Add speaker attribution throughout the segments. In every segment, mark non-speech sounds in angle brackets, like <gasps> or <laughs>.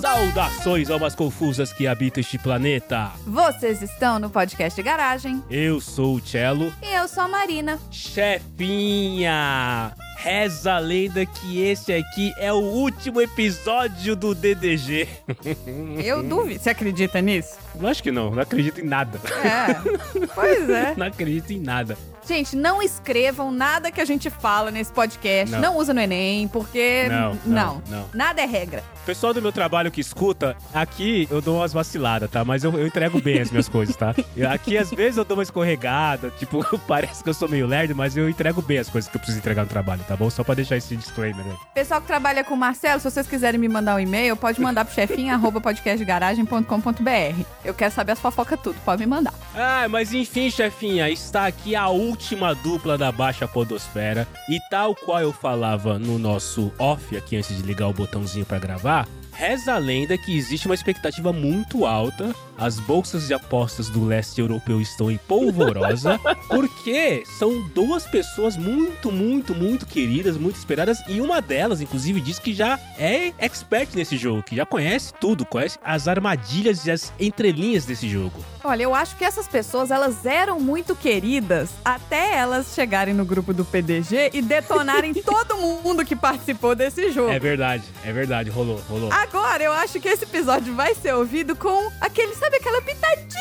Speaker 1: Saudações, almas confusas que habitam este planeta.
Speaker 2: Vocês estão no podcast Garagem
Speaker 1: Eu sou o Cello,
Speaker 2: e eu sou a Marina.
Speaker 1: chefinha. Reza a lenda que esse aqui é o último episódio do <laughs> DDG. Uhum.
Speaker 2: Eu duvido. Você acredita nisso?
Speaker 1: Eu acho que não, não acredito em nada.
Speaker 2: É. pois
Speaker 1: <laughs>
Speaker 2: é.
Speaker 1: Não acredito em nada.
Speaker 2: Gente, não escrevam nada que a gente fala nesse podcast.
Speaker 1: Não.
Speaker 2: Não, usa no Enem, porque.
Speaker 1: Não, não, não.
Speaker 2: Nada é regra.
Speaker 1: Pessoal do meu trabalho que escuta, aqui eu dou umas vaciladas, tá? Mas eu, eu entrego bem as minhas coisas, tá? Eu- Aqui às vezes eu dou uma escorregada, tipo, <laughs> parece que eu sou meio lerdo, mas eu entrego bem as coisas que eu preciso entregar no trabalho, tá bom? Só pra deixar esse disclaimer aí.
Speaker 2: Pessoal que trabalha com o Marcelo, se vocês quiserem me mandar um e-mail, pode mandar pro chefinho <laughs> arroba podcastgaragem.com.br. Eu quero saber as fofocas tudo, pode me mandar.
Speaker 1: Ah, mas enfim, chefinha, está aqui a última dupla da Baixa Podosfera. E tal qual eu falava no nosso off aqui antes de ligar o botãozinho para gravar, reza a lenda que existe uma expectativa muito alta. As bolsas de apostas do leste europeu estão em polvorosa, porque são duas pessoas muito, muito, muito queridas, muito esperadas, e uma delas, inclusive, diz que já é expert nesse jogo, que já conhece tudo, conhece as armadilhas e as entrelinhas desse jogo.
Speaker 2: Olha, eu acho que essas pessoas, elas eram muito queridas até elas chegarem no grupo do PDG
Speaker 1: <laughs>
Speaker 2: e detonarem todo mundo que participou desse jogo.
Speaker 1: É verdade, é verdade, rolou, rolou.
Speaker 2: Agora, eu acho que esse episódio vai ser ouvido com aquele, sabe, aquela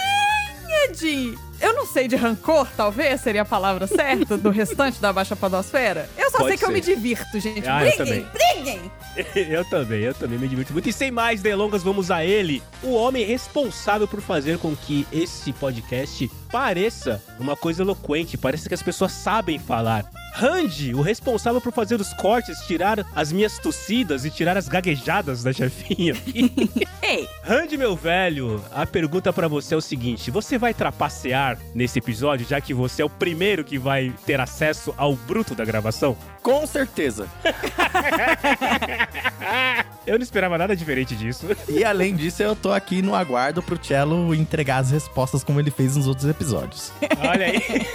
Speaker 2: pitadinha de... Eu não sei, de rancor, talvez, seria
Speaker 1: <laughs>
Speaker 2: a palavra certa do restante da Baixa Podosfera. Eu só
Speaker 1: Pode
Speaker 2: sei que eu
Speaker 1: ser.
Speaker 2: me divirto, gente.
Speaker 1: Ah, eu
Speaker 2: briguem,
Speaker 1: também.
Speaker 2: briguem!
Speaker 1: <laughs> Eu também, eu também me divirto muito. E sem mais delongas, vamos a ele, o homem responsável por fazer com que esse podcast pareça uma coisa eloquente, pareça que as pessoas sabem falar. Randy, o responsável por fazer os cortes, tirar as minhas tossidas e tirar as gaguejadas da chefinha. <laughs>
Speaker 2: Ei,
Speaker 1: Randy, meu velho, a pergunta pra você é o seguinte: você vai trapacear nesse episódio, já que você é o primeiro que vai ter acesso ao bruto da gravação?
Speaker 3: Com certeza.
Speaker 1: <laughs> Eu não esperava nada diferente <laughs> disso.
Speaker 3: E além disso, eu tô aqui no aguardo pro Cello entregar as respostas como ele fez nos outros episódios.
Speaker 1: Olha aí.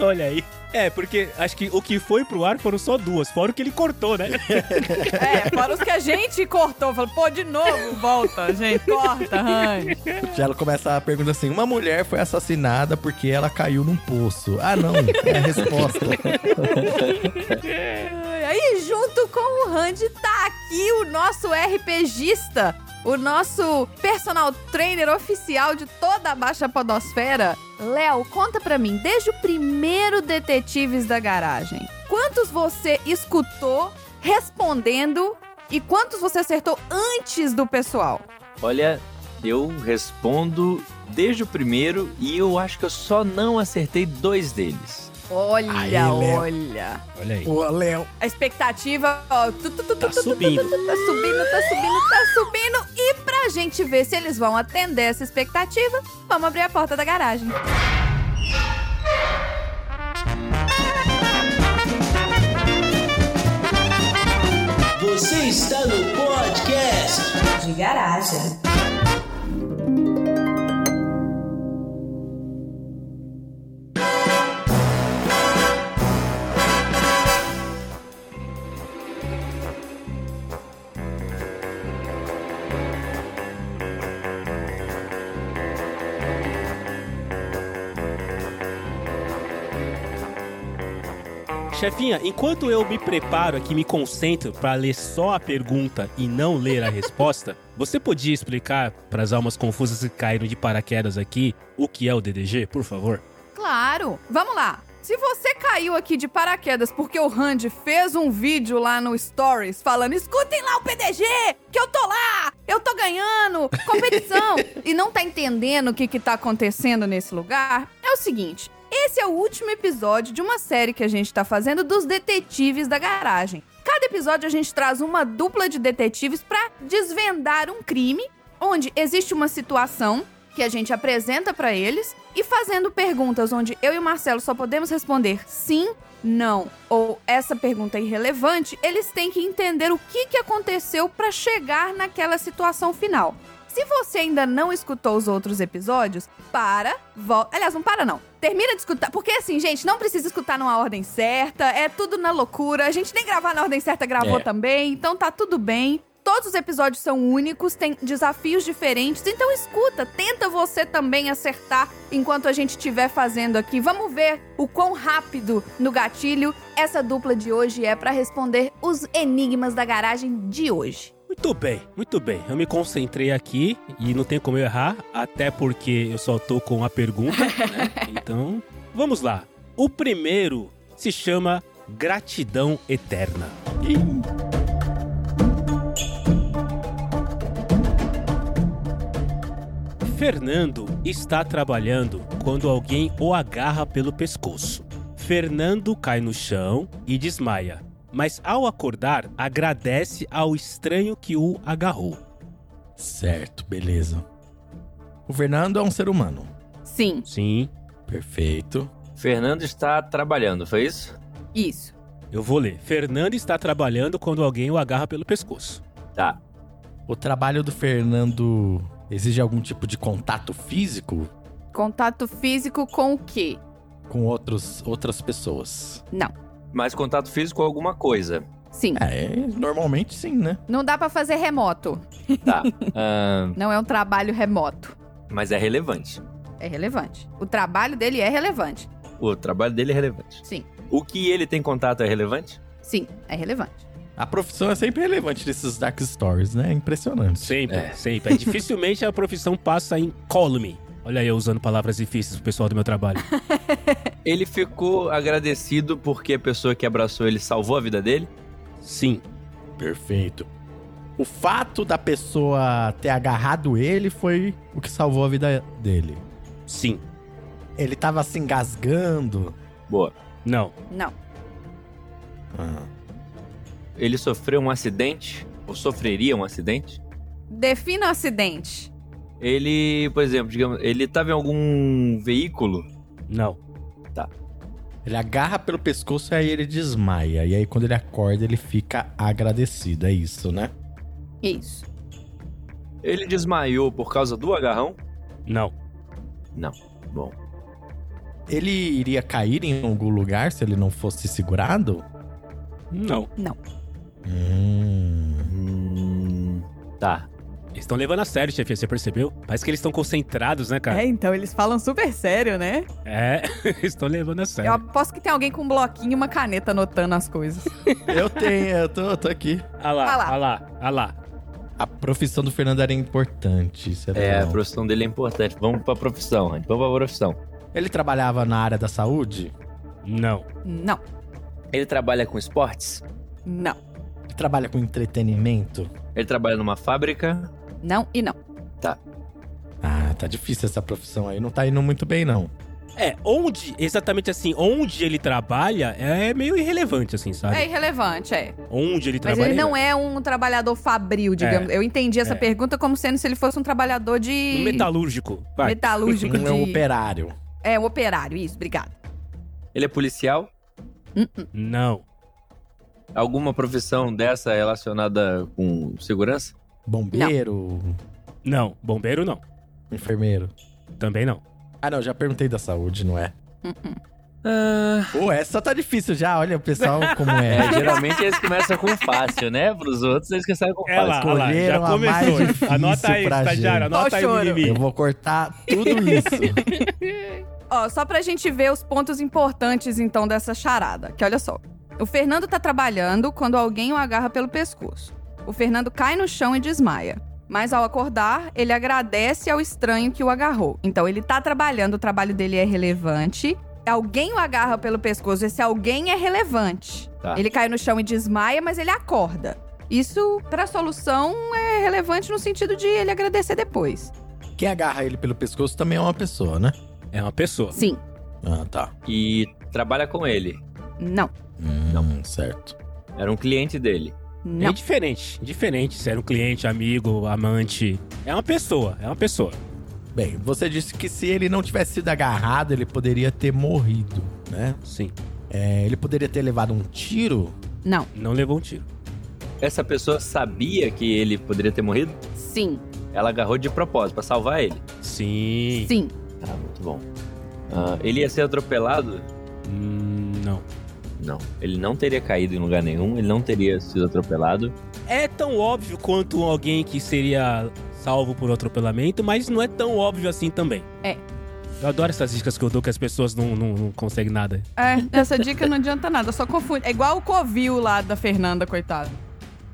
Speaker 1: Olha aí. É, porque acho que o que foi pro ar foram só duas, fora o que ele cortou, né?
Speaker 2: é, fora os que a gente cortou. Falou, pô, de novo, volta, gente, corta, Rani.
Speaker 3: O Cello começa a pergunta assim: uma mulher foi assassinada porque ela caiu num poço. Ah, não, é a resposta.
Speaker 2: E junto com o Randy tá aqui o nosso RPGista, o nosso personal trainer oficial de toda a Baixa Podosfera. Léo, conta pra mim, desde o primeiro Detetives da Garagem, quantos você escutou respondendo e quantos você acertou antes do pessoal?
Speaker 4: Olha, eu respondo desde o primeiro e eu acho que eu só não acertei dois deles.
Speaker 2: Olha,
Speaker 3: Aí, Léo.
Speaker 2: olha.
Speaker 1: Olha aí.
Speaker 3: Ô, Léo.
Speaker 2: A expectativa, ó, tu, tu, tu,
Speaker 1: Tá
Speaker 2: tu, tu, tu,
Speaker 1: subindo.
Speaker 2: tu, tu, tá subindo, tá subindo, tá subindo. E pra gente ver se eles vão atender essa expectativa, vamos abrir a porta da garagem.
Speaker 5: Você está no podcast
Speaker 6: de garagem.
Speaker 1: Chefinha, enquanto eu me preparo aqui, me concentro pra ler só a pergunta e não ler a resposta, você podia explicar pras almas confusas que caíram de paraquedas aqui o que é o DDG, por favor?
Speaker 2: Claro, vamos lá. Se você caiu aqui de paraquedas porque o Randy fez um vídeo lá no Stories falando escutem lá o PDG, que eu tô lá, eu tô ganhando, competição, e não tá entendendo o que, que tá acontecendo nesse lugar, é o seguinte, esse é o último episódio de uma série que a gente tá fazendo dos detetives da garagem. Cada episódio a gente traz uma dupla de detetives pra desvendar um crime, onde existe uma situação que a gente apresenta pra eles e fazendo perguntas onde eu e o Marcelo só podemos responder sim, não ou essa pergunta é irrelevante, eles têm que entender o que, que aconteceu pra chegar naquela situação final. Se você ainda não escutou os outros episódios, para, volta. Aliás, não para não. Termina de escutar. Porque assim, gente, não precisa escutar numa ordem certa. É tudo na loucura. A gente nem gravar na ordem certa gravou
Speaker 4: É.
Speaker 2: também. Então tá tudo bem. Todos os episódios são únicos, têm desafios diferentes. Então escuta, tenta você também acertar enquanto a gente estiver fazendo aqui. Vamos ver o quão rápido no gatilho essa dupla de hoje é para responder os enigmas da garagem de hoje.
Speaker 1: Muito bem, muito bem. Eu me concentrei aqui e não tem como eu errar, até porque eu só tô com a pergunta, né? Então, vamos lá. O primeiro se chama Gratidão Eterna. Fernando está trabalhando quando alguém o agarra pelo pescoço. Fernando cai no chão e desmaia, mas ao acordar, agradece ao estranho que o agarrou.
Speaker 3: Certo, beleza. O Fernando é um ser humano.
Speaker 2: Sim,
Speaker 1: Sim,
Speaker 3: Perfeito.
Speaker 4: Fernando está trabalhando, foi isso?
Speaker 2: isso.
Speaker 1: eu vou ler. Fernando está trabalhando quando alguém o agarra pelo pescoço.
Speaker 4: Tá.
Speaker 3: O trabalho do Fernando exige algum tipo de contato físico
Speaker 2: Contato físico com o quê?
Speaker 3: com outros, outras pessoas?
Speaker 4: Mas contato físico com alguma coisa.
Speaker 2: Sim.
Speaker 3: É, normalmente sim, né?
Speaker 2: Não dá pra fazer remoto.
Speaker 4: Tá. Ahn,
Speaker 2: Não é um trabalho remoto.
Speaker 4: mas é relevante.
Speaker 2: É relevante. O trabalho dele é relevante.
Speaker 4: O trabalho dele é relevante.
Speaker 2: Sim.
Speaker 4: O que ele tem contato é relevante?
Speaker 2: Sim, é relevante.
Speaker 3: A profissão é sempre relevante nesses Dark Stories, né? Impressionante.
Speaker 1: Sempre,
Speaker 4: É.
Speaker 1: sempre. Dificilmente a profissão passa em column. Olha eu usando palavras difíceis pro pessoal do meu trabalho.
Speaker 4: Ele ficou agradecido porque a pessoa que abraçou ele salvou a vida dele?
Speaker 1: Sim,
Speaker 3: Perfeito. O fato da pessoa ter agarrado ele foi o que salvou a vida dele.
Speaker 1: sim,
Speaker 3: Ele tava se engasgando.
Speaker 4: Boa.
Speaker 1: não,
Speaker 2: Não.
Speaker 3: Ah.
Speaker 4: Ele sofreu um acidente? Ou sofreria um acidente?
Speaker 2: Defina o acidente.
Speaker 4: Ele, por exemplo, digamos, ele estava em algum veículo?
Speaker 1: não.
Speaker 3: Ele agarra pelo pescoço e aí ele desmaia. E aí quando ele acorda, ele fica agradecido. É isso, né?
Speaker 2: Isso.
Speaker 4: Ele desmaiou por causa do agarrão?
Speaker 1: Não,
Speaker 4: Bom,
Speaker 3: Ele iria cair em algum lugar se ele não fosse segurado?
Speaker 1: não.
Speaker 3: Hum.
Speaker 4: Hum, tá.
Speaker 1: Eles estão levando a sério, chefia, você percebeu? Parece que eles estão concentrados, né, cara?
Speaker 2: então eles falam super sério, né?
Speaker 1: É, <laughs> eles estão levando a sério.
Speaker 2: Eu aposto que tem alguém com um bloquinho e uma caneta anotando as coisas.
Speaker 3: Eu tenho, eu tô, eu tô aqui.
Speaker 1: Ah lá,
Speaker 2: Ah lá.
Speaker 1: ah lá, ah lá.
Speaker 3: A profissão do Fernando era importante, isso é
Speaker 4: É, a
Speaker 3: legal.
Speaker 4: profissão dele é importante. Vamos pra profissão, Rani. Vamos pra profissão.
Speaker 3: Ele trabalhava na área da saúde?
Speaker 1: Não,
Speaker 2: Não,
Speaker 4: Ele trabalha com esportes?
Speaker 2: não,
Speaker 3: Ele trabalha com entretenimento?
Speaker 4: Ele trabalha numa fábrica?
Speaker 2: não e não.
Speaker 3: Ah, tá difícil essa profissão aí, não tá indo muito bem não.
Speaker 1: É, onde, exatamente assim, onde ele trabalha é meio irrelevante, assim, sabe?
Speaker 2: É irrelevante, é.
Speaker 1: Onde ele
Speaker 2: Mas
Speaker 1: trabalha.
Speaker 2: ele não é um trabalhador fabril, digamos. Eu entendi essa
Speaker 1: É.
Speaker 2: pergunta como sendo se ele fosse um trabalhador de.
Speaker 1: Um metalúrgico. Vai.
Speaker 2: metalúrgico.
Speaker 3: Não é um
Speaker 2: de-
Speaker 3: operário.
Speaker 2: É, um operário, isso, obrigado.
Speaker 4: Ele é policial?
Speaker 1: Não,
Speaker 4: Alguma profissão dessa relacionada com segurança?
Speaker 3: Bombeiro, um
Speaker 1: não. Bombeiro não.
Speaker 3: enfermeiro.
Speaker 1: Também não.
Speaker 3: Ah não, já perguntei da saúde, não é?
Speaker 4: Ah,
Speaker 3: Pô, essa tá difícil já, olha o pessoal como
Speaker 4: <laughs> é,
Speaker 3: é.
Speaker 4: geralmente eles começam com fácil, né? Pros outros eles começam com
Speaker 1: É lá, ah
Speaker 4: fácil.
Speaker 1: lá, já
Speaker 3: escolheram a mais
Speaker 1: começou.
Speaker 3: difícil
Speaker 1: Anota aí,
Speaker 3: pra
Speaker 1: estagiário,
Speaker 3: gente.
Speaker 1: anota
Speaker 2: Tô
Speaker 1: aí o
Speaker 2: choro.
Speaker 3: Eu
Speaker 1: mimimi.
Speaker 3: vou cortar tudo isso.
Speaker 2: Ó, só pra gente ver os pontos importantes, então, dessa charada. Que olha só. O Fernando tá trabalhando quando alguém o agarra pelo pescoço. O Fernando cai no chão e desmaia. Mas ao acordar, ele agradece ao estranho que o agarrou. Então ele tá trabalhando, o trabalho dele é relevante. Alguém o agarra pelo pescoço, esse alguém é relevante.
Speaker 4: Tá.
Speaker 2: Ele cai no chão e desmaia, mas ele acorda. Isso, pra solução, é relevante no sentido de ele agradecer depois.
Speaker 3: Quem agarra ele pelo pescoço também é uma pessoa, né?
Speaker 1: É uma pessoa.
Speaker 2: Sim.
Speaker 3: Ah, tá.
Speaker 4: E trabalha com ele.
Speaker 2: Não.
Speaker 3: Hum,
Speaker 4: Não.
Speaker 3: certo.
Speaker 4: Era um cliente dele.
Speaker 1: É
Speaker 2: Não.
Speaker 1: diferente, diferente. Se era um cliente, amigo, amante. É uma pessoa, é uma pessoa.
Speaker 3: Bem, você disse que se ele não tivesse sido agarrado, ele poderia ter morrido, né?
Speaker 1: Sim.
Speaker 3: É, ele poderia ter levado um tiro?
Speaker 2: Não.
Speaker 1: Não levou um tiro.
Speaker 4: Essa pessoa sabia que ele poderia ter morrido?
Speaker 2: Sim.
Speaker 4: Ela agarrou de propósito pra salvar ele.
Speaker 1: Sim.
Speaker 2: Sim.
Speaker 4: Tá, muito bom. Ah, ele ia ser atropelado?
Speaker 1: Hum, não.
Speaker 4: Não. Ele não teria caído em lugar nenhum, ele não teria sido atropelado.
Speaker 1: É tão óbvio quanto alguém que seria salvo por atropelamento, mas não é tão óbvio assim também.
Speaker 2: É.
Speaker 1: Eu adoro essas dicas que eu dou que as pessoas não, não, não conseguem nada.
Speaker 2: É, essa dica não adianta nada, só confunde. É igual o covil lá da Fernanda, coitado.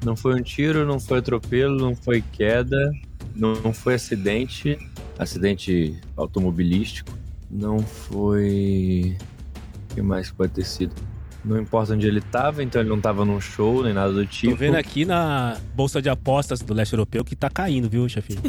Speaker 4: Não foi um tiro, não foi atropelo, não foi queda, não, não foi acidente, acidente automobilístico, não foi. O que mais que pode ter sido? Não importa onde ele tava, então ele não tava num show nem nada do tipo.
Speaker 1: Tô vendo aqui na bolsa de apostas do leste europeu que tá caindo, viu, chefinho?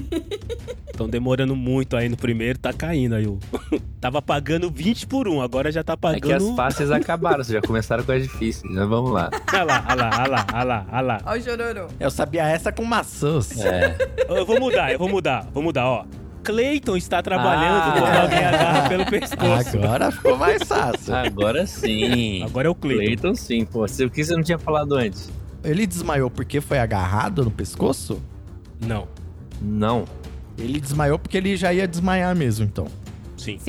Speaker 1: Estão demorando muito aí no primeiro, tá caindo aí. o- <laughs> Tava pagando 20 por 1, agora já tá
Speaker 4: É que as
Speaker 1: pagando.
Speaker 4: fáceis acabaram, vocês já começaram com as difíceis, mas vamos lá.
Speaker 1: Olha lá, olha lá, olha lá, olha lá, olha lá.
Speaker 2: Olha o Jororô.
Speaker 3: Eu sabia essa com maçãs.
Speaker 4: É.
Speaker 1: Eu vou mudar, eu vou mudar, vou mudar, ó. Clayton está trabalhando
Speaker 4: Ah.
Speaker 1: quando alguém agarra pelo pescoço.
Speaker 3: Agora ficou mais fácil.
Speaker 4: Agora sim.
Speaker 1: Agora é o Clayton.
Speaker 4: Clayton sim, pô. Você- O que você não tinha falado antes?
Speaker 3: <laughs> Ele desmaiou porque foi agarrado no pescoço?
Speaker 1: Não,
Speaker 4: Não.
Speaker 3: Ele desmaiou porque ele já ia desmaiar mesmo, então.
Speaker 1: sim.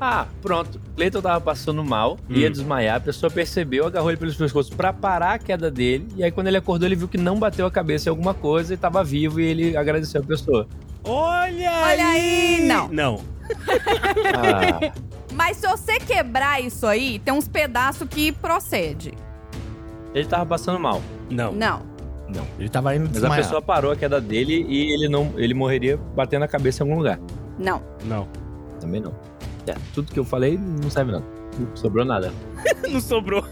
Speaker 4: Ah, pronto. Cleiton tava passando mal,
Speaker 1: Hum.
Speaker 4: ia desmaiar, a pessoa percebeu, agarrou ele pelos pescoços pra parar a queda dele. E aí, quando ele acordou, ele viu que não bateu a cabeça em alguma coisa e tava vivo e ele agradeceu a pessoa.
Speaker 1: Olha,
Speaker 2: Olha aí, não.
Speaker 1: Não.
Speaker 4: Ah,
Speaker 2: Mas se você quebrar isso aí, tem uns pedaços que procede.
Speaker 4: ele tava passando mal,
Speaker 1: Não,
Speaker 2: Não.
Speaker 3: Ele tava indo
Speaker 4: mas
Speaker 3: desmaiar.
Speaker 4: a pessoa parou a queda dele e ele não, ele morreria batendo a cabeça em algum lugar.
Speaker 2: Não.
Speaker 1: não.
Speaker 4: Também não. É, tudo que eu falei não serve nada. Não sobrou nada.
Speaker 1: <laughs> Não sobrou,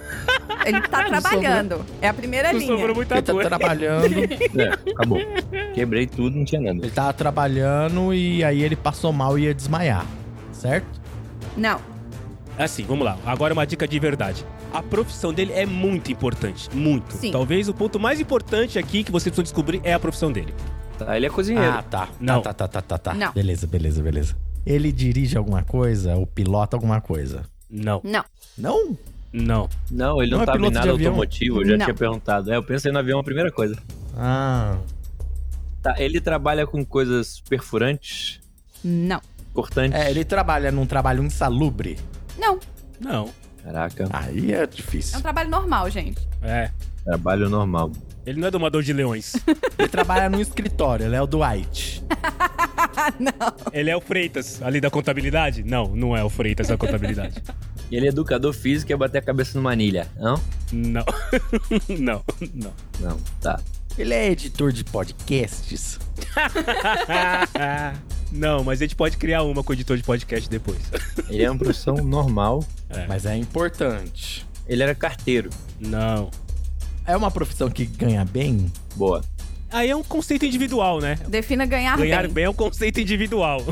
Speaker 2: Ele
Speaker 1: <laughs>
Speaker 2: tá trabalhando. É a primeira
Speaker 1: não sobrou
Speaker 2: linha.
Speaker 1: muita
Speaker 3: Ele tá
Speaker 1: coisa. <laughs>
Speaker 3: trabalhando,
Speaker 4: É, acabou. Quebrei tudo, não tinha nada.
Speaker 3: ele tava trabalhando e aí ele passou mal e ia desmaiar, certo?
Speaker 2: Não.
Speaker 1: Assim, vamos lá. Agora uma dica de verdade. A profissão dele é muito importante. Muito.
Speaker 2: Sim.
Speaker 1: Talvez o ponto mais importante aqui que vocês precisam descobrir é a profissão dele.
Speaker 4: Tá, ele é cozinheiro.
Speaker 3: Ah, tá.
Speaker 1: Não.
Speaker 3: Tá, tá, tá, tá, tá.
Speaker 2: Não.
Speaker 3: Beleza, beleza, beleza. Ele dirige alguma coisa ou pilota alguma coisa?
Speaker 1: Não,
Speaker 2: Não.
Speaker 3: Não?
Speaker 1: não.
Speaker 4: Não, ele não,
Speaker 3: Não é
Speaker 4: tava em
Speaker 3: piloto de
Speaker 4: nada
Speaker 3: avião?
Speaker 4: automotivo, eu já
Speaker 2: Não.
Speaker 4: tinha perguntado. É, eu pensei no avião a primeira coisa.
Speaker 3: Ah,
Speaker 4: Tá, ele trabalha com coisas perfurantes,
Speaker 2: Não.
Speaker 4: cortantes.
Speaker 3: é, ele trabalha num trabalho insalubre.
Speaker 2: Não.
Speaker 1: Não.
Speaker 4: Caraca,
Speaker 3: Aí é
Speaker 2: É
Speaker 3: difícil.
Speaker 2: um trabalho normal, gente.
Speaker 1: É.
Speaker 4: trabalho normal.
Speaker 1: Ele não é domador de
Speaker 2: <laughs>
Speaker 1: leões.
Speaker 3: Ele trabalha num escritório, ele é o Dwight.
Speaker 1: Ele é o Freitas, ali da contabilidade? Não, não é o Freitas da contabilidade.
Speaker 4: Ele é educador físico e ia bater a cabeça numa anilha. Não?
Speaker 1: Não. <laughs> não,
Speaker 3: <laughs>
Speaker 1: não.
Speaker 4: Não, tá.
Speaker 3: Ele é editor de podcasts.
Speaker 1: não, mas a gente pode criar uma com o editor de podcast depois.
Speaker 4: Ele é uma profissão <laughs> normal.
Speaker 1: É.
Speaker 3: Mas é importante.
Speaker 4: Ele era carteiro.
Speaker 1: Não.
Speaker 3: É uma profissão que ganha bem?
Speaker 4: Boa.
Speaker 1: Aí é um conceito individual, né?
Speaker 2: Defina
Speaker 3: Ah,
Speaker 2: ganhar,
Speaker 1: Ganhar bem é um conceito
Speaker 3: <laughs>
Speaker 1: individual,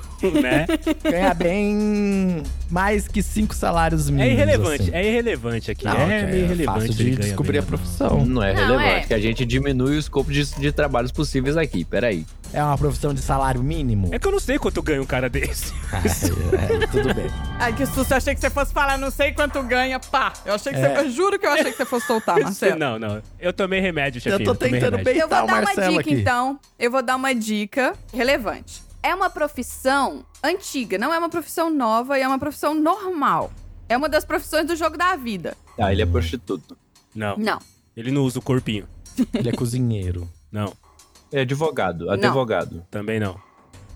Speaker 1: né?
Speaker 3: Ganha bem mais que cinco salários
Speaker 1: É
Speaker 3: mínimos.
Speaker 1: irrelevante,
Speaker 3: assim.
Speaker 1: é irrelevante aqui.
Speaker 3: Não,
Speaker 1: é
Speaker 3: que
Speaker 1: meio irrelevante.
Speaker 3: fácil
Speaker 1: se ele
Speaker 3: de
Speaker 1: ganha
Speaker 3: descobrir
Speaker 1: bem
Speaker 3: a
Speaker 1: ou não.
Speaker 3: profissão.
Speaker 4: Não é
Speaker 2: Não,
Speaker 4: relevante,
Speaker 2: é.
Speaker 4: que a gente diminui o escopo de, de trabalhos possíveis aqui. Peraí.
Speaker 3: É uma profissão de salário mínimo?
Speaker 1: É que eu não sei quanto ganha um cara desse.
Speaker 3: Ah, <laughs> é, tudo bem.
Speaker 2: Ai, que susto. Eu achei que você fosse falar não sei quanto ganha, pá. Eu achei que
Speaker 3: É.
Speaker 2: você... Eu juro que eu achei que você fosse soltar,
Speaker 1: <laughs>
Speaker 2: Marcelo.
Speaker 1: Não, não. Eu tomei remédio, chefinho.
Speaker 3: Ah, Eu tô
Speaker 1: tomei
Speaker 3: tentando
Speaker 1: remédio.
Speaker 2: Eu vou
Speaker 3: peitar o
Speaker 2: dar uma
Speaker 3: Marcelo
Speaker 2: dica,
Speaker 3: aqui.
Speaker 2: então. Eu vou dar uma dica relevante. É uma profissão antiga, não é uma profissão nova e é uma profissão normal. É uma das profissões do jogo da vida.
Speaker 4: Tá, ele é prostituto.
Speaker 1: Não,
Speaker 2: Não.
Speaker 1: ele não usa o corpinho.
Speaker 3: Ele é cozinheiro.
Speaker 1: Não,
Speaker 4: É advogado, advogado.
Speaker 1: também não.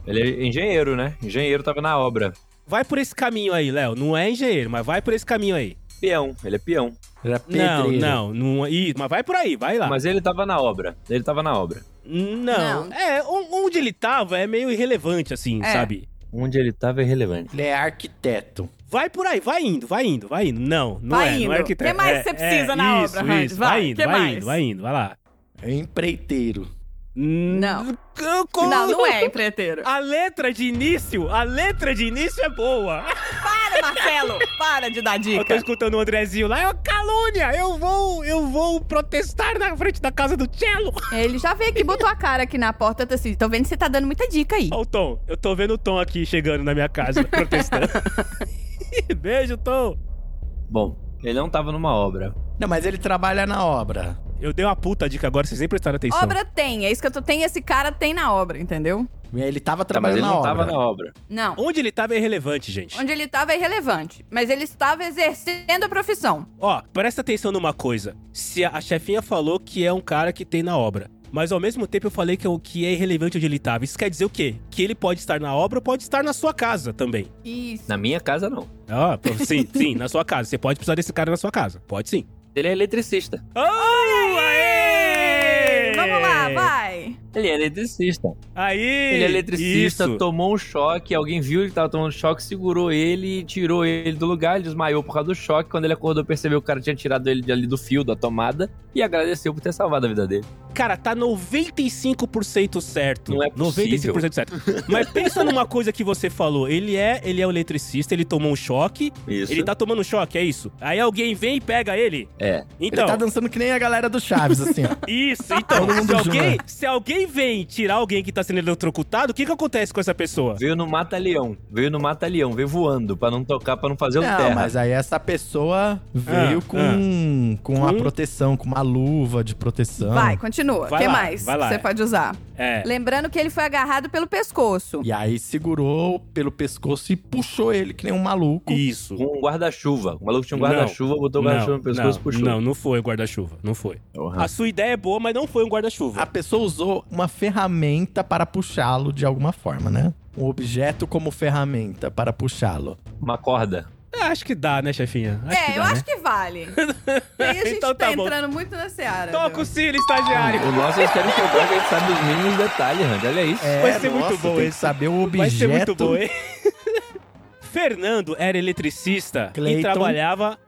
Speaker 4: Ele é engenheiro, né? Engenheiro tava na obra.
Speaker 1: Vai por esse caminho aí, Léo. Não é engenheiro, mas vai por esse caminho aí.
Speaker 4: Peão, ele é peão.
Speaker 3: Ele é
Speaker 1: Não,
Speaker 3: pedreiro.
Speaker 1: não, não. Ih, mas vai por aí, vai lá.
Speaker 4: Mas ele tava na obra. Ele tava na obra.
Speaker 1: Não.
Speaker 2: Não.
Speaker 1: É, on- onde ele tava é meio irrelevante, assim,
Speaker 2: É.
Speaker 1: sabe?
Speaker 4: Onde ele tava é relevante.
Speaker 3: Ele é arquiteto.
Speaker 1: Vai por aí, vai indo, vai indo, vai indo. Não, não
Speaker 2: Vai
Speaker 1: é,
Speaker 2: indo.
Speaker 1: não é arquiteto.
Speaker 2: Que mais
Speaker 1: é,
Speaker 2: você precisa
Speaker 1: é,
Speaker 2: na
Speaker 1: isso,
Speaker 2: obra, Randy?
Speaker 1: Isso,
Speaker 2: Vai,
Speaker 1: vai indo,
Speaker 2: que
Speaker 1: vai
Speaker 2: mais?
Speaker 1: indo, vai indo, vai lá.
Speaker 3: É empreiteiro.
Speaker 2: Não.
Speaker 1: Como?
Speaker 2: Não, não é empreiteiro.
Speaker 1: A letra de início, a letra de início é boa.
Speaker 2: <laughs> Para, Marcelo! Para de dar
Speaker 1: Eu tô
Speaker 2: dica.
Speaker 1: escutando o Andrezinho lá, é uma calúnia. Eu vou, eu vou protestar na frente da casa do Cello. <laughs>
Speaker 2: Ele já veio aqui, botou a cara aqui na porta, tá assim, tô vendo que você tá dando muita dica aí.
Speaker 1: Ó o Tom, eu tô vendo o Tom aqui chegando na minha casa, protestando. <laughs> Beijo, Tom.
Speaker 4: Bom, ele não tava numa obra.
Speaker 3: Não, mas ele trabalha na obra.
Speaker 1: Eu dei uma puta dica agora, vocês nem prestaram atenção.
Speaker 2: Obra tem, é isso que eu tô... Tem esse cara, tem na obra, entendeu?
Speaker 3: Ele tava
Speaker 4: Tá, mas
Speaker 3: trabalhando
Speaker 4: ele não
Speaker 3: na
Speaker 4: tava
Speaker 3: obra.
Speaker 4: na obra.
Speaker 2: Não.
Speaker 1: Onde ele tava é irrelevante, gente.
Speaker 2: Onde ele tava é irrelevante, mas ele estava exercendo a profissão.
Speaker 1: Ó, presta atenção numa coisa. Se a, a chefinha falou que é um cara que tem na obra, mas ao mesmo tempo eu falei que, é o que é irrelevante onde ele tava. Isso quer dizer o quê? Que ele pode estar na obra ou pode estar na sua casa também.
Speaker 2: Isso.
Speaker 4: Na minha casa, não.
Speaker 1: Ó, pô,
Speaker 2: <laughs>
Speaker 1: sim, sim, na sua casa. Você pode precisar desse cara na sua casa. Pode sim.
Speaker 4: Ele é eletricista.
Speaker 1: Oh, aê!
Speaker 2: Vamos lá, vai.
Speaker 4: Ele é eletricista.
Speaker 1: Aí!
Speaker 4: Ele é eletricista,
Speaker 1: isso.
Speaker 4: tomou um choque, alguém viu ele que tava tomando choque, segurou ele e tirou ele do lugar, ele desmaiou por causa do choque. Quando ele acordou, percebeu que o cara tinha tirado ele de ali do fio, da tomada, e agradeceu por ter salvado a vida dele.
Speaker 1: Cara, tá 95% certo.
Speaker 4: Não é possível.
Speaker 1: 95% certo. Mas pensa numa coisa que você falou. Ele é, ele é o eletricista, ele tomou um choque.
Speaker 4: Isso.
Speaker 1: Ele tá tomando um choque, é isso. Aí alguém vem e pega ele.
Speaker 4: É.
Speaker 1: Então,
Speaker 3: Ele tá dançando que nem a galera do Chaves, assim, ó.
Speaker 1: isso,
Speaker 4: Tá
Speaker 1: então.
Speaker 4: um
Speaker 3: Todo mundo
Speaker 1: se,
Speaker 4: né?
Speaker 1: alguém,
Speaker 3: junto.
Speaker 1: se alguém vem tirar alguém que tá sendo eletrocutado, o que que acontece com essa pessoa?
Speaker 4: Veio no mata-leão. Veio no mata-leão, veio voando, pra não tocar, pra não fazer o terra.
Speaker 3: Não, mas aí essa pessoa veio
Speaker 1: Ah,
Speaker 3: com, com a
Speaker 1: Hum.
Speaker 3: proteção, com uma luva de proteção.
Speaker 2: Vai, continua. O
Speaker 1: Vai
Speaker 2: que
Speaker 1: lá,
Speaker 2: mais
Speaker 1: vai lá.
Speaker 2: você pode usar?
Speaker 1: É.
Speaker 2: Lembrando que ele foi agarrado pelo pescoço.
Speaker 3: E aí segurou pelo pescoço e puxou ele, que nem um maluco.
Speaker 1: Isso.
Speaker 4: Com um guarda-chuva. O maluco tinha um
Speaker 1: Não.
Speaker 4: guarda-chuva, botou o guarda-chuva
Speaker 1: Não,
Speaker 4: no pescoço e
Speaker 1: não,
Speaker 4: puxou.
Speaker 1: não, não foi o guarda-chuva. Não foi.
Speaker 4: Porra. Ah.
Speaker 1: A sua ideia é boa, mas não foi um
Speaker 3: A
Speaker 1: guarda-chuva.
Speaker 3: pessoa usou uma ferramenta para puxá-lo de alguma forma, né? Um objeto como ferramenta para puxá-lo.
Speaker 4: Uma corda.
Speaker 1: Ah, Acho que dá, né, chefinha? Acho
Speaker 2: é,
Speaker 1: que dá,
Speaker 2: eu
Speaker 1: né?
Speaker 2: acho
Speaker 1: <laughs>
Speaker 2: que vale. E aí a gente
Speaker 1: Então
Speaker 2: tá,
Speaker 1: tá bom.
Speaker 2: entrando muito na seara.
Speaker 1: Toca o
Speaker 2: viu?
Speaker 1: cílio, estagiário.
Speaker 4: O nosso eles querem quebrar, que a gente sabe dos mínimos detalhes, Randy. Olha isso.
Speaker 3: É,
Speaker 1: Vai ser muito bom
Speaker 3: tem
Speaker 1: esse.
Speaker 3: que saber o objeto.
Speaker 1: Vai ser muito bom, hein? <laughs> Fernando era eletricista e
Speaker 3: Clayton.
Speaker 1: trabalhava.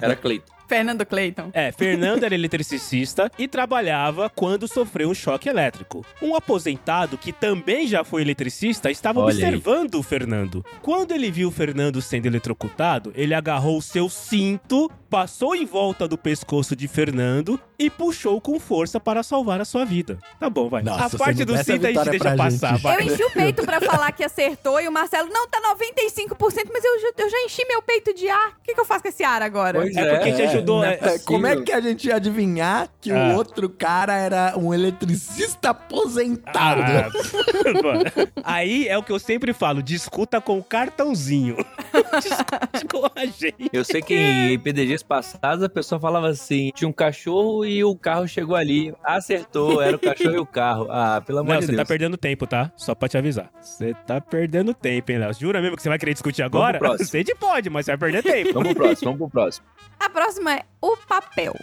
Speaker 4: Era Cleiton.
Speaker 2: Fernando Clayton.
Speaker 1: É, Fernando era eletricista e trabalhava quando sofreu um choque elétrico. Um aposentado que também já foi eletricista estava
Speaker 4: Olha aí.
Speaker 1: observando o Fernando. Quando ele viu o Fernando sendo eletrocutado, ele agarrou o seu cinto, passou em volta do pescoço de Fernando e puxou com força para salvar a sua vida. Tá bom, vai.
Speaker 3: Nossa,
Speaker 1: a
Speaker 3: se
Speaker 1: parte
Speaker 3: não
Speaker 1: do
Speaker 3: desse a
Speaker 1: cinto a gente
Speaker 3: vitória
Speaker 1: deixa
Speaker 3: pra gente,
Speaker 1: passar,
Speaker 3: gente.
Speaker 1: vai.
Speaker 2: Eu enchi o peito pra falar que acertou e o Marcelo, não, tá 95%, mas eu, já- eu já enchi meu peito de ar. O que, que eu faço com esse ar agora?
Speaker 4: Pois
Speaker 1: É porque te ajudou, né?
Speaker 3: É, como é que a gente ia adivinhar que
Speaker 1: Ah.
Speaker 3: o outro cara era um eletricista aposentado?
Speaker 1: Ah, <laughs> aí é o que eu sempre falo: discuta com o cartãozinho.
Speaker 2: <laughs>
Speaker 1: Discute com a gente.
Speaker 4: Eu sei que em PDGs passados a pessoa falava assim: tinha um cachorro e o carro chegou ali. Acertou, era o cachorro e o carro. Ah, pelo amor
Speaker 1: Léo,
Speaker 4: de
Speaker 1: você
Speaker 4: Deus.
Speaker 1: tá perdendo tempo, tá? Só pra te avisar. Você tá perdendo tempo, hein, Léo? Jura mesmo que você vai querer discutir
Speaker 4: Vamos
Speaker 1: agora?
Speaker 4: pro próximo. Então,
Speaker 1: Você de pode, mas você vai perder tempo.
Speaker 4: Vamos pro próximo, vamos pro próximo.
Speaker 2: A próxima é o papel.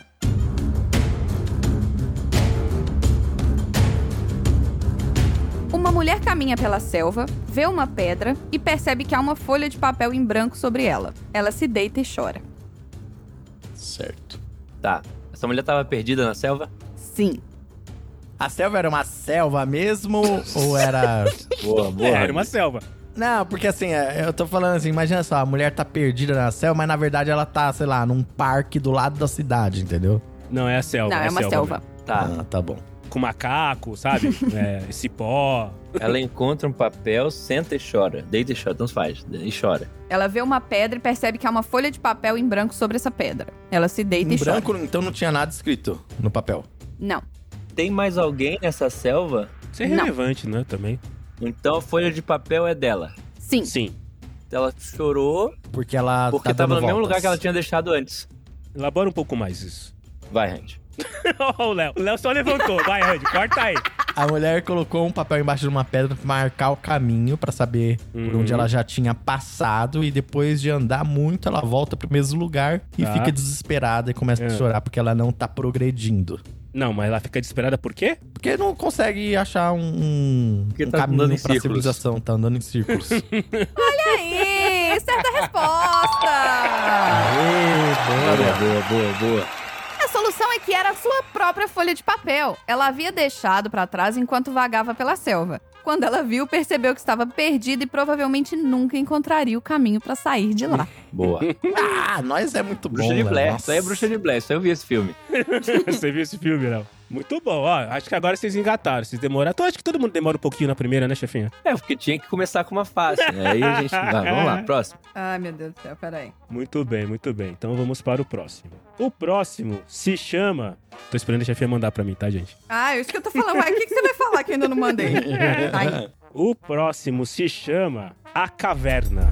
Speaker 2: Uma mulher caminha pela selva, vê uma pedra e percebe que há uma folha de papel em branco sobre ela. Ela se deita e chora.
Speaker 3: Certo.
Speaker 4: Tá. Essa mulher tava perdida na selva?
Speaker 2: Sim.
Speaker 3: A selva era uma selva mesmo ou era...
Speaker 4: Boa, boa.
Speaker 1: É, era uma selva.
Speaker 3: <laughs> Não, porque assim, é, eu tô falando assim, imagina só, a mulher tá perdida na selva, mas na verdade ela tá, sei lá, num parque do lado da cidade, entendeu?
Speaker 1: Não, é a selva.
Speaker 2: Não,
Speaker 1: a
Speaker 2: é uma selva.
Speaker 4: Tá.
Speaker 3: tá bom.
Speaker 1: mesmo. Com macaco,
Speaker 2: <laughs>
Speaker 1: sabe? é, cipó.
Speaker 4: Ela encontra um papel, senta e chora. Deita e chora, tanto faz. E chora.
Speaker 2: Ela vê uma pedra e percebe que há uma folha de papel em branco sobre essa pedra. Ela se deita
Speaker 3: Em
Speaker 2: e chora.
Speaker 3: branco, então não tinha nada escrito no papel.
Speaker 2: Não.
Speaker 4: Tem mais alguém nessa selva?
Speaker 1: Isso é
Speaker 2: Não.
Speaker 1: relevante, né? Também.
Speaker 4: Então a folha de papel é dela.
Speaker 2: Sim.
Speaker 1: Sim.
Speaker 4: Ela chorou
Speaker 3: Porque ela
Speaker 4: porque
Speaker 3: tá
Speaker 4: tava no
Speaker 3: dando
Speaker 4: mesmo
Speaker 3: voltas.
Speaker 4: lugar que ela tinha deixado antes.
Speaker 1: Elabora um pouco mais isso. <laughs>
Speaker 4: Vai, Randy.
Speaker 1: Ó, o Léo. O Léo só levantou. Vai, Andy, corta aí.
Speaker 3: A mulher colocou um papel embaixo de uma pedra pra marcar o caminho, pra saber por
Speaker 1: Uhum.
Speaker 3: onde ela já tinha passado. E depois de andar muito, ela volta pro mesmo lugar e
Speaker 1: Tá.
Speaker 3: fica desesperada e começa
Speaker 1: É.
Speaker 3: a chorar porque ela não tá progredindo.
Speaker 1: Não, mas ela fica desesperada por quê?
Speaker 3: Porque não consegue achar um, um
Speaker 4: Porque tá andando em
Speaker 3: caminho pra
Speaker 4: círculos.
Speaker 3: civilização, tá andando em
Speaker 4: <laughs>
Speaker 3: círculos.
Speaker 2: Aí, certa <laughs> resposta!
Speaker 4: Boa, boa, boa, boa.
Speaker 2: A solução é que era a sua própria folha de papel. Ela havia deixado pra trás enquanto vagava pela selva. Quando ela viu, percebeu que estava perdida e provavelmente nunca encontraria o caminho pra sair de lá.
Speaker 4: Boa.
Speaker 3: ah, nós é muito bom.
Speaker 4: Bruxa de
Speaker 3: Léo.
Speaker 4: Blair. é
Speaker 3: Nossa.
Speaker 4: Isso aí é Bruxa de Blair. Isso aí eu vi esse filme.
Speaker 1: <laughs> Você viu esse filme, Léo? Muito bom, ó. Acho que agora vocês engataram, vocês demoraram. Então, acho que todo mundo demora um pouquinho na primeira, né, chefinha?
Speaker 4: É, porque tinha que começar com uma fácil. né? Aí a gente. Vai, vamos lá, próximo.
Speaker 2: <laughs> Ai, meu Deus do céu, peraí.
Speaker 1: Muito bem, muito bem. Então vamos para o próximo. O próximo se chama. Tô esperando a chefinha mandar pra mim, tá, gente?
Speaker 2: Ah, isso que eu tô falando. Ué, o que, que você vai falar que eu ainda não mandei? Tá Ai,
Speaker 1: O próximo se chama A Caverna.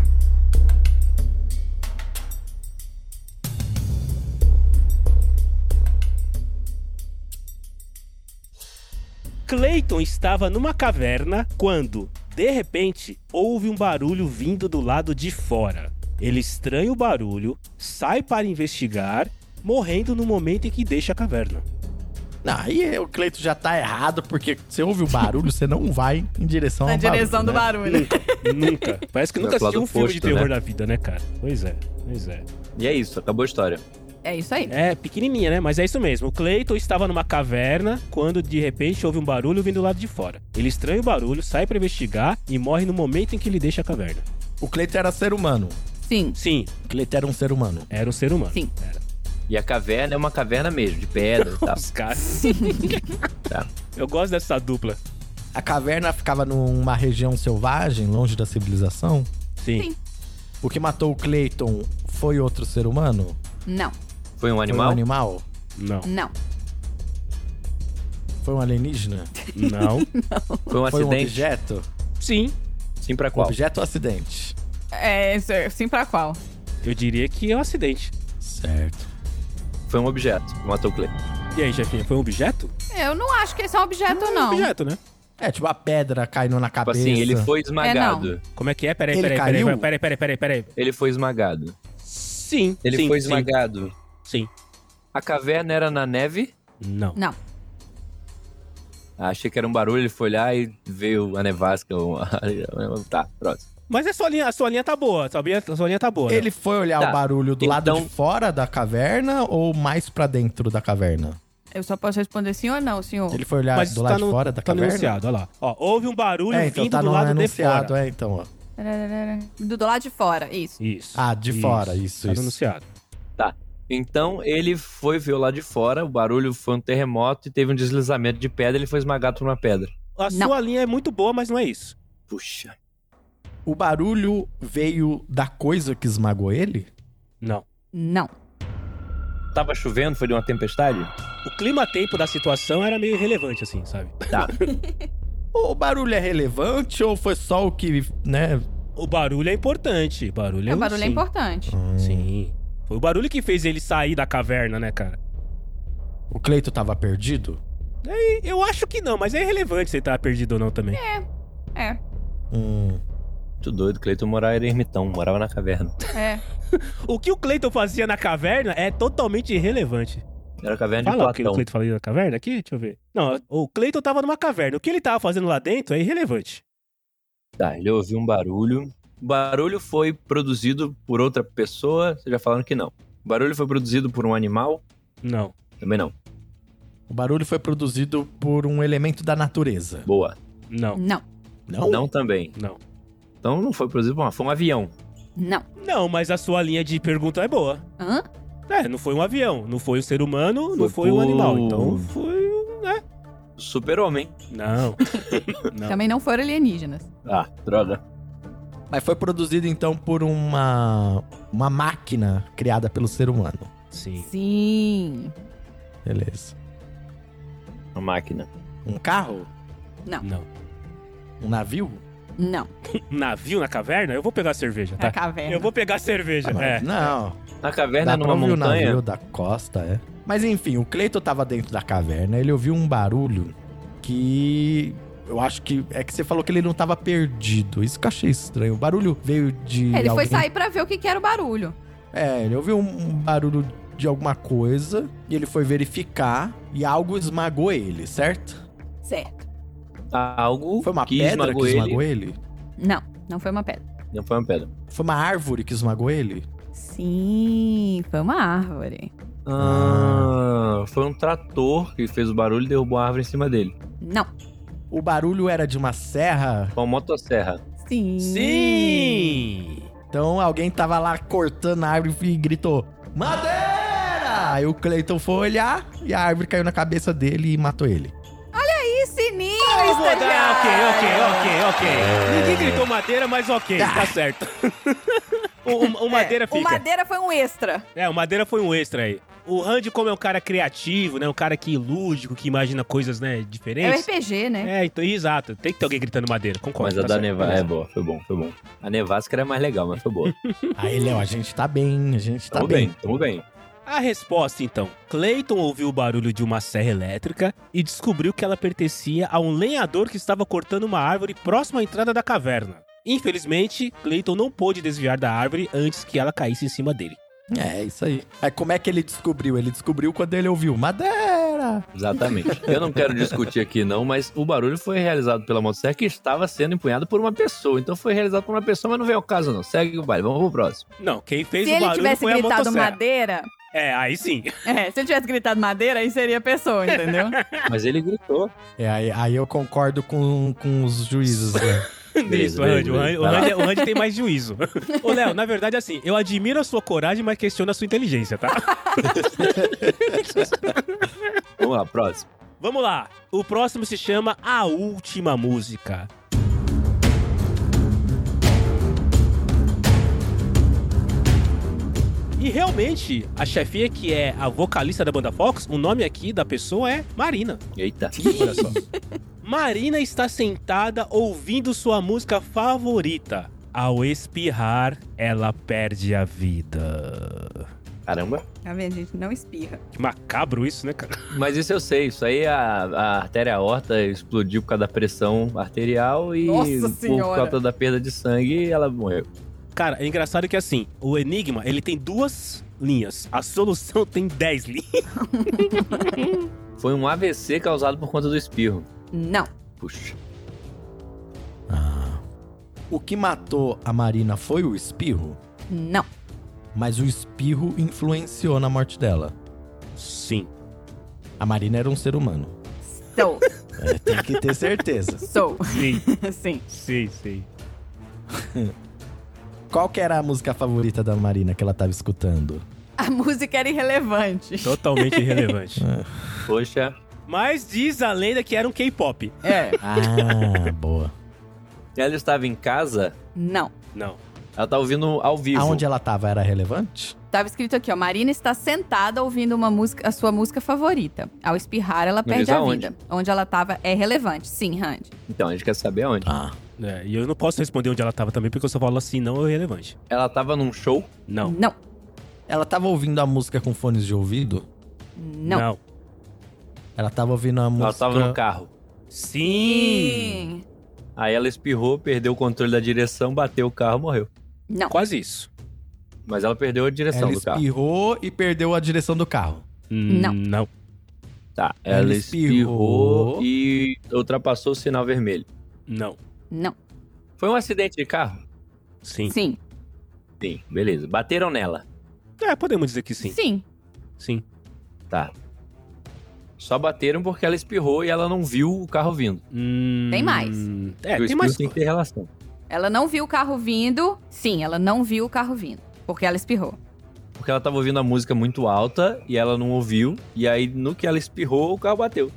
Speaker 1: Clayton estava numa caverna quando, de repente, houve um barulho vindo do lado de fora. Ele estranha o barulho, sai para investigar, morrendo no momento em que deixa a caverna.
Speaker 4: <laughs>
Speaker 3: Não, aí o Cleito já tá errado, porque você ouve o barulho, você não vai em direção
Speaker 2: na
Speaker 3: ao
Speaker 2: direção do
Speaker 3: barulho, né?
Speaker 2: barulho.
Speaker 1: Nunca. Parece que
Speaker 4: Vai
Speaker 1: nunca
Speaker 4: pro
Speaker 1: assistiu um
Speaker 4: lado
Speaker 1: filme de
Speaker 4: oposto,
Speaker 1: terror
Speaker 4: né?
Speaker 1: da vida, né, cara? Pois é, pois é.
Speaker 4: E é isso, acabou a história.
Speaker 2: É isso aí.
Speaker 1: É, pequenininha, né? Mas é isso mesmo. O Clayton estava numa caverna quando de repente houve um barulho vindo do lado de fora. Ele estranha o barulho, sai pra investigar e morre no momento em que ele deixa a caverna.
Speaker 3: O Cleito era ser humano.
Speaker 2: Sim.
Speaker 1: Sim,
Speaker 3: O Cleito era um ser humano.
Speaker 1: era um ser humano.
Speaker 2: Sim.
Speaker 1: Era.
Speaker 4: E a caverna é uma caverna mesmo, de pedra e
Speaker 2: Tá.
Speaker 4: tal.
Speaker 1: Os caras. <laughs> Tá. Eu gosto dessa dupla.
Speaker 3: A caverna ficava numa região selvagem, longe da civilização.
Speaker 1: Sim.
Speaker 2: Sim.
Speaker 3: O que matou o Clayton foi outro ser humano?
Speaker 2: Não,
Speaker 4: Foi
Speaker 3: Foi
Speaker 4: um
Speaker 3: um
Speaker 4: animal?
Speaker 3: animal?
Speaker 1: Não.
Speaker 2: não.
Speaker 3: Foi um alienígena?
Speaker 1: Não.
Speaker 4: Foi um
Speaker 3: foi um
Speaker 4: acidente?
Speaker 3: objeto? Um
Speaker 1: Sim.
Speaker 4: Sim, pra qual?
Speaker 3: Objeto ou acidente?
Speaker 2: É, isso é- sim pra qual?
Speaker 1: Eu diria que é um acidente.
Speaker 3: Certo.
Speaker 4: Foi um objeto que Tipo matou o Cleiton.
Speaker 1: E aí, chefinha, foi um objeto?
Speaker 2: Eu não acho que esse é um objeto,
Speaker 1: Um
Speaker 2: não.
Speaker 1: objeto, né?
Speaker 3: É, tipo, a pedra caindo na
Speaker 4: Tipo
Speaker 3: cabeça.
Speaker 4: assim, ele foi esmagado.
Speaker 1: Como é que é? Peraí,
Speaker 3: Ele
Speaker 1: peraí, peraí,
Speaker 3: caiu?
Speaker 1: peraí, peraí, peraí, peraí, peraí.
Speaker 4: ele foi esmagado.
Speaker 1: Sim.
Speaker 4: Ele
Speaker 1: sim,
Speaker 4: foi
Speaker 1: sim,
Speaker 4: esmagado.
Speaker 1: Sim.
Speaker 4: A caverna era na neve?
Speaker 1: Não.
Speaker 2: Não.
Speaker 4: Ah, achei que era um barulho, ele foi lá e veio <laughs> a nevasca. um- tá, próximo.
Speaker 1: Mas a sua linha, a sua linha tá boa. A sua linha, a sua linha tá boa. né?
Speaker 3: Ele foi olhar
Speaker 4: Tá.
Speaker 3: o barulho do lado
Speaker 4: Então-
Speaker 3: de fora da caverna ou mais pra dentro da caverna?
Speaker 2: Eu só posso responder sim ou não, senhor.
Speaker 3: Ele foi olhar
Speaker 1: Mas
Speaker 3: do
Speaker 1: tá
Speaker 3: lado
Speaker 1: no-
Speaker 3: de fora da
Speaker 1: tá no
Speaker 3: caverna?
Speaker 1: enunciado, olha lá. Ó, houve um barulho
Speaker 3: É, então
Speaker 1: vindo
Speaker 3: tá
Speaker 1: do
Speaker 3: no
Speaker 1: lado de
Speaker 3: enunciado,
Speaker 1: fora.
Speaker 3: é, então, ó.
Speaker 2: Do, do lado de fora, isso.
Speaker 1: Isso.
Speaker 3: Ah, de fora, isso,
Speaker 1: tá
Speaker 3: isso.
Speaker 1: No enunciado.
Speaker 4: Então ele foi ver lá de fora, o barulho foi um terremoto e teve um deslizamento de pedra, ele foi esmagado por uma pedra.
Speaker 1: A
Speaker 2: Não.
Speaker 1: sua linha é muito boa, mas não é isso.
Speaker 4: Puxa.
Speaker 3: O barulho veio da coisa que esmagou ele?
Speaker 1: Não.
Speaker 2: Não.
Speaker 4: Tava chovendo, foi de uma tempestade?
Speaker 1: O clima-tempo da situação era meio irrelevante, assim, sabe?
Speaker 3: Ou o barulho é relevante ou foi só o que, né?
Speaker 1: O barulho é importante. Barulho um
Speaker 2: o barulho é
Speaker 1: sim.
Speaker 2: importante.
Speaker 1: Sim. Foi o barulho que fez ele sair da caverna, né, cara?
Speaker 3: O Cleito tava perdido?
Speaker 1: E Eu acho que não, mas é irrelevante se ele tá perdido ou não também.
Speaker 2: É,
Speaker 3: Hum.
Speaker 4: Muito doido, Cleiton morava era ermitão, morava na caverna.
Speaker 2: é.
Speaker 1: O que o Cleiton fazia na caverna é totalmente irrelevante.
Speaker 4: Era a caverna
Speaker 1: Fala o
Speaker 4: É de
Speaker 1: que o
Speaker 4: Platão.
Speaker 1: Cleiton fazia na caverna aqui? Deixa eu ver. Não, o Cleiton tava numa caverna. O que ele tava fazendo lá dentro é irrelevante.
Speaker 4: Tá, ele ouviu um barulho. O barulho foi produzido por outra pessoa, vocês já falaram que não. O barulho foi produzido por um animal?
Speaker 1: Não.
Speaker 4: Também não.
Speaker 3: O barulho foi produzido por um elemento da natureza.
Speaker 4: Boa.
Speaker 1: Não.
Speaker 2: Não,
Speaker 3: Não?
Speaker 4: Não também.
Speaker 1: Não.
Speaker 4: Então não foi produzido por uma, foi um avião.
Speaker 2: não.
Speaker 1: Não, mas a sua linha de pergunta é boa.
Speaker 2: Hã?
Speaker 1: É, não foi um avião, não foi um ser humano, não
Speaker 4: Foi
Speaker 1: foi um
Speaker 4: por-
Speaker 1: animal. Então foi.
Speaker 4: Super-homem.
Speaker 1: Não. <laughs> não.
Speaker 2: Também não foram alienígenas.
Speaker 4: Ah, droga.
Speaker 3: Mas foi produzido então por uma uma máquina criada pelo ser humano.
Speaker 1: Sim.
Speaker 2: Sim.
Speaker 3: Beleza.
Speaker 4: Uma máquina.
Speaker 3: Um carro?
Speaker 1: Não.
Speaker 3: Um navio?
Speaker 2: Não.
Speaker 1: Um Navio na caverna? Eu vou pegar a cerveja,
Speaker 2: É
Speaker 1: tá?
Speaker 2: a caverna.
Speaker 1: Eu vou pegar a cerveja.
Speaker 3: Ah, mas
Speaker 1: é.
Speaker 3: Não.
Speaker 4: A caverna
Speaker 3: Dá
Speaker 4: é numa
Speaker 3: pra ouvir o
Speaker 4: montanha.
Speaker 3: navio da costa, é. Mas enfim, o Cleito tava dentro da caverna, ele ouviu um barulho que eu acho que é que você falou que ele não tava perdido. Isso que eu achei estranho. O barulho veio de
Speaker 2: Ele foi
Speaker 3: alguém-
Speaker 2: sair pra ver o que, que era o barulho.
Speaker 3: É, ele ouviu um barulho de alguma coisa e ele foi verificar e algo esmagou ele, certo?
Speaker 2: Certo.
Speaker 4: Algo
Speaker 3: Foi uma
Speaker 4: que
Speaker 3: pedra
Speaker 4: esmagou
Speaker 3: que
Speaker 4: ele.
Speaker 3: esmagou ele.
Speaker 2: Não, não foi uma pedra.
Speaker 4: Não foi uma pedra.
Speaker 3: Foi uma árvore que esmagou ele?
Speaker 2: Sim, foi uma árvore.
Speaker 4: Ah, foi um trator que fez o barulho e derrubou a árvore em cima dele.
Speaker 2: Não.
Speaker 3: O barulho era de uma serra,
Speaker 4: Com uma motosserra.
Speaker 2: Sim.
Speaker 1: Sim!
Speaker 3: então alguém tava lá cortando a árvore e gritou: Madeira! Aí o Cleiton foi olhar e a árvore caiu na cabeça dele e matou ele.
Speaker 2: Ih, sininho,
Speaker 1: Eu vou dar, Ah, ok,
Speaker 2: estagiário!
Speaker 1: ok, ok, ok.
Speaker 4: É.
Speaker 1: Ninguém gritou madeira, mas ok, tá
Speaker 4: <laughs>
Speaker 1: certo. <laughs> o, o- o madeira
Speaker 2: É,
Speaker 1: fica.
Speaker 2: O madeira foi um extra.
Speaker 1: É, o Madeira foi um extra aí. O Randy, como é um cara criativo, né? Um cara que lúdico, que imagina coisas, né,
Speaker 2: É o
Speaker 1: diferentes.
Speaker 2: RPG, né?
Speaker 1: É, então, exato. Tem que ter alguém gritando madeira, concordo.
Speaker 4: Mas a
Speaker 1: tá
Speaker 4: da
Speaker 1: certo,
Speaker 4: Nevasca. É
Speaker 1: beleza.
Speaker 4: boa, foi bom, foi bom. A Nevasca era mais legal, mas foi <laughs> boa.
Speaker 3: Aí, Léo, a gente tá bem, a gente tá
Speaker 4: tamo
Speaker 3: bem.
Speaker 4: bem. tamo bem.
Speaker 1: A resposta, então. Clayton ouviu o barulho de uma serra elétrica e descobriu que ela pertencia a um lenhador que estava cortando uma árvore próxima à entrada da caverna. Infelizmente, Clayton não pôde desviar da árvore antes que ela caísse em cima dele.
Speaker 3: É, isso aí. Aí como é que ele descobriu? Ele descobriu quando ele ouviu madeira.
Speaker 4: Exatamente. <laughs> Eu não quero discutir aqui, não, mas o barulho foi realizado pela motosserra que estava sendo empunhada por uma pessoa. Então foi realizado por uma pessoa, mas não veio ao caso, não. Segue o baile, vamos pro próximo.
Speaker 1: Não, quem fez
Speaker 2: Se
Speaker 1: o
Speaker 2: ele
Speaker 1: barulho
Speaker 2: tivesse
Speaker 1: foi a
Speaker 2: gritado
Speaker 1: motosserra.
Speaker 2: madeira.
Speaker 1: É, aí sim.
Speaker 2: É, se ele tivesse gritado madeira, aí seria pessoa,
Speaker 1: <laughs>
Speaker 2: entendeu?
Speaker 4: Mas ele gritou.
Speaker 3: É, aí, aí eu concordo com, com os juízes, né?
Speaker 1: Isso,
Speaker 4: Beleza,
Speaker 1: Randy.
Speaker 4: beleza,
Speaker 1: O Randy,
Speaker 4: beleza.
Speaker 1: o
Speaker 4: Vai lá.
Speaker 1: Randy- é- o Randy tem mais
Speaker 4: <laughs>
Speaker 1: juízo. Ô, Léo, na verdade, assim, eu admiro a sua coragem, mas questiono a sua inteligência, tá?
Speaker 4: Vamos lá, próximo.
Speaker 1: Vamos lá. O próximo se chama A Última Música. E realmente, a chefinha que é a vocalista da banda Fox, o nome aqui da pessoa é Marina.
Speaker 4: Eita.
Speaker 1: <laughs> Olha só. Marina está sentada ouvindo sua música favorita. Ao espirrar, ela perde a vida.
Speaker 4: Caramba.
Speaker 2: Tá vendo, gente? Não espirra.
Speaker 1: Que macabro isso, né, cara?
Speaker 4: Mas isso eu sei. Isso aí a, a artéria aorta explodiu por causa da pressão arterial e
Speaker 2: Nossa
Speaker 4: por
Speaker 2: Senhora.
Speaker 4: causa da perda de sangue ela morreu.
Speaker 1: Cara, é engraçado que assim, o Enigma, ele tem duas linhas. A solução tem dez linhas.
Speaker 4: Foi um AVC causado por conta do espirro.
Speaker 2: Não.
Speaker 4: Puxa.
Speaker 3: Ah. O que matou a Marina foi o espirro,
Speaker 2: Não.
Speaker 3: mas o espirro influenciou na morte dela.
Speaker 1: Sim.
Speaker 3: A Marina era um ser humano.
Speaker 2: Sou.
Speaker 3: É, tem que ter certeza.
Speaker 2: Sou.
Speaker 1: Sim,
Speaker 2: <laughs> Sim.
Speaker 1: sim, sim.
Speaker 3: Qual que era a música favorita da Marina que ela tava escutando?
Speaker 2: A música era irrelevante.
Speaker 1: Totalmente irrelevante.
Speaker 4: Poxa.
Speaker 1: Mas diz a lenda que era um K-pop.
Speaker 2: É.
Speaker 3: Ah, boa.
Speaker 4: <laughs> Ela estava em casa,
Speaker 2: Não.
Speaker 1: Não.
Speaker 4: ela tá ouvindo ao vivo.
Speaker 3: Aonde ela tava era relevante?
Speaker 2: Tava escrito aqui, ó. Marina está sentada ouvindo uma música, a sua música favorita. Ao espirrar, ela perde
Speaker 4: diz
Speaker 1: é
Speaker 2: a
Speaker 4: aonde.
Speaker 2: vida. Onde ela tava é relevante. Sim, Randy.
Speaker 4: Então, a gente quer saber aonde.
Speaker 3: Ah.
Speaker 1: É, e eu não posso responder onde ela tava também, porque eu só falo assim, não é irrelevante.
Speaker 4: Ela tava num show,
Speaker 1: Não.
Speaker 2: Não.
Speaker 3: Ela tava ouvindo a música com fones de ouvido?
Speaker 2: Não.
Speaker 3: Ela tava ouvindo a música.
Speaker 4: ela tava no carro.
Speaker 1: Sim.
Speaker 2: Sim.
Speaker 4: Aí ela espirrou, perdeu o controle da direção, bateu o carro, morreu.
Speaker 2: Não.
Speaker 1: Quase isso.
Speaker 4: Mas ela perdeu a direção
Speaker 3: Ela
Speaker 4: do é carro.
Speaker 3: espirrou e perdeu a direção do carro.
Speaker 2: Não.
Speaker 1: Não.
Speaker 4: Tá,
Speaker 3: Ela
Speaker 4: ela, espirrou,
Speaker 3: espirrou.
Speaker 4: e ultrapassou o sinal vermelho.
Speaker 1: Não.
Speaker 2: Não.
Speaker 4: Foi um acidente de carro?
Speaker 1: Sim.
Speaker 2: Sim.
Speaker 4: Sim, beleza. Bateram nela.
Speaker 1: É, podemos dizer que sim.
Speaker 2: Sim.
Speaker 1: Sim.
Speaker 4: Tá. Só bateram porque ela espirrou e ela não viu o carro vindo.
Speaker 1: Hum,
Speaker 2: Tem mais.
Speaker 1: É,
Speaker 4: Porque
Speaker 1: tem
Speaker 4: o espirro
Speaker 1: mais.
Speaker 4: tem que ter relação.
Speaker 2: Ela não viu o carro vindo. Sim, ela não viu o carro vindo. Porque ela espirrou.
Speaker 4: Porque ela tava ouvindo a música muito alta e ela não ouviu. E aí, no que ela espirrou, o carro bateu.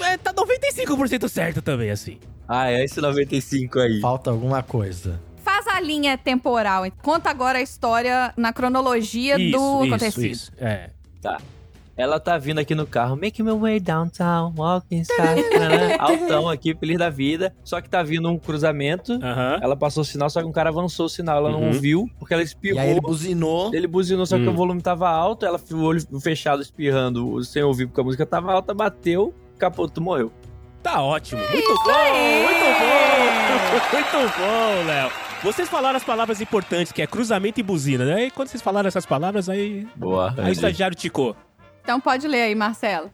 Speaker 1: É, tá 95% certo também, assim.
Speaker 4: Ah, é esse 95 aí.
Speaker 3: Falta alguma coisa.
Speaker 2: Faz a linha temporal. Conta agora a história na cronologia do acontecido.
Speaker 1: isso. É.
Speaker 4: Ela tá vindo aqui no carro, making my way downtown, walking
Speaker 1: <laughs>
Speaker 4: inside, né? altão aqui, feliz da vida. Só que tá vindo um cruzamento,
Speaker 1: Aham.
Speaker 4: ela passou o sinal, só que um cara avançou o sinal, ela
Speaker 1: Uhum.
Speaker 4: não viu, porque ela espirrou.
Speaker 3: E aí ele buzinou.
Speaker 4: Ele buzinou, só que
Speaker 1: Hum.
Speaker 4: o volume tava alto, ela ficou o olho fechado espirrando, sem ouvir, porque a música tava alta, bateu, capotou, morreu.
Speaker 1: Tá ótimo.
Speaker 2: É
Speaker 1: muito bom, muito bom. <laughs> Muito bom, Léo. Vocês falaram as palavras importantes, que é cruzamento e buzina, né? E quando vocês falaram essas palavras, aí,
Speaker 4: Boa.
Speaker 1: aí o estagiário ticou.
Speaker 2: Então pode ler aí, Marcelo.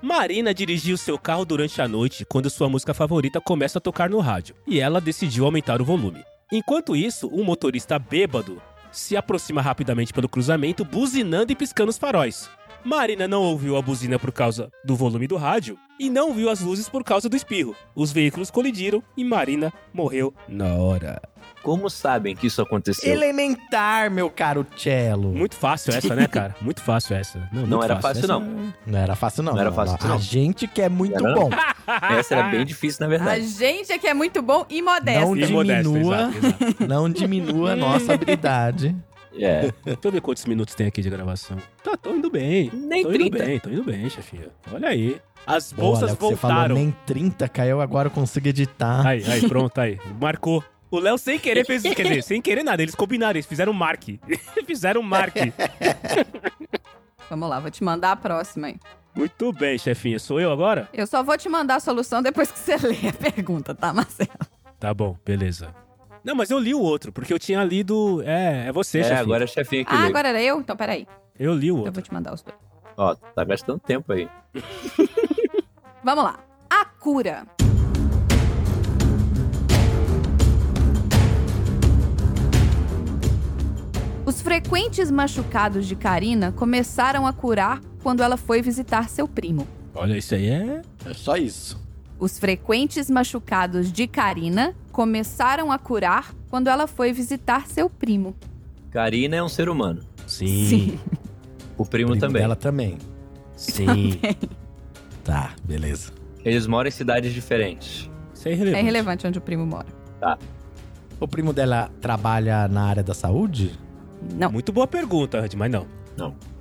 Speaker 1: Marina dirigiu seu carro durante a noite quando sua música favorita começa a tocar no rádio e ela decidiu aumentar o volume. Enquanto isso, um motorista bêbado se aproxima rapidamente pelo cruzamento, buzinando e piscando os faróis. Marina não ouviu a buzina por causa do volume do rádio e não viu as luzes por causa do espirro. Os veículos colidiram e Marina morreu na hora.
Speaker 4: Como sabem que isso aconteceu?
Speaker 3: Elementar, meu caro Cello.
Speaker 1: Muito fácil essa, né, cara?
Speaker 4: <laughs>
Speaker 1: Muito fácil essa. muito
Speaker 4: Não era fácil,
Speaker 1: Essa-
Speaker 4: não.
Speaker 3: Não era fácil, não.
Speaker 4: Não era fácil,
Speaker 3: A
Speaker 4: não.
Speaker 3: gente que é muito
Speaker 4: Era,
Speaker 3: bom.
Speaker 4: Essa
Speaker 1: <laughs>
Speaker 4: era bem difícil, na
Speaker 2: A
Speaker 4: verdade.
Speaker 2: gente é que é muito bom e modesto.
Speaker 3: Não
Speaker 1: E modesta,
Speaker 3: diminua.
Speaker 1: exato, exato.
Speaker 3: Não diminua a nossa
Speaker 4: <laughs>
Speaker 3: habilidade.
Speaker 4: É.
Speaker 1: Deixa eu ver quantos minutos tem aqui de gravação. Tá, tô indo bem.
Speaker 4: Nem
Speaker 1: tô
Speaker 4: 30.
Speaker 1: indo bem, tô indo bem, chefinha. Olha aí. As bolsas
Speaker 3: Olha, o que Você falou
Speaker 1: voltaram.
Speaker 3: nem 30, caiu agora eu consigo editar.
Speaker 1: Aí, aí, pronto, aí. Marcou. O Léo sem querer fez isso, quer <laughs> dizer, sem querer nada, eles combinaram, eles fizeram marque. <laughs> fizeram um marque.
Speaker 2: Vamos lá, vou te mandar a próxima aí.
Speaker 1: Muito bem, chefinha. Sou eu agora?
Speaker 2: Eu só vou te mandar a solução depois que você <laughs> lê a pergunta, tá, Marcelo?
Speaker 1: Tá bom, beleza. Não, mas eu li o outro, porque eu tinha lido. É, é você,
Speaker 4: é,
Speaker 1: chefinha.
Speaker 4: agora é a chefinha que
Speaker 2: Ah,
Speaker 4: lê.
Speaker 2: agora era eu? Então peraí.
Speaker 1: Eu li o
Speaker 2: Eu
Speaker 1: outro.
Speaker 2: vou te mandar os dois.
Speaker 4: Ó, tá gastando tempo aí.
Speaker 2: Vamos lá. A cura. Os frequentes machucados de Karina começaram a curar quando ela foi visitar seu primo.
Speaker 1: Olha, isso aí é.
Speaker 3: É só isso.
Speaker 2: Os frequentes machucados de Karina começaram a curar quando ela foi visitar seu primo.
Speaker 4: Karina é um ser humano.
Speaker 1: Sim.
Speaker 4: O primo,
Speaker 3: Primo
Speaker 4: também.
Speaker 3: dela também.
Speaker 1: <laughs> Sim.
Speaker 3: Tá, beleza.
Speaker 4: Eles moram em cidades diferentes.
Speaker 1: Isso é
Speaker 2: É
Speaker 1: irrelevante.
Speaker 2: irrelevante onde o primo mora.
Speaker 3: O primo dela trabalha na área da saúde?
Speaker 2: Não.
Speaker 1: Muito boa pergunta, Hud, mas não.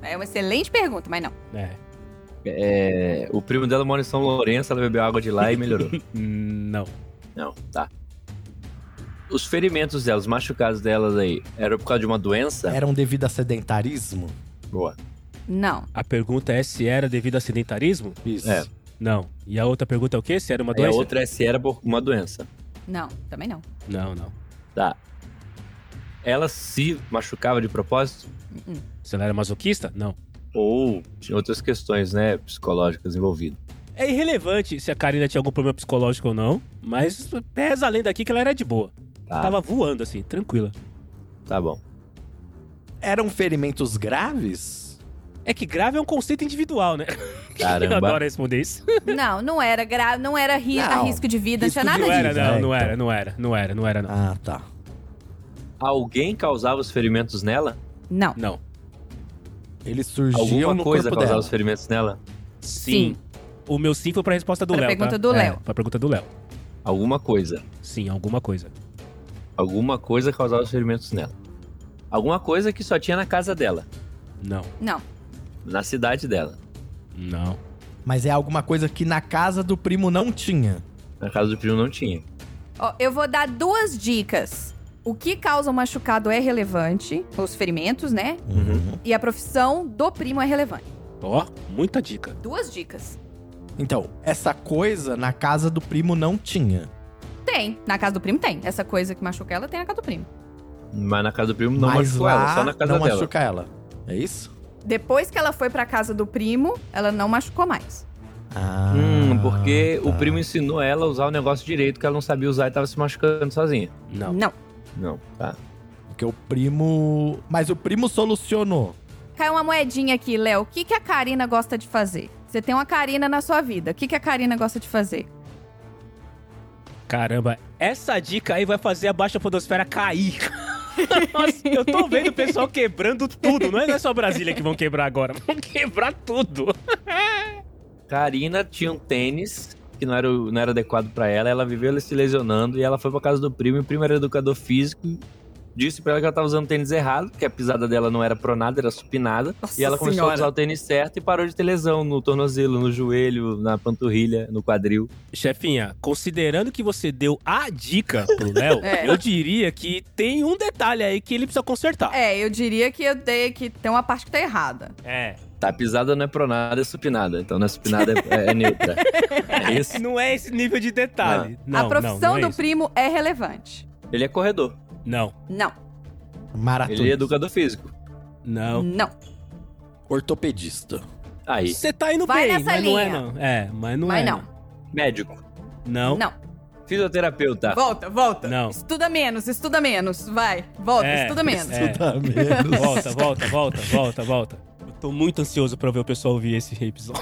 Speaker 2: É uma excelente pergunta, mas não.
Speaker 1: É.
Speaker 4: É, o primo dela mora em São Lourenço, ela bebeu água de lá e melhorou.
Speaker 1: Hum, Não.
Speaker 4: Não, tá. Os ferimentos dela, os machucados delas aí, era por causa de uma doença?
Speaker 3: Eram um devido a sedentarismo?
Speaker 4: Boa.
Speaker 2: Não.
Speaker 1: A pergunta é se era devido a sedentarismo?
Speaker 3: Isso.
Speaker 4: É.
Speaker 1: Não. E a outra pergunta é o quê? Se era uma
Speaker 4: Aí a
Speaker 1: doença?
Speaker 4: outra é se era por uma doença.
Speaker 2: Não. Também
Speaker 3: <laughs>
Speaker 2: não.
Speaker 1: Não, não.
Speaker 4: Tá. Ela se machucava de propósito?
Speaker 1: Se ela era masoquista? Não.
Speaker 4: Ou tinha outras questões, né, psicológicas envolvidas?
Speaker 1: É irrelevante se a Karina tinha algum problema psicológico ou não, mas pesa além daqui que ela era de boa.
Speaker 4: Tá,
Speaker 1: Tava voando, assim, tranquila.
Speaker 3: <laughs>
Speaker 4: tá bom.
Speaker 3: Eram ferimentos graves?
Speaker 1: É que grave é um conceito individual, né? <laughs> Eu
Speaker 4: Caramba.
Speaker 1: adoro responder isso.
Speaker 2: Não, não era grave, não era ri a
Speaker 3: Não.
Speaker 2: risco de vida, não né? tinha
Speaker 3: Risco
Speaker 2: nada
Speaker 3: de
Speaker 1: Não
Speaker 2: disso.
Speaker 1: era, não,
Speaker 3: É,
Speaker 1: não
Speaker 3: então.
Speaker 1: era, não era, não era, não era, não.
Speaker 3: Ah, tá.
Speaker 4: Alguém causava os ferimentos nela?
Speaker 2: Não.
Speaker 1: Não.
Speaker 3: Eles surgiam
Speaker 4: Alguma
Speaker 3: no
Speaker 4: coisa
Speaker 3: corpo
Speaker 4: causava
Speaker 3: dela.
Speaker 4: os ferimentos nela?
Speaker 1: Sim.
Speaker 2: Sim.
Speaker 1: O meu sim foi pra resposta do
Speaker 2: Pra
Speaker 1: Léo.
Speaker 2: pergunta
Speaker 1: tá?
Speaker 2: do
Speaker 1: É,
Speaker 2: Léo.
Speaker 1: pra pergunta do Léo.
Speaker 4: Alguma coisa.
Speaker 1: Sim, alguma coisa.
Speaker 4: Alguma coisa causava os ferimentos nela. Alguma coisa que só tinha na casa dela,
Speaker 1: Não.
Speaker 2: Não.
Speaker 4: na cidade dela,
Speaker 1: Não.
Speaker 3: Mas é alguma coisa que na casa do primo não tinha.
Speaker 4: na casa do primo não tinha.
Speaker 2: Ó, eu vou dar duas dicas. O que causa o machucado é relevante, os ferimentos, né?
Speaker 3: Uhum.
Speaker 2: E a profissão do primo é relevante.
Speaker 1: Ó, muita dica.
Speaker 2: Duas dicas.
Speaker 3: Então, essa coisa na casa do primo não tinha.
Speaker 2: Tem. Na casa do primo tem. Essa coisa que machuca ela tem na casa do primo.
Speaker 4: Mas na casa do primo não
Speaker 3: Mas
Speaker 4: machucou
Speaker 3: lá
Speaker 4: ela, só na casa
Speaker 3: não
Speaker 4: dela.
Speaker 3: machuca ela. É isso?
Speaker 2: Depois que ela foi pra casa do primo, ela não machucou mais.
Speaker 3: Ah,
Speaker 4: Hum, porque
Speaker 3: tá.
Speaker 4: o primo ensinou ela a usar o negócio direito que ela não sabia usar e tava se machucando sozinha.
Speaker 1: Não.
Speaker 4: Não, tá.
Speaker 3: Porque o primo... Mas o primo solucionou.
Speaker 2: Caiu uma moedinha aqui, Léo. O que, que a Karina gosta de fazer? Você tem uma Karina na sua vida. O que, que a Karina gosta de fazer?
Speaker 1: Caramba, essa dica aí vai fazer a baixa podosfera
Speaker 2: <laughs>
Speaker 1: cair. Nossa, eu tô vendo o pessoal quebrando tudo. Não é não é só Brasília que vão quebrar agora. <laughs> Vão quebrar tudo.
Speaker 4: Karina tinha um tênis que não era, o- não era adequado pra ela, ela viveu se lesionando e ela foi pra casa do primo, e o primo era educador físico, disse pra ela que ela tava usando o tênis errado, que a pisada dela não era pronada, era supinada,
Speaker 2: Nossa
Speaker 4: e ela começou
Speaker 2: Senhora.
Speaker 4: a usar o tênis certo e parou de ter lesão no tornozelo, no joelho, na panturrilha, no quadril.
Speaker 1: Chefinha, considerando que você deu a dica pro Léo,
Speaker 2: É.
Speaker 1: eu diria que tem um detalhe aí que ele precisa consertar.
Speaker 2: É, eu diria que eu dei que tem uma parte que tá errada.
Speaker 1: É.
Speaker 4: Tá, a pisada não é pronada, é supinada, então não é supinada, é,
Speaker 2: <laughs>
Speaker 4: é neutra. É isso.
Speaker 1: Não é esse nível de detalhe. Não,
Speaker 2: a profissão
Speaker 1: não, não é
Speaker 2: do
Speaker 1: isso.
Speaker 2: primo é relevante.
Speaker 4: Ele é corredor.
Speaker 1: Não,
Speaker 2: Não,
Speaker 3: Maratona.
Speaker 4: Ele é educador físico.
Speaker 1: não.
Speaker 2: não.
Speaker 3: Ortopedista.
Speaker 4: Aí,
Speaker 1: Você tá indo
Speaker 2: Vai
Speaker 1: bem,
Speaker 2: nessa
Speaker 1: mas não é
Speaker 2: linha.
Speaker 1: não. É, mas não
Speaker 2: Mas
Speaker 1: é.
Speaker 2: não.
Speaker 4: médico,
Speaker 1: Não. Tá.
Speaker 2: Não.
Speaker 4: fisioterapeuta.
Speaker 2: Volta, volta.
Speaker 1: Não.
Speaker 2: Estuda menos, estuda menos. Vai, volta,
Speaker 1: É,
Speaker 2: estuda menos.
Speaker 1: é.
Speaker 3: Tá menos.
Speaker 1: Volta, volta, volta, volta, volta. Eu tô muito ansioso pra ver o pessoal ouvir esse
Speaker 2: <laughs>
Speaker 1: episódio.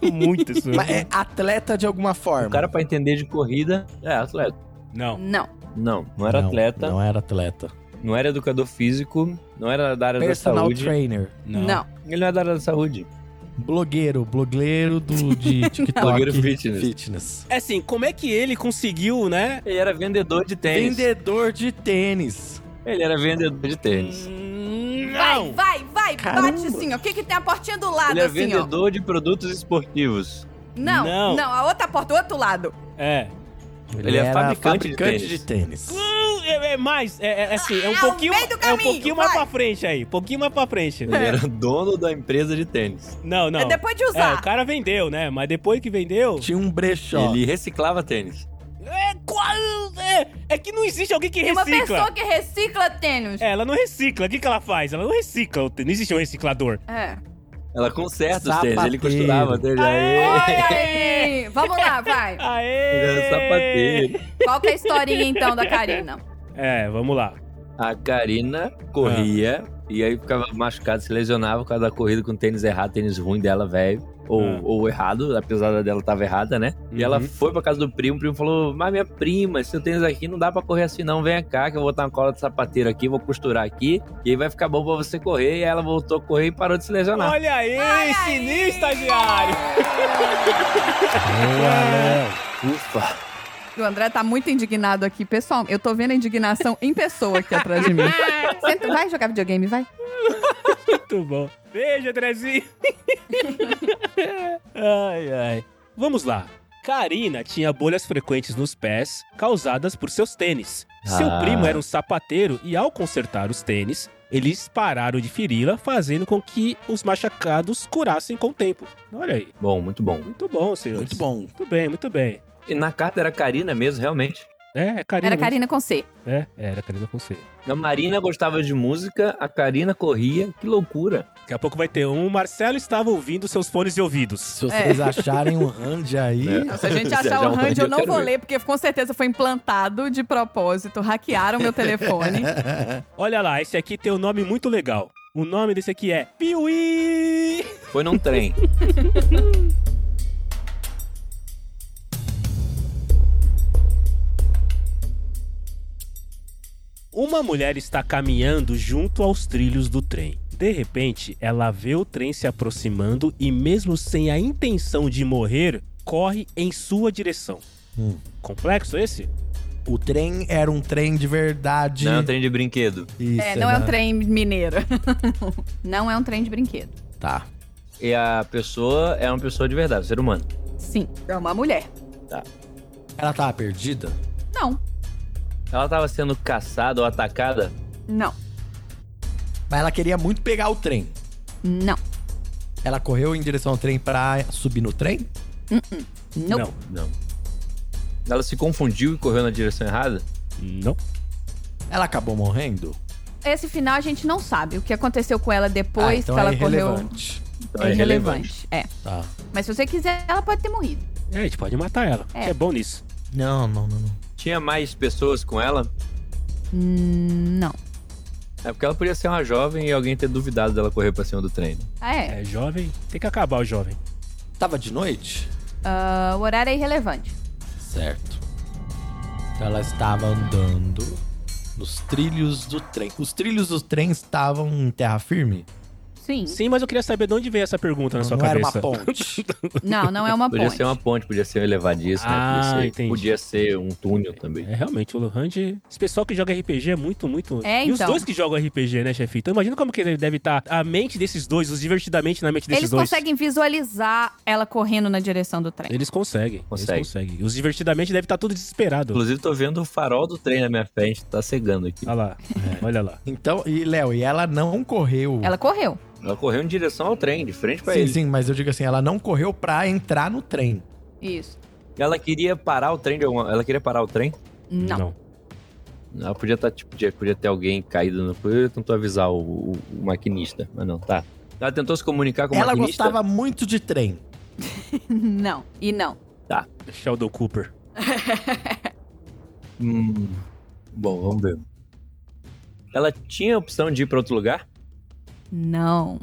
Speaker 1: Tô muito ansioso.
Speaker 3: Mas é atleta é de alguma forma.
Speaker 4: O cara pra entender de corrida é atleta.
Speaker 1: Não,
Speaker 2: Não.
Speaker 4: Não, não era atleta, não.
Speaker 3: Não era atleta.
Speaker 4: era educador físico, não era da área da
Speaker 3: Personal
Speaker 4: saúde.
Speaker 3: trainer.
Speaker 2: Não.
Speaker 4: Ele não é da área da saúde.
Speaker 3: Blogueiro. Blogueiro do, <laughs> de TikTok.
Speaker 4: Blogueiro fitness.
Speaker 3: fitness.
Speaker 1: É assim, como é que ele conseguiu, né?
Speaker 4: Ele era vendedor de tênis.
Speaker 3: Vendedor de tênis.
Speaker 4: Ele era vendedor de
Speaker 2: Hum,
Speaker 4: tênis.
Speaker 2: Vai, vai, vai,
Speaker 3: Caramba.
Speaker 2: bate assim, ó. O que que tem a portinha do lado,
Speaker 4: Ele é
Speaker 2: assim, ó?
Speaker 4: vendedor de produtos esportivos.
Speaker 2: Não,
Speaker 1: Não.
Speaker 2: não, a outra porta, o outro lado.
Speaker 1: É.
Speaker 4: Ele é fabricante de tênis.
Speaker 3: de tênis.
Speaker 1: Hum, É, é mais, é, é assim, é um
Speaker 2: Ah, o
Speaker 1: pouquinho,
Speaker 2: meio do
Speaker 1: é um
Speaker 2: caminho,
Speaker 1: pouquinho mais
Speaker 2: vai.
Speaker 1: pra frente aí, pouquinho mais pra frente.
Speaker 4: Ele era dono da empresa de tênis.
Speaker 1: Não, não.
Speaker 2: É depois de
Speaker 1: É,
Speaker 2: usar.
Speaker 1: o cara vendeu, né? Mas depois que vendeu,
Speaker 3: Tinha um brechó.
Speaker 4: Ele reciclava tênis.
Speaker 1: é, qual- é, é que não existe alguém que
Speaker 2: Tem uma
Speaker 1: recicla.
Speaker 2: pessoa que recicla tênis.
Speaker 1: É, Ela não recicla, o que, que ela faz? Ela não recicla, não existe um reciclador.
Speaker 2: É.
Speaker 4: Ela conserta os tênis, ele
Speaker 3: Sapateiro.
Speaker 4: costurava tênis.
Speaker 1: Aê!
Speaker 4: Aê!
Speaker 2: Olha
Speaker 1: <laughs>
Speaker 2: aí! Vamos lá, vai.
Speaker 1: Aê!
Speaker 4: Ele era sapateiro.
Speaker 2: Qual que é a historinha, então, da Karina?
Speaker 1: É, vamos lá.
Speaker 4: A Karina corria e aí ficava machucada, se lesionava por causa da corrida com tênis errado, tênis ruim dela, velho. Ou,
Speaker 1: Ah.
Speaker 4: ou errado, apesar da dela tava errada, né?
Speaker 1: Uhum.
Speaker 4: E ela foi pra casa do primo, o primo falou: Mas minha prima, esse seu tênis aqui não dá pra correr assim, não. Vem cá, que eu vou botar uma cola de sapateiro aqui, vou costurar aqui, e aí vai ficar bom pra você correr. E ela voltou a correr e parou de se lesionar.
Speaker 1: Olha aí,
Speaker 2: Olha aí!
Speaker 1: sinistro estagiário!
Speaker 2: <laughs>
Speaker 3: Boa,
Speaker 4: Ufa!
Speaker 2: O André tá muito indignado aqui, pessoal. Eu tô vendo a indignação em pessoa aqui atrás de mim. <laughs> Senta, vai jogar videogame, vai.
Speaker 1: Muito bom. Beijo,
Speaker 3: <laughs>
Speaker 1: Andrezinho. ai, ai. Vamos lá. Karina tinha bolhas frequentes nos pés, causadas por seus tênis. Seu
Speaker 4: Ah.
Speaker 1: primo era um sapateiro e, ao consertar os tênis, eles pararam de feri-la, fazendo com que os machacados curassem com o tempo. Olha aí.
Speaker 4: Bom, muito bom.
Speaker 1: Muito bom, senhor.
Speaker 3: Muito bom.
Speaker 1: Muito bem, muito bem.
Speaker 4: E na carta era Karina mesmo, realmente.
Speaker 1: É, é Karina.
Speaker 2: Era
Speaker 1: mesmo.
Speaker 2: Karina com C.
Speaker 1: É, era Karina com C.
Speaker 4: A Marina gostava de música, a Karina corria, que loucura.
Speaker 1: Daqui a pouco vai ter um. O Marcelo estava ouvindo seus fones de ouvidos.
Speaker 3: Se vocês acharem um hand aí...
Speaker 4: É.
Speaker 2: <laughs> Se a gente
Speaker 4: Já,
Speaker 2: achar
Speaker 4: já
Speaker 2: o
Speaker 4: um
Speaker 2: Randy,
Speaker 4: Randy
Speaker 2: eu
Speaker 4: eu
Speaker 2: não
Speaker 4: quero
Speaker 2: vou
Speaker 4: ver.
Speaker 2: ler, porque com certeza foi implantado de propósito. Hackearam meu telefone.
Speaker 1: Olha lá, esse aqui tem um nome muito legal. O nome desse aqui é Piuí!
Speaker 4: Foi num
Speaker 1: <laughs>
Speaker 4: trem.
Speaker 1: Uma mulher está caminhando junto aos trilhos do trem. De repente, ela vê o trem se aproximando e, mesmo sem a intenção de morrer, corre em sua direção.
Speaker 3: Hum.
Speaker 1: Complexo esse?
Speaker 3: O trem era um trem de verdade.
Speaker 4: Não é um trem de brinquedo.
Speaker 3: Isso,
Speaker 2: <laughs> É, não é um
Speaker 3: né?
Speaker 2: trem mineiro. <laughs> não é um trem de brinquedo.
Speaker 3: Tá.
Speaker 4: E a pessoa é uma pessoa de verdade, um ser humano.
Speaker 2: Sim, é uma mulher.
Speaker 3: Ela tava perdida?
Speaker 2: Não,
Speaker 4: Ela tava sendo caçada ou atacada?
Speaker 2: não,
Speaker 3: Mas ela queria muito pegar o trem.
Speaker 2: não.
Speaker 3: Ela correu em direção ao trem pra subir no trem?
Speaker 2: Não.
Speaker 4: Não. Ela se confundiu e correu na direção errada?
Speaker 1: Não.
Speaker 3: Ela acabou morrendo?
Speaker 2: Esse final a gente não sabe. O que aconteceu com ela depois,
Speaker 3: Ah, então
Speaker 2: se ela
Speaker 3: é
Speaker 2: correu.
Speaker 3: irrelevante.
Speaker 4: Então
Speaker 2: É irrelevante. É.
Speaker 3: Tá.
Speaker 2: Mas se você quiser, ela pode ter morrido.
Speaker 1: É, a gente pode matar ela.
Speaker 2: É.
Speaker 1: É, bom nisso.
Speaker 3: Não, não, não, não.
Speaker 4: Tinha mais pessoas com ela?
Speaker 2: Hum, Não.
Speaker 4: É porque ela podia ser uma jovem e alguém ter duvidado dela correr pra cima do trem. né?
Speaker 2: Ah, é.
Speaker 1: É jovem, tem que acabar o jovem.
Speaker 3: Tava de noite?
Speaker 2: Ah, o horário é irrelevante.
Speaker 3: Certo. Então ela estava andando nos trilhos do trem. Os trilhos do trem estavam em terra firme?
Speaker 2: Sim.
Speaker 1: Sim, mas eu queria saber de onde veio essa pergunta na sua
Speaker 3: não era
Speaker 1: cabeça.
Speaker 3: uma ponte.
Speaker 2: Não, não é uma
Speaker 4: Podia
Speaker 2: ponte.
Speaker 4: ser uma ponte, podia ser um elevadíssimo,
Speaker 1: Ah,
Speaker 4: podia, ser,
Speaker 1: entendi.
Speaker 4: podia ser um túnel também.
Speaker 1: É, realmente, o Lohan, esse pessoal que joga RPG é muito, muito...
Speaker 2: É,
Speaker 1: E os
Speaker 2: então.
Speaker 1: dois que jogam RPG, né, chefe? Então imagina como que deve estar a mente desses dois, os divertidamente na mente desses
Speaker 2: Eles
Speaker 1: dois.
Speaker 2: conseguem visualizar ela correndo na direção do trem.
Speaker 1: Eles conseguem,
Speaker 4: Consegue.
Speaker 1: eles conseguem. Os divertidamente devem estar tudo desesperado.
Speaker 4: Inclusive, tô vendo o farol do trem na minha frente, tá cegando aqui.
Speaker 1: Olha lá, é, olha lá.
Speaker 3: <laughs> Então, e Léo, e ela não correu.
Speaker 2: Ela correu.
Speaker 4: Ela correu em direção ao trem, de frente pra
Speaker 3: Sim,
Speaker 4: ele.
Speaker 3: sim, mas eu digo assim, ela não correu pra entrar no trem.
Speaker 2: Isso.
Speaker 4: Ela queria parar o trem de alguma... Ela queria parar o trem?
Speaker 2: Não.
Speaker 4: Ela podia estar, tipo, de- podia ter alguém caído no. Eu tentou avisar o, o- o maquinista, mas não, tá. Ela tentou se comunicar com o
Speaker 3: ela
Speaker 4: maquinista.
Speaker 3: gostava muito de trem.
Speaker 2: <laughs> Não. E não.
Speaker 1: Sheldon Cooper.
Speaker 4: Hum, bom, vamos ver. Ela tinha a opção de ir pra outro lugar?
Speaker 2: Não.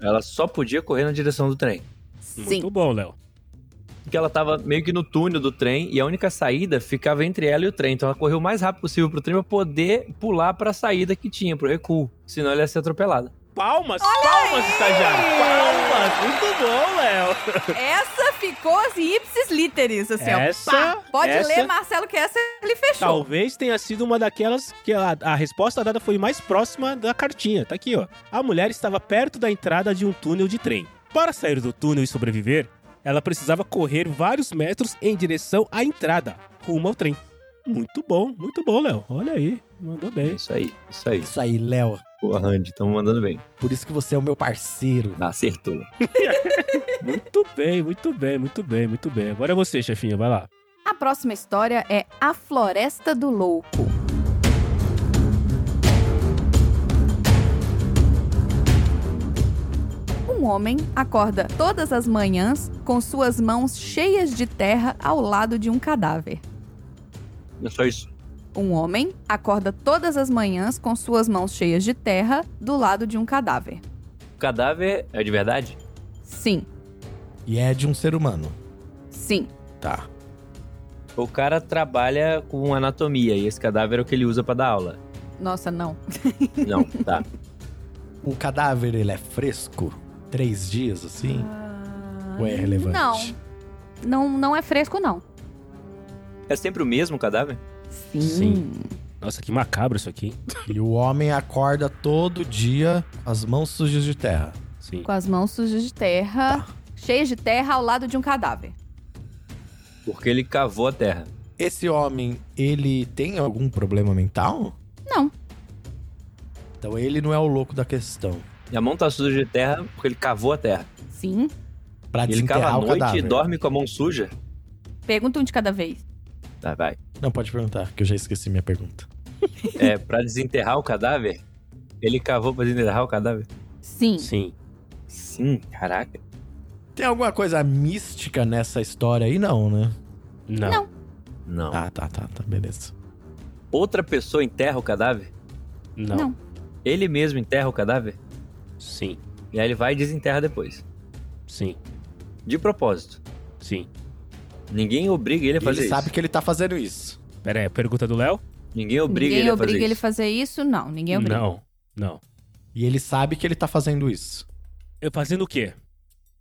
Speaker 4: Ela só podia correr na direção do trem.
Speaker 2: Sim.
Speaker 1: Muito bom, Léo.
Speaker 4: porque ela tava meio que no túnel do trem e a única saída ficava entre ela e o trem. Então ela correu o mais rápido possível pro trem pra poder pular pra saída que tinha, pro recuo. Senão ela ia ser atropelada.
Speaker 1: Palmas, palmas, estagiário. Palmas. Muito bom, Léo.
Speaker 2: Essa ficou assim, ipsis literis, assim,
Speaker 1: Essa-
Speaker 2: ó. Pá, pode
Speaker 1: essa-
Speaker 2: ler, Marcelo, que essa ele fechou.
Speaker 1: Talvez tenha sido uma daquelas que a, a resposta dada foi mais próxima da cartinha. Tá aqui, ó. A mulher estava perto da entrada de um túnel de trem. Para sair do túnel e sobreviver, ela precisava correr vários metros em direção à entrada, rumo ao trem. Muito bom, muito bom, Léo. Olha aí, mandou
Speaker 4: <laughs>
Speaker 1: bem.
Speaker 4: Isso aí, isso aí.
Speaker 3: Isso aí, Léo.
Speaker 4: Boa, Randy, tamo mandando bem.
Speaker 3: Por isso que você é o meu parceiro.
Speaker 4: Acertou.
Speaker 1: Muito bem, muito bem, muito bem, muito bem. Agora é você, chefinha, vai lá.
Speaker 2: A próxima história é A Floresta do Louco. Um homem acorda todas as manhãs com suas mãos cheias de terra ao lado de um cadáver.
Speaker 4: É só isso.
Speaker 2: Um homem acorda todas as manhãs com suas mãos cheias de terra do lado de um cadáver.
Speaker 4: O cadáver é de verdade?
Speaker 2: Sim,
Speaker 3: E é de um ser humano.
Speaker 2: sim,
Speaker 3: Tá.
Speaker 4: O cara trabalha com anatomia e esse cadáver é o que ele usa pra dar aula.
Speaker 2: nossa, não.
Speaker 4: Não, tá.
Speaker 3: O cadáver, ele é fresco? Três dias, assim? Ou é relevante?
Speaker 2: Não. Não, não é fresco, não.
Speaker 4: <laughs> É sempre o mesmo cadáver?
Speaker 2: Sim.
Speaker 1: Sim. Nossa, que macabro isso aqui. hein?
Speaker 3: E o homem acorda todo dia com as mãos sujas de terra.
Speaker 1: Sim.
Speaker 2: Com as mãos sujas de terra,
Speaker 1: Tá.
Speaker 2: cheias de terra ao lado de um cadáver.
Speaker 4: Porque ele cavou a terra.
Speaker 3: Esse homem, ele tem algum problema mental?
Speaker 2: Não.
Speaker 3: Então ele não é o louco da questão.
Speaker 4: E a mão tá suja de terra porque ele cavou a terra.
Speaker 2: Sim.
Speaker 3: Pra
Speaker 4: ele cava
Speaker 3: desenterrar
Speaker 4: à
Speaker 3: o
Speaker 4: noite
Speaker 3: cadáver.
Speaker 4: e dorme com a mão suja?
Speaker 2: Pergunta um de cada vez.
Speaker 4: Tá, vai.
Speaker 3: Não, pode perguntar, que eu já esqueci minha pergunta.
Speaker 4: É, pra desenterrar o cadáver? Ele cavou pra desenterrar o cadáver?
Speaker 2: Sim.
Speaker 1: Sim.
Speaker 4: Sim, caraca.
Speaker 3: Tem alguma coisa mística nessa história aí? Não, né?
Speaker 1: Não.
Speaker 2: Não.
Speaker 4: Não.
Speaker 3: Ah, tá, tá, tá, beleza.
Speaker 4: Outra pessoa enterra o cadáver?
Speaker 1: Não.
Speaker 2: Não.
Speaker 4: Ele mesmo enterra o cadáver?
Speaker 1: Sim.
Speaker 4: E aí ele vai e desenterra depois.
Speaker 1: Sim.
Speaker 4: De propósito.
Speaker 1: Sim.
Speaker 4: Ninguém obriga ele a
Speaker 3: Ele
Speaker 4: fazer
Speaker 3: sabe
Speaker 4: isso.
Speaker 3: que ele tá fazendo isso.
Speaker 1: Pera aí, pergunta do Léo?
Speaker 4: Ninguém obriga
Speaker 2: ninguém
Speaker 4: ele a fazer
Speaker 2: obriga ele a
Speaker 4: isso.
Speaker 2: fazer isso? Não, ninguém obriga.
Speaker 1: Não. Não.
Speaker 3: E ele sabe que ele tá fazendo isso.
Speaker 1: Eu fazendo o quê?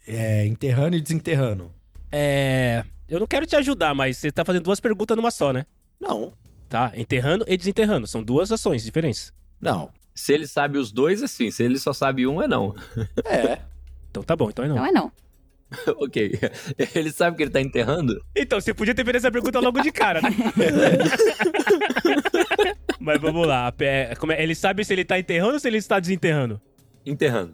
Speaker 3: É, enterrando e desenterrando.
Speaker 1: É. Eu não quero te ajudar, mas você tá fazendo duas perguntas numa só, né?
Speaker 3: Não,
Speaker 1: Tá? Enterrando e desenterrando. São duas ações diferentes.
Speaker 3: não.
Speaker 4: Se ele sabe os dois, assim. Se ele só sabe um, é não. <laughs>
Speaker 3: É.
Speaker 1: Então tá bom, então é não.
Speaker 2: Não é não.
Speaker 4: ok. <laughs> Ele sabe que ele tá enterrando?
Speaker 1: Então, você podia ter feito essa pergunta logo de cara,
Speaker 2: <laughs>
Speaker 1: né? mas vamos lá. É, como é- Ele sabe se ele tá enterrando ou se ele está desenterrando?
Speaker 4: Enterrando.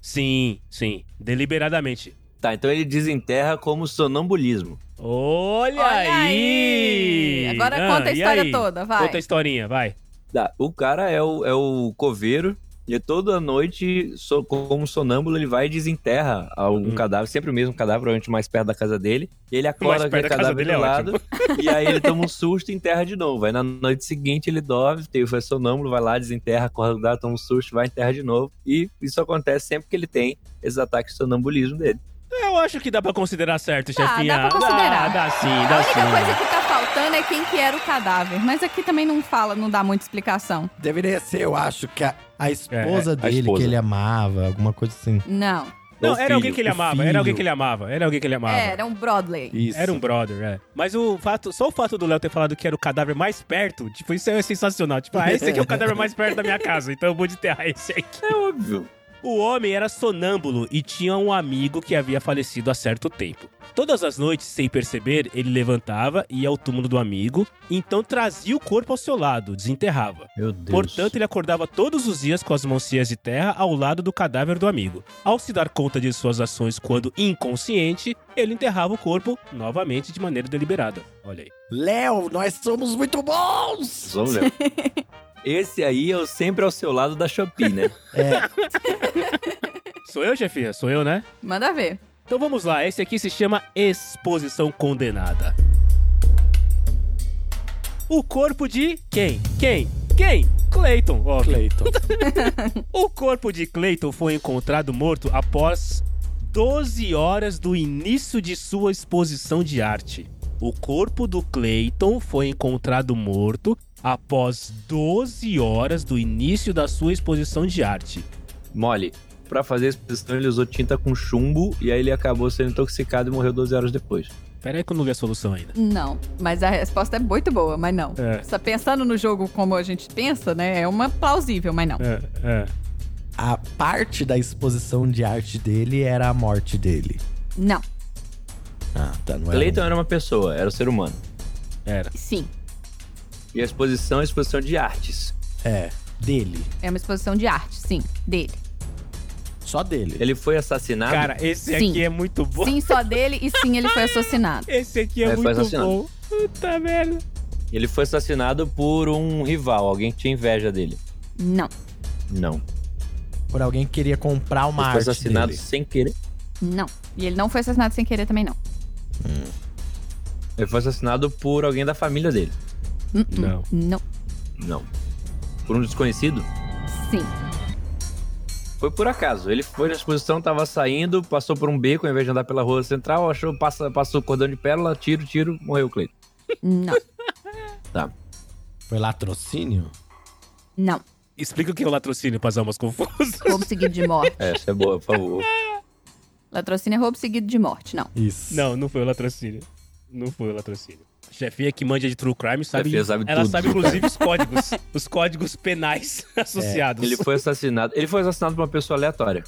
Speaker 1: Sim, sim. Deliberadamente.
Speaker 4: Tá, então ele desenterra como sonambulismo.
Speaker 1: Olha,
Speaker 2: Olha
Speaker 1: aí!
Speaker 2: Agora
Speaker 1: Ah,
Speaker 2: conta a
Speaker 1: e
Speaker 2: história
Speaker 1: aí?
Speaker 2: toda, vai.
Speaker 1: Conta a historinha, vai.
Speaker 4: Tá, o cara é o, é o coveiro e toda noite, so- como sonâmbulo, ele vai e desenterra a- um
Speaker 1: Hum.
Speaker 4: cadáver, sempre o mesmo cadáver, provavelmente mais perto da casa dele. E ele
Speaker 1: Mais
Speaker 4: acorda com
Speaker 1: perto
Speaker 4: aquele
Speaker 1: da casa
Speaker 4: cadáver
Speaker 1: dele
Speaker 4: do
Speaker 1: é
Speaker 4: lado, e aí ele toma um susto e enterra de novo. Aí na noite seguinte ele dorme, tem- foi sonâmbulo, vai lá, desenterra, acorda do lado, toma um susto, vai enterra de novo. E isso acontece sempre que ele tem esses ataques de sonambulismo dele.
Speaker 1: Eu acho que dá pra considerar certo,
Speaker 2: Dá,
Speaker 1: chefinha.
Speaker 2: dá pra considerar.
Speaker 1: Dá, dá sim,
Speaker 2: a
Speaker 1: dá
Speaker 2: única
Speaker 1: sim.
Speaker 2: coisa que tá faltando é quem que era o cadáver. Mas aqui também não fala, não dá muita explicação.
Speaker 3: Deveria ser, eu acho, que a, a esposa
Speaker 4: É, a
Speaker 3: dele,
Speaker 4: esposa.
Speaker 3: que ele amava, alguma coisa assim.
Speaker 2: Não.
Speaker 1: Não,
Speaker 4: O
Speaker 1: era alguém que ele
Speaker 3: o
Speaker 1: amava,
Speaker 3: filho.
Speaker 1: era alguém que ele amava, era alguém que ele amava.
Speaker 2: Era um Broadway.
Speaker 3: Isso.
Speaker 1: Era um brother, é. Mas o fato, só o fato do Léo ter falado que era o cadáver mais perto, tipo, isso é sensacional. Tipo, ah, esse aqui é o cadáver mais perto da minha casa, então eu vou deterrar esse aqui.
Speaker 4: É óbvio.
Speaker 1: O homem era sonâmbulo e tinha um amigo que havia falecido há certo tempo. Todas as noites, sem perceber, ele levantava, ia ao túmulo do amigo, então trazia o corpo ao seu lado, desenterrava.
Speaker 4: Meu Deus.
Speaker 1: Portanto, ele acordava todos os dias com as mãos cheias de terra ao lado do cadáver do amigo. Ao se dar conta de suas ações quando inconsciente, ele enterrava o corpo novamente de maneira deliberada. Olha aí.
Speaker 3: Léo, nós somos muito bons!
Speaker 4: Vamos ver. Esse aí é o sempre ao seu lado da Shopee, né?
Speaker 1: Sou eu, chefinha? Sou eu, né?
Speaker 2: Manda ver.
Speaker 1: Então vamos lá, esse aqui se chama Exposição Condenada. O corpo de quem? Quem? Quem? Clayton, óbvio.
Speaker 3: Cleiton.
Speaker 1: <laughs> O corpo de Clayton foi encontrado morto após 12 horas do início de sua exposição de arte. O corpo do Clayton foi encontrado morto após 12 horas do início da sua exposição de arte.
Speaker 4: Mole. Pra fazer a exposição, ele usou tinta com chumbo e aí ele acabou sendo intoxicado e morreu 12 horas depois.
Speaker 1: Pera aí que eu não vi a solução ainda.
Speaker 2: Não, mas a resposta é muito boa, mas não.
Speaker 1: É.
Speaker 2: Só pensando no jogo como a gente pensa, né? É uma plausível, mas não.
Speaker 1: É, é.
Speaker 3: A parte da exposição de arte dele era a morte dele.
Speaker 2: Não,
Speaker 3: Ah, tá, não era
Speaker 4: Clayton era uma pessoa, era um ser humano.
Speaker 1: Era.
Speaker 2: sim.
Speaker 4: E a exposição é a exposição de artes.
Speaker 3: um- É, dele.
Speaker 2: É uma exposição de arte, sim. Dele.
Speaker 3: Só dele.
Speaker 4: Ele foi assassinado.
Speaker 1: Cara, esse
Speaker 2: Sim.
Speaker 1: aqui é muito bom.
Speaker 2: Sim, só dele e sim, ele foi assassinado.
Speaker 1: <laughs> Esse aqui é,
Speaker 4: É, foi
Speaker 1: muito
Speaker 4: assassinado.
Speaker 1: bom. Puta merda.
Speaker 4: Ele foi assassinado por um rival, alguém que tinha inveja dele.
Speaker 2: Não,
Speaker 4: Não.
Speaker 3: Por alguém que queria comprar uma
Speaker 4: ele foi
Speaker 3: arte
Speaker 4: assassinado
Speaker 3: dele.
Speaker 4: sem querer.
Speaker 2: não. E ele não foi assassinado sem querer também, não.
Speaker 4: Ele foi assassinado por alguém da família dele.
Speaker 2: Hum, hum.
Speaker 1: Não.
Speaker 2: Não,
Speaker 4: Não. Por um desconhecido?
Speaker 2: sim.
Speaker 4: Foi por acaso. Ele foi na exposição, tava saindo, passou por um beco, ao invés de andar pela rua central, achou, passa, passou o cordão de pérola, tiro, tiro, morreu o Cleiton.
Speaker 2: Não,
Speaker 3: Foi latrocínio?
Speaker 2: não.
Speaker 1: Explica o que é o latrocínio pras almas confusas.
Speaker 2: Roubo seguido de morte.
Speaker 4: É, Essa é boa, por favor.
Speaker 2: Latrocínio é roubo seguido de morte, não.
Speaker 3: Isso.
Speaker 1: Não, não foi o latrocínio. Não foi o latrocínio. A Chefinha que manja de true crime sabe.
Speaker 4: Chefinha sabe
Speaker 1: ela
Speaker 4: tudo.
Speaker 1: sabe inclusive os códigos. os códigos penais associados.
Speaker 4: Ele foi assassinado. Ele foi assassinado por uma pessoa aleatória.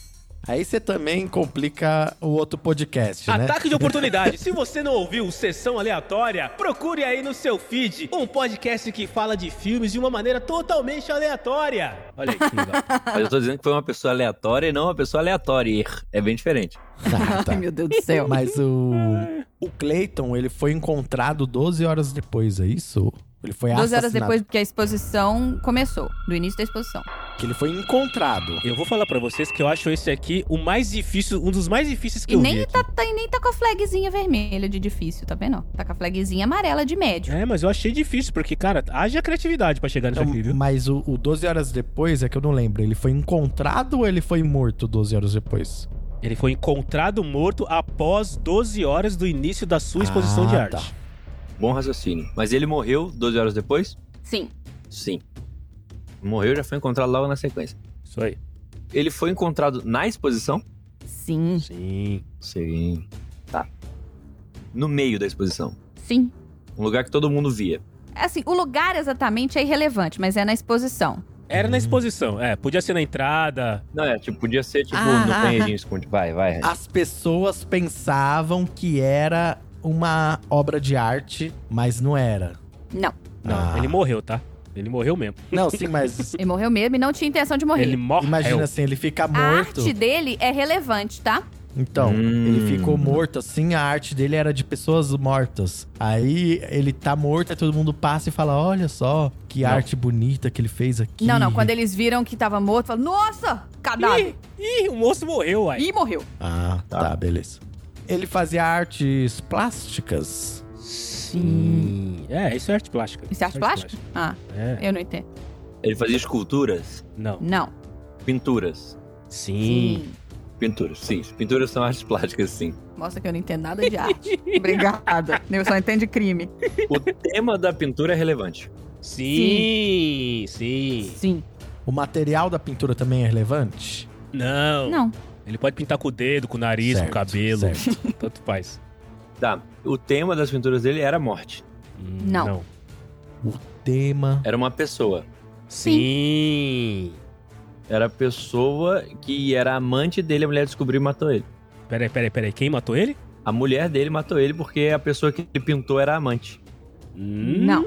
Speaker 3: Aí você também complica o outro podcast, né?
Speaker 1: Ataque de oportunidade. Se você não ouviu Sessão Aleatória, procure aí no seu feed um podcast que fala de filmes de uma maneira totalmente aleatória. Olha aí, que legal.
Speaker 4: Mas eu tô dizendo que foi uma pessoa aleatória e não uma pessoa aleatória. É bem diferente.
Speaker 2: <laughs>
Speaker 3: Tá, tá.
Speaker 2: Ai, meu Deus do céu.
Speaker 3: Mas o. O Clayton, ele foi encontrado 12 horas depois, é isso? Ele foi
Speaker 2: 12
Speaker 3: assassinado.
Speaker 2: horas depois que a exposição começou, do início da exposição.
Speaker 3: Que ele foi encontrado.
Speaker 1: Eu vou falar pra vocês que eu acho esse aqui o mais difícil, um dos mais difíceis que
Speaker 2: E
Speaker 1: eu
Speaker 2: nem,
Speaker 1: vi. aqui.
Speaker 2: tá, tá- e nem tá com a flagzinha vermelha de difícil, tá vendo? Tá com a flagzinha amarela de médio.
Speaker 1: É, mas eu achei difícil, porque, cara, haja criatividade pra chegar nisso aqui, viu?
Speaker 3: Então, Mas o, o 12 horas depois é que eu não lembro. Ele foi encontrado ou ele foi morto 12 horas depois?
Speaker 1: Ele foi encontrado morto após 12 horas do início da sua exposição
Speaker 3: Ah,
Speaker 1: de arte.
Speaker 3: tá.
Speaker 4: Bom raciocínio. Mas ele morreu 12 horas depois?
Speaker 3: É?
Speaker 2: Sim.
Speaker 4: Sim. Morreu e já foi encontrado logo na sequência.
Speaker 1: Isso aí.
Speaker 4: Ele foi encontrado na exposição?
Speaker 2: Sim.
Speaker 1: Sim.
Speaker 4: Sim. Tá. No meio da exposição.
Speaker 2: Sim.
Speaker 4: Um lugar que todo mundo via.
Speaker 2: Assim, o lugar exatamente é irrelevante, mas é na exposição.
Speaker 1: Era na exposição, é. Podia ser na entrada.
Speaker 4: Não, é, tipo, podia ser, tipo,
Speaker 2: Ah,
Speaker 4: no
Speaker 2: ah,
Speaker 4: banheirinho esconde. Vai, vai.
Speaker 3: As pessoas pensavam que era uma obra de arte, mas não era.
Speaker 2: Não.
Speaker 1: Não,
Speaker 3: Ah.
Speaker 1: ele morreu, tá? Ele morreu mesmo.
Speaker 3: Não,
Speaker 1: <laughs>
Speaker 3: sim, mas.
Speaker 2: Ele morreu mesmo e não tinha intenção de morrer.
Speaker 1: Ele morreu.
Speaker 3: imagina assim, ele fica
Speaker 2: A
Speaker 3: morto.
Speaker 2: arte dele é relevante, tá?
Speaker 3: Então,
Speaker 4: Hum.
Speaker 3: ele ficou morto assim, a arte dele era de pessoas mortas. Aí ele tá morto, aí todo mundo passa e fala: Olha só, que
Speaker 1: Não.
Speaker 3: arte bonita que ele fez aqui.
Speaker 2: Não, não. Quando eles viram que tava morto, falaram, nossa, cadáver.
Speaker 1: Ih, ih, o moço morreu, uai.
Speaker 2: E morreu.
Speaker 3: Ah, tá,
Speaker 4: Tá.
Speaker 3: beleza. Ele fazia artes plásticas.
Speaker 1: Sim. É, isso é arte plástica.
Speaker 2: Isso é arte plástica? Ah,
Speaker 1: É.
Speaker 2: eu não entendo.
Speaker 4: Ele fazia esculturas?
Speaker 1: Não.
Speaker 2: Não.
Speaker 4: Pinturas.
Speaker 1: Sim.
Speaker 4: Pinturas, sim. Pinturas são artes plásticas, sim.
Speaker 2: Mostra que eu não entendo nada de arte. Obrigada. Eu só entendo crime.
Speaker 4: O <laughs> tema da pintura é relevante.
Speaker 1: Sim. Sim.
Speaker 2: Sim.
Speaker 3: O material da pintura também é relevante?
Speaker 1: Não.
Speaker 2: Não.
Speaker 1: Ele pode pintar com o dedo, com o nariz,
Speaker 3: Certo,
Speaker 1: com o cabelo.
Speaker 3: certo.
Speaker 1: <laughs> Tanto faz.
Speaker 4: Tá. O tema das pinturas dele era a morte.
Speaker 1: Hum,
Speaker 2: Não.
Speaker 3: Tema.
Speaker 4: Era uma pessoa.
Speaker 1: Sim.
Speaker 4: Era a pessoa que era amante dele, a mulher descobriu e matou ele.
Speaker 1: Peraí, peraí, peraí. Quem matou ele?
Speaker 4: A mulher dele matou ele porque a pessoa que ele pintou era a amante.
Speaker 1: Hum,
Speaker 2: Não.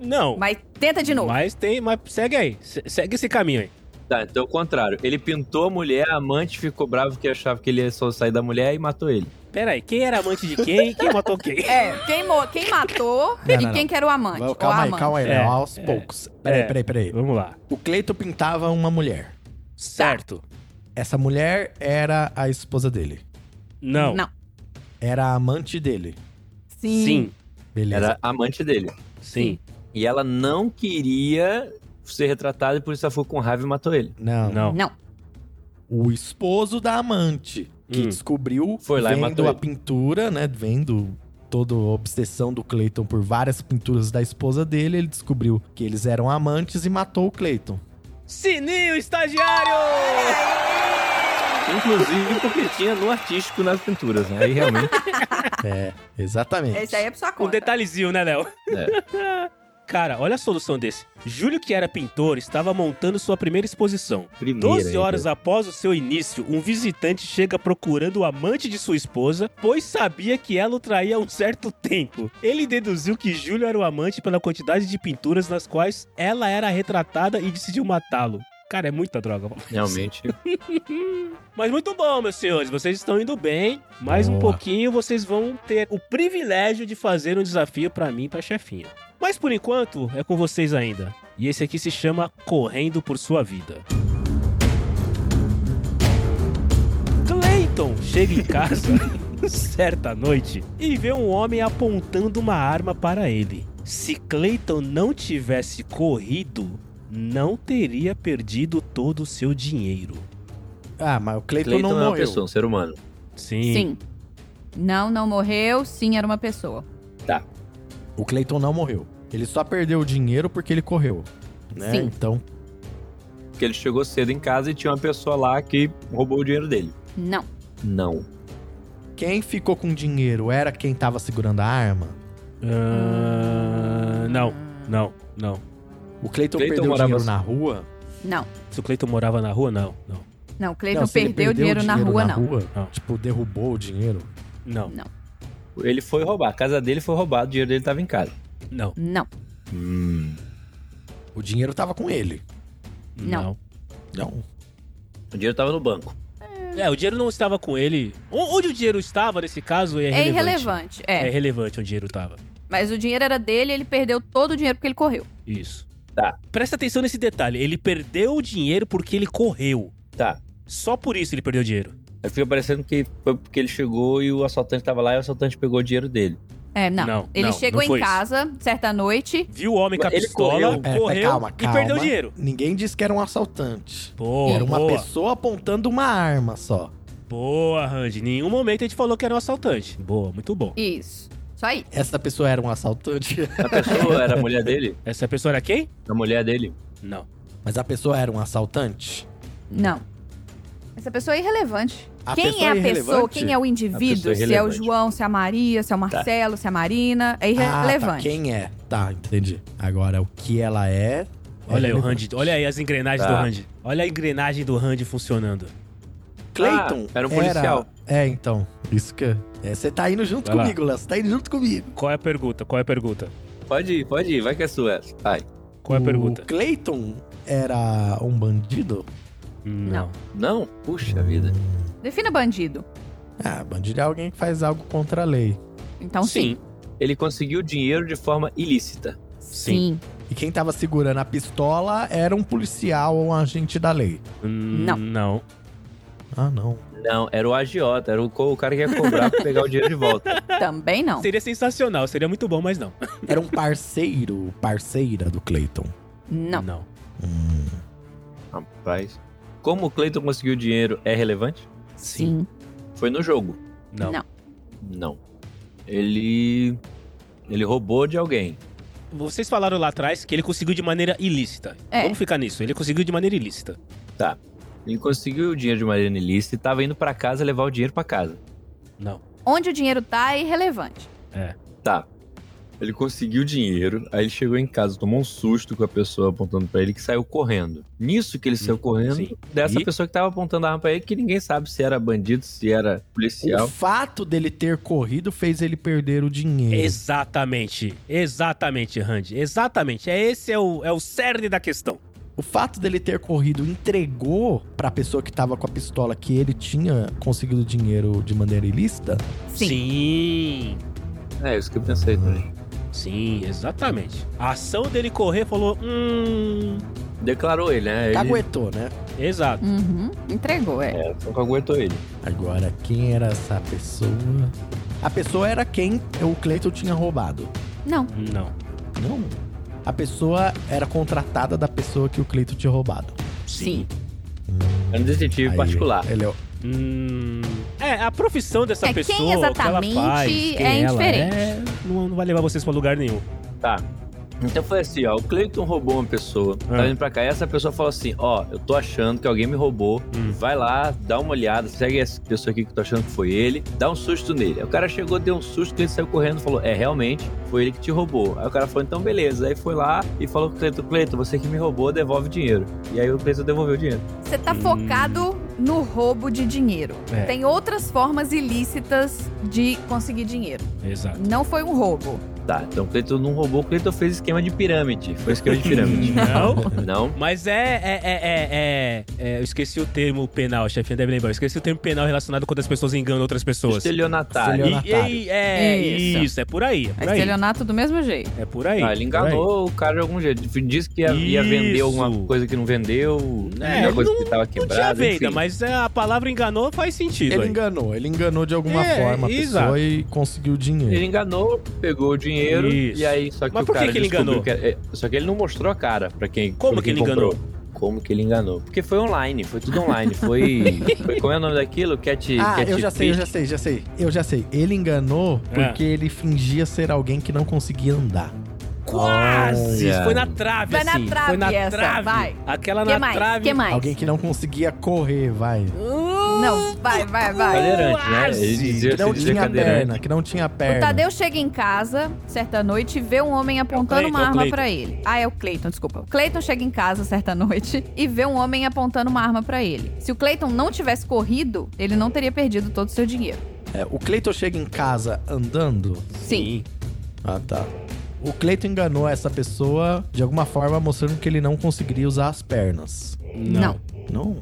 Speaker 1: Não.
Speaker 2: Mas tenta de novo.
Speaker 1: Mas tem, mas segue aí. Se- Segue esse caminho aí.
Speaker 4: Tá, então é o contrário. Ele pintou a mulher, a amante ficou bravo que achava que ele ia só sair da mulher e matou ele.
Speaker 1: Pera aí, quem era amante de quem? Quem matou quem?
Speaker 2: <laughs> É, quem, mo- quem matou
Speaker 3: Não,
Speaker 2: e
Speaker 3: não,
Speaker 2: quem
Speaker 3: não.
Speaker 2: que era o amante.
Speaker 3: Vamos,
Speaker 2: ou a
Speaker 3: calma aí,
Speaker 2: amante.
Speaker 3: calma aí.
Speaker 1: É,
Speaker 3: não, aos
Speaker 1: é,
Speaker 3: poucos. Peraí,
Speaker 1: é.
Speaker 3: peraí, peraí.
Speaker 1: Vamos lá.
Speaker 3: O Cleito pintava uma mulher.
Speaker 1: Certo.
Speaker 3: Essa mulher era a esposa dele.
Speaker 1: Não.
Speaker 2: Não.
Speaker 3: Era a amante dele.
Speaker 2: Sim.
Speaker 1: Sim.
Speaker 3: Beleza.
Speaker 4: Era a amante dele.
Speaker 1: Sim.
Speaker 4: E ela não queria ser retratada e por isso ela ficou com raiva e matou ele.
Speaker 3: Não.
Speaker 1: Não.
Speaker 2: Não.
Speaker 3: O esposo da amante. que
Speaker 1: Hum.
Speaker 3: descobriu
Speaker 4: Foi lá e
Speaker 3: vendo
Speaker 4: matou
Speaker 3: a
Speaker 4: ele.
Speaker 3: pintura, né? Vendo toda a obsessão do Clayton por várias pinturas da esposa dele, ele descobriu que eles eram amantes e matou o Clayton.
Speaker 1: Sininho
Speaker 2: É.
Speaker 1: estagiário!
Speaker 4: Inclusive porque tinha no artístico nas pinturas, né?
Speaker 3: <laughs>
Speaker 4: Aí realmente.
Speaker 3: É, exatamente.
Speaker 2: Esse aí é pra sua
Speaker 1: Um
Speaker 2: conta.
Speaker 1: detalhezinho, né, Léo?
Speaker 3: É.
Speaker 1: <laughs> Cara, olha a solução desse. Júlio, que era pintor, estava montando sua primeira exposição.
Speaker 4: Primeira.
Speaker 1: 12 horas após o seu início, um visitante chega procurando o amante de sua esposa, pois sabia que ela o traía há um certo tempo. Ele deduziu que Júlio era o amante pela quantidade de pinturas nas quais ela era retratada e decidiu matá-lo. Cara, é muita droga.
Speaker 4: Realmente.
Speaker 1: Mas muito bom, meus senhores. Vocês estão indo bem. Mais um
Speaker 3: Boa.
Speaker 1: pouquinho, vocês vão ter o privilégio de fazer um desafio pra mim, e pra chefinha. Mas por enquanto, é com vocês ainda. E esse aqui se chama Correndo por Sua Vida. Clayton chega em casa certa noite e vê um homem apontando uma arma para ele. Se Clayton não tivesse corrido, não teria perdido todo o seu dinheiro.
Speaker 3: Ah, mas o Clayton,
Speaker 4: Clayton
Speaker 3: não
Speaker 4: é uma
Speaker 3: morreu.
Speaker 4: pessoa, um ser humano.
Speaker 1: Sim.
Speaker 2: Sim. Não, não morreu. Sim, era uma pessoa.
Speaker 3: O Clayton não morreu. Ele só perdeu o dinheiro porque ele correu. Né?
Speaker 2: Sim.
Speaker 3: Então,
Speaker 4: Porque ele chegou cedo em casa e tinha uma pessoa lá que roubou o dinheiro dele.
Speaker 2: Não.
Speaker 4: Não.
Speaker 3: quem ficou com o dinheiro era quem tava segurando a arma?
Speaker 1: Ah, não, não, não.
Speaker 3: O Clayton,
Speaker 4: Clayton
Speaker 3: perdeu o
Speaker 4: morava
Speaker 3: dinheiro
Speaker 4: so-
Speaker 3: na rua?
Speaker 2: Não.
Speaker 1: Se o Cleiton morava na rua, não, não,
Speaker 2: Não, o Cleiton
Speaker 3: se ele
Speaker 2: perdeu, o dinheiro, na rua, não.
Speaker 1: Não.
Speaker 3: Tipo, derrubou o dinheiro.
Speaker 1: não,
Speaker 4: Ele foi roubar. A casa dele foi roubada, o dinheiro dele tava em casa.
Speaker 1: não,
Speaker 2: Não.
Speaker 4: Hum.
Speaker 3: O dinheiro tava com ele. Então,
Speaker 1: não.
Speaker 2: Não.
Speaker 3: Não.
Speaker 4: O dinheiro tava no banco.
Speaker 1: É, o dinheiro não estava com ele. O- Onde o dinheiro estava nesse caso é
Speaker 2: É
Speaker 1: irrelevante.
Speaker 2: irrelevante.
Speaker 1: É
Speaker 2: É.
Speaker 1: irrelevante onde o dinheiro estava.
Speaker 2: Mas o dinheiro era dele, ele perdeu todo o dinheiro porque ele correu.
Speaker 1: Isso.
Speaker 4: Tá.
Speaker 1: Presta atenção nesse detalhe. Ele perdeu o dinheiro porque ele correu.
Speaker 4: Tá.
Speaker 1: Só por isso ele perdeu o dinheiro.
Speaker 4: Aí fica parecendo que foi porque ele chegou e o assaltante tava lá e o assaltante pegou o dinheiro dele.
Speaker 2: É, não.
Speaker 1: Não,
Speaker 2: ele
Speaker 1: não,
Speaker 2: chegou
Speaker 1: não foi
Speaker 2: em
Speaker 1: isso.
Speaker 2: casa, certa noite.
Speaker 1: Viu o homem com a
Speaker 4: Ele
Speaker 1: pistola,
Speaker 4: correu.
Speaker 1: correu,
Speaker 3: É, é, calma, calma.
Speaker 1: e perdeu o dinheiro.
Speaker 3: Ninguém disse que era um assaltante.
Speaker 1: Boa,
Speaker 3: era uma
Speaker 1: boa.
Speaker 3: pessoa apontando uma arma só.
Speaker 1: Boa, Randy. Em nenhum momento a gente falou que era um assaltante. Boa, muito bom.
Speaker 2: Isso. Isso aí.
Speaker 3: Essa pessoa era um assaltante? <laughs>
Speaker 4: A pessoa era a mulher dele?
Speaker 1: Essa pessoa era quem?
Speaker 4: A mulher dele?
Speaker 1: Não.
Speaker 3: Mas a pessoa era um assaltante?
Speaker 2: Não. Essa pessoa é irrelevante.
Speaker 3: A
Speaker 2: quem
Speaker 3: pessoa
Speaker 2: é
Speaker 3: é
Speaker 2: a
Speaker 3: irrelevante?
Speaker 2: pessoa, quem é o
Speaker 4: A
Speaker 2: indivíduo,
Speaker 4: pessoa é
Speaker 2: se é o
Speaker 4: irrelevante.
Speaker 2: João, se é a Maria, se é o Marcelo, se é a Marina, é
Speaker 3: Ah, tá.
Speaker 2: irrelevante.
Speaker 3: Quem é? Tá, entendi. Agora, o que ela é...
Speaker 1: Olha aí o
Speaker 3: relevante.
Speaker 1: Randy. Olha aí as engrenagens
Speaker 4: Tá.
Speaker 1: do Randy. Olha a engrenagem do Randy funcionando.
Speaker 3: Clayton
Speaker 4: Ah, era um policial.
Speaker 3: É, então. Isso que... É, você tá indo junto
Speaker 1: Vai lá.
Speaker 3: comigo, Léo. Você tá indo junto comigo.
Speaker 1: Qual é a pergunta? Qual é a pergunta?
Speaker 4: Pode ir, pode ir, vai que é sua. essa. Vai.
Speaker 1: Qual é a
Speaker 3: O
Speaker 1: pergunta?
Speaker 3: Clayton era um bandido?
Speaker 2: Não.
Speaker 4: Não? Puxa vida.
Speaker 2: Defina bandido.
Speaker 3: Ah, bandido é alguém que faz algo contra a lei.
Speaker 2: Então sim.
Speaker 4: Ele conseguiu dinheiro de forma ilícita.
Speaker 1: Sim.
Speaker 3: E quem tava segurando a pistola era um policial ou um agente da lei.
Speaker 1: Hum,
Speaker 2: Não.
Speaker 1: Não.
Speaker 3: Ah, não.
Speaker 4: Não, era o agiota, era o, co- o cara que ia cobrar pra pegar o dinheiro de volta.
Speaker 2: Também não.
Speaker 1: Seria sensacional, seria muito bom, mas não.
Speaker 3: Era um parceiro, parceira do Clayton.
Speaker 2: Não.
Speaker 1: Não.
Speaker 3: Hum.
Speaker 4: <laughs> Rapaz. Como o Cleiton conseguiu dinheiro é relevante?
Speaker 2: Sim.
Speaker 4: Foi no jogo.
Speaker 1: Não.
Speaker 2: Não.
Speaker 4: Não. Ele. Ele roubou de alguém.
Speaker 1: Vocês falaram lá atrás que ele conseguiu de maneira ilícita.
Speaker 2: É.
Speaker 1: Vamos ficar nisso. Ele conseguiu de maneira ilícita.
Speaker 4: Ele conseguiu o dinheiro de maneira ilícita e tava indo pra casa levar o dinheiro pra casa.
Speaker 1: Não.
Speaker 2: Onde o dinheiro tá é irrelevante.
Speaker 4: Tá. Ele conseguiu o dinheiro, aí ele chegou em casa, tomou um susto com a pessoa apontando pra ele que saiu correndo. Nisso que ele saiu correndo,
Speaker 1: sim.
Speaker 4: dessa
Speaker 1: E?
Speaker 4: pessoa que tava apontando a arma pra ele, que ninguém sabe se era bandido, se era
Speaker 3: O
Speaker 4: policial.
Speaker 3: fato dele ter corrido fez ele perder o
Speaker 1: É.
Speaker 3: dinheiro.
Speaker 1: Exatamente. Exatamente, Randy. Exatamente. É esse é o, é o cerne da questão.
Speaker 3: O fato dele ter corrido entregou pra pessoa que tava com a pistola que ele tinha conseguido dinheiro de maneira ilícita?
Speaker 2: Sim.
Speaker 1: Sim.
Speaker 4: É, isso que eu pensei também.
Speaker 1: Sim, exatamente. A ação dele correr falou. Hum.
Speaker 4: Declarou ele, né? Ele
Speaker 3: Caguetou, né?
Speaker 1: Exato.
Speaker 2: Uhum. Entregou, é.
Speaker 4: só que aguentou ele.
Speaker 3: Agora, quem era essa pessoa? A pessoa era quem o Clayton tinha roubado.
Speaker 2: Não.
Speaker 1: Não.
Speaker 3: Não. A pessoa era contratada da pessoa que o Clayton tinha roubado.
Speaker 2: Sim.
Speaker 4: Era um detetive
Speaker 3: Aí,
Speaker 4: particular.
Speaker 3: Ele é,
Speaker 1: Hum, é, a profissão dessa
Speaker 6: É, quem
Speaker 1: pessoa, o
Speaker 6: exatamente
Speaker 1: que ela faz, quem
Speaker 6: é
Speaker 1: ela
Speaker 6: indiferente.
Speaker 1: é, não, não vai levar vocês pra lugar nenhum.
Speaker 4: Tá.
Speaker 1: Hum.
Speaker 4: Então foi assim, ó. O Cleiton roubou uma pessoa, tá
Speaker 1: Ah.
Speaker 4: vindo pra cá. E essa pessoa falou assim: ó, eu tô achando que alguém me roubou.
Speaker 1: Hum.
Speaker 4: Vai lá, dá uma olhada, segue essa pessoa aqui que eu tô achando que foi ele, dá um susto nele. Aí o cara chegou, deu um susto, o Cleiton saiu correndo e falou: é, realmente, foi ele que te roubou. Aí o cara falou: então beleza. Aí foi lá e falou com o Cleiton: Cleiton, você que me roubou, devolve o dinheiro. E aí o Cleiton devolveu o dinheiro.
Speaker 2: Você tá
Speaker 1: Hum.
Speaker 2: focado no roubo de dinheiro.
Speaker 1: É.
Speaker 2: Tem outras formas ilícitas de conseguir dinheiro.
Speaker 1: Exato.
Speaker 2: Não foi um roubo.
Speaker 4: Tá, então o Cleiton não roubou, o Cleiton fez esquema de pirâmide. Foi esquema de pirâmide.
Speaker 1: <laughs> Não.
Speaker 4: não?
Speaker 1: Mas é, é, é, é, é, é, Eu esqueci o termo penal, a chefinha deve lembrar. Eu esqueci o termo penal relacionado quando as pessoas enganam outras pessoas.
Speaker 4: Estelionatário.
Speaker 1: E, e- é,
Speaker 2: Isso.
Speaker 1: isso. é por aí. É
Speaker 2: É
Speaker 1: por aí.
Speaker 2: estelionato do mesmo jeito.
Speaker 1: É por aí.
Speaker 4: Ah, ele
Speaker 1: por aí.
Speaker 4: enganou o cara de algum jeito. Disse que ia, ia vender
Speaker 1: Isso.
Speaker 4: alguma coisa que não vendeu,
Speaker 1: É,
Speaker 4: alguma coisa
Speaker 1: não-
Speaker 4: que tava
Speaker 1: Não tinha
Speaker 4: quebrada.
Speaker 1: venda,
Speaker 4: enfim.
Speaker 1: mas é, a palavra enganou faz sentido.
Speaker 3: Ele
Speaker 1: aí.
Speaker 3: enganou, ele enganou de alguma
Speaker 1: É,
Speaker 3: forma a
Speaker 1: exato.
Speaker 3: pessoa e conseguiu dinheiro.
Speaker 4: Ele enganou, pegou o dinheiro
Speaker 1: Isso.
Speaker 4: e aí só que
Speaker 1: Mas
Speaker 4: o
Speaker 1: por que
Speaker 4: cara
Speaker 1: que ele
Speaker 4: descobriu
Speaker 1: enganou?
Speaker 4: que era- é, só que ele não mostrou a cara pra quem
Speaker 1: Como
Speaker 4: pra
Speaker 1: que
Speaker 4: quem
Speaker 1: ele enganou?
Speaker 4: comprou. Como que ele enganou? Porque foi online, foi tudo
Speaker 1: <laughs>
Speaker 4: online, foi, foi como é o nome daquilo? Cat
Speaker 3: Ah,
Speaker 4: cat
Speaker 3: eu já sei, eu
Speaker 4: Fish.
Speaker 3: já sei, já sei. Eu já sei. Ele enganou
Speaker 1: É.
Speaker 3: porque ele fingia ser alguém que não conseguia andar.
Speaker 1: Quase!
Speaker 4: Olha.
Speaker 1: Foi na trave,
Speaker 2: Vai na
Speaker 1: assim.
Speaker 2: trave
Speaker 1: Foi na
Speaker 2: essa,
Speaker 1: trave.
Speaker 2: vai.
Speaker 1: Aquela
Speaker 6: Que
Speaker 1: Tá na
Speaker 6: mais?
Speaker 1: trave.
Speaker 6: Que mais?
Speaker 3: Alguém que não conseguia correr, vai.
Speaker 2: Não, vai, vai, vai.
Speaker 4: Cadeirante, né? Ele dizia
Speaker 3: que não Ah,
Speaker 4: se dizer
Speaker 3: então tinha
Speaker 4: cadeirante.
Speaker 3: perna, que não tinha
Speaker 2: O
Speaker 3: perna.
Speaker 2: Tadeu chega em casa, certa noite, e vê um homem apontando
Speaker 1: Cleiton, é
Speaker 2: uma
Speaker 1: o
Speaker 2: arma
Speaker 1: Cleiton.
Speaker 2: pra ele. Ah, é o Cleiton, desculpa. O Cleiton chega em casa, certa noite, e vê um homem apontando uma arma pra ele. Se o Cleiton não tivesse corrido, ele não teria perdido todo o seu dinheiro.
Speaker 3: É, o Cleiton chega em casa andando.
Speaker 2: Sim.
Speaker 3: Ah, tá. O Cleiton enganou essa pessoa de alguma forma mostrando que ele não conseguiria usar as pernas.
Speaker 2: Não.
Speaker 3: Não?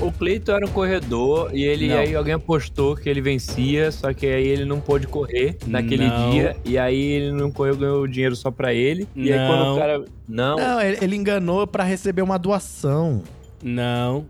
Speaker 4: O Cleiton era um corredor e ele
Speaker 1: Não.
Speaker 4: aí alguém apostou que ele vencia, só que aí ele não pôde correr naquele
Speaker 1: Não.
Speaker 4: dia e aí ele não correu, ganhou o dinheiro só pra ele. E aí quando
Speaker 1: Não.
Speaker 4: o cara não,
Speaker 3: Não, ele, ele enganou pra receber uma doação.
Speaker 1: Não.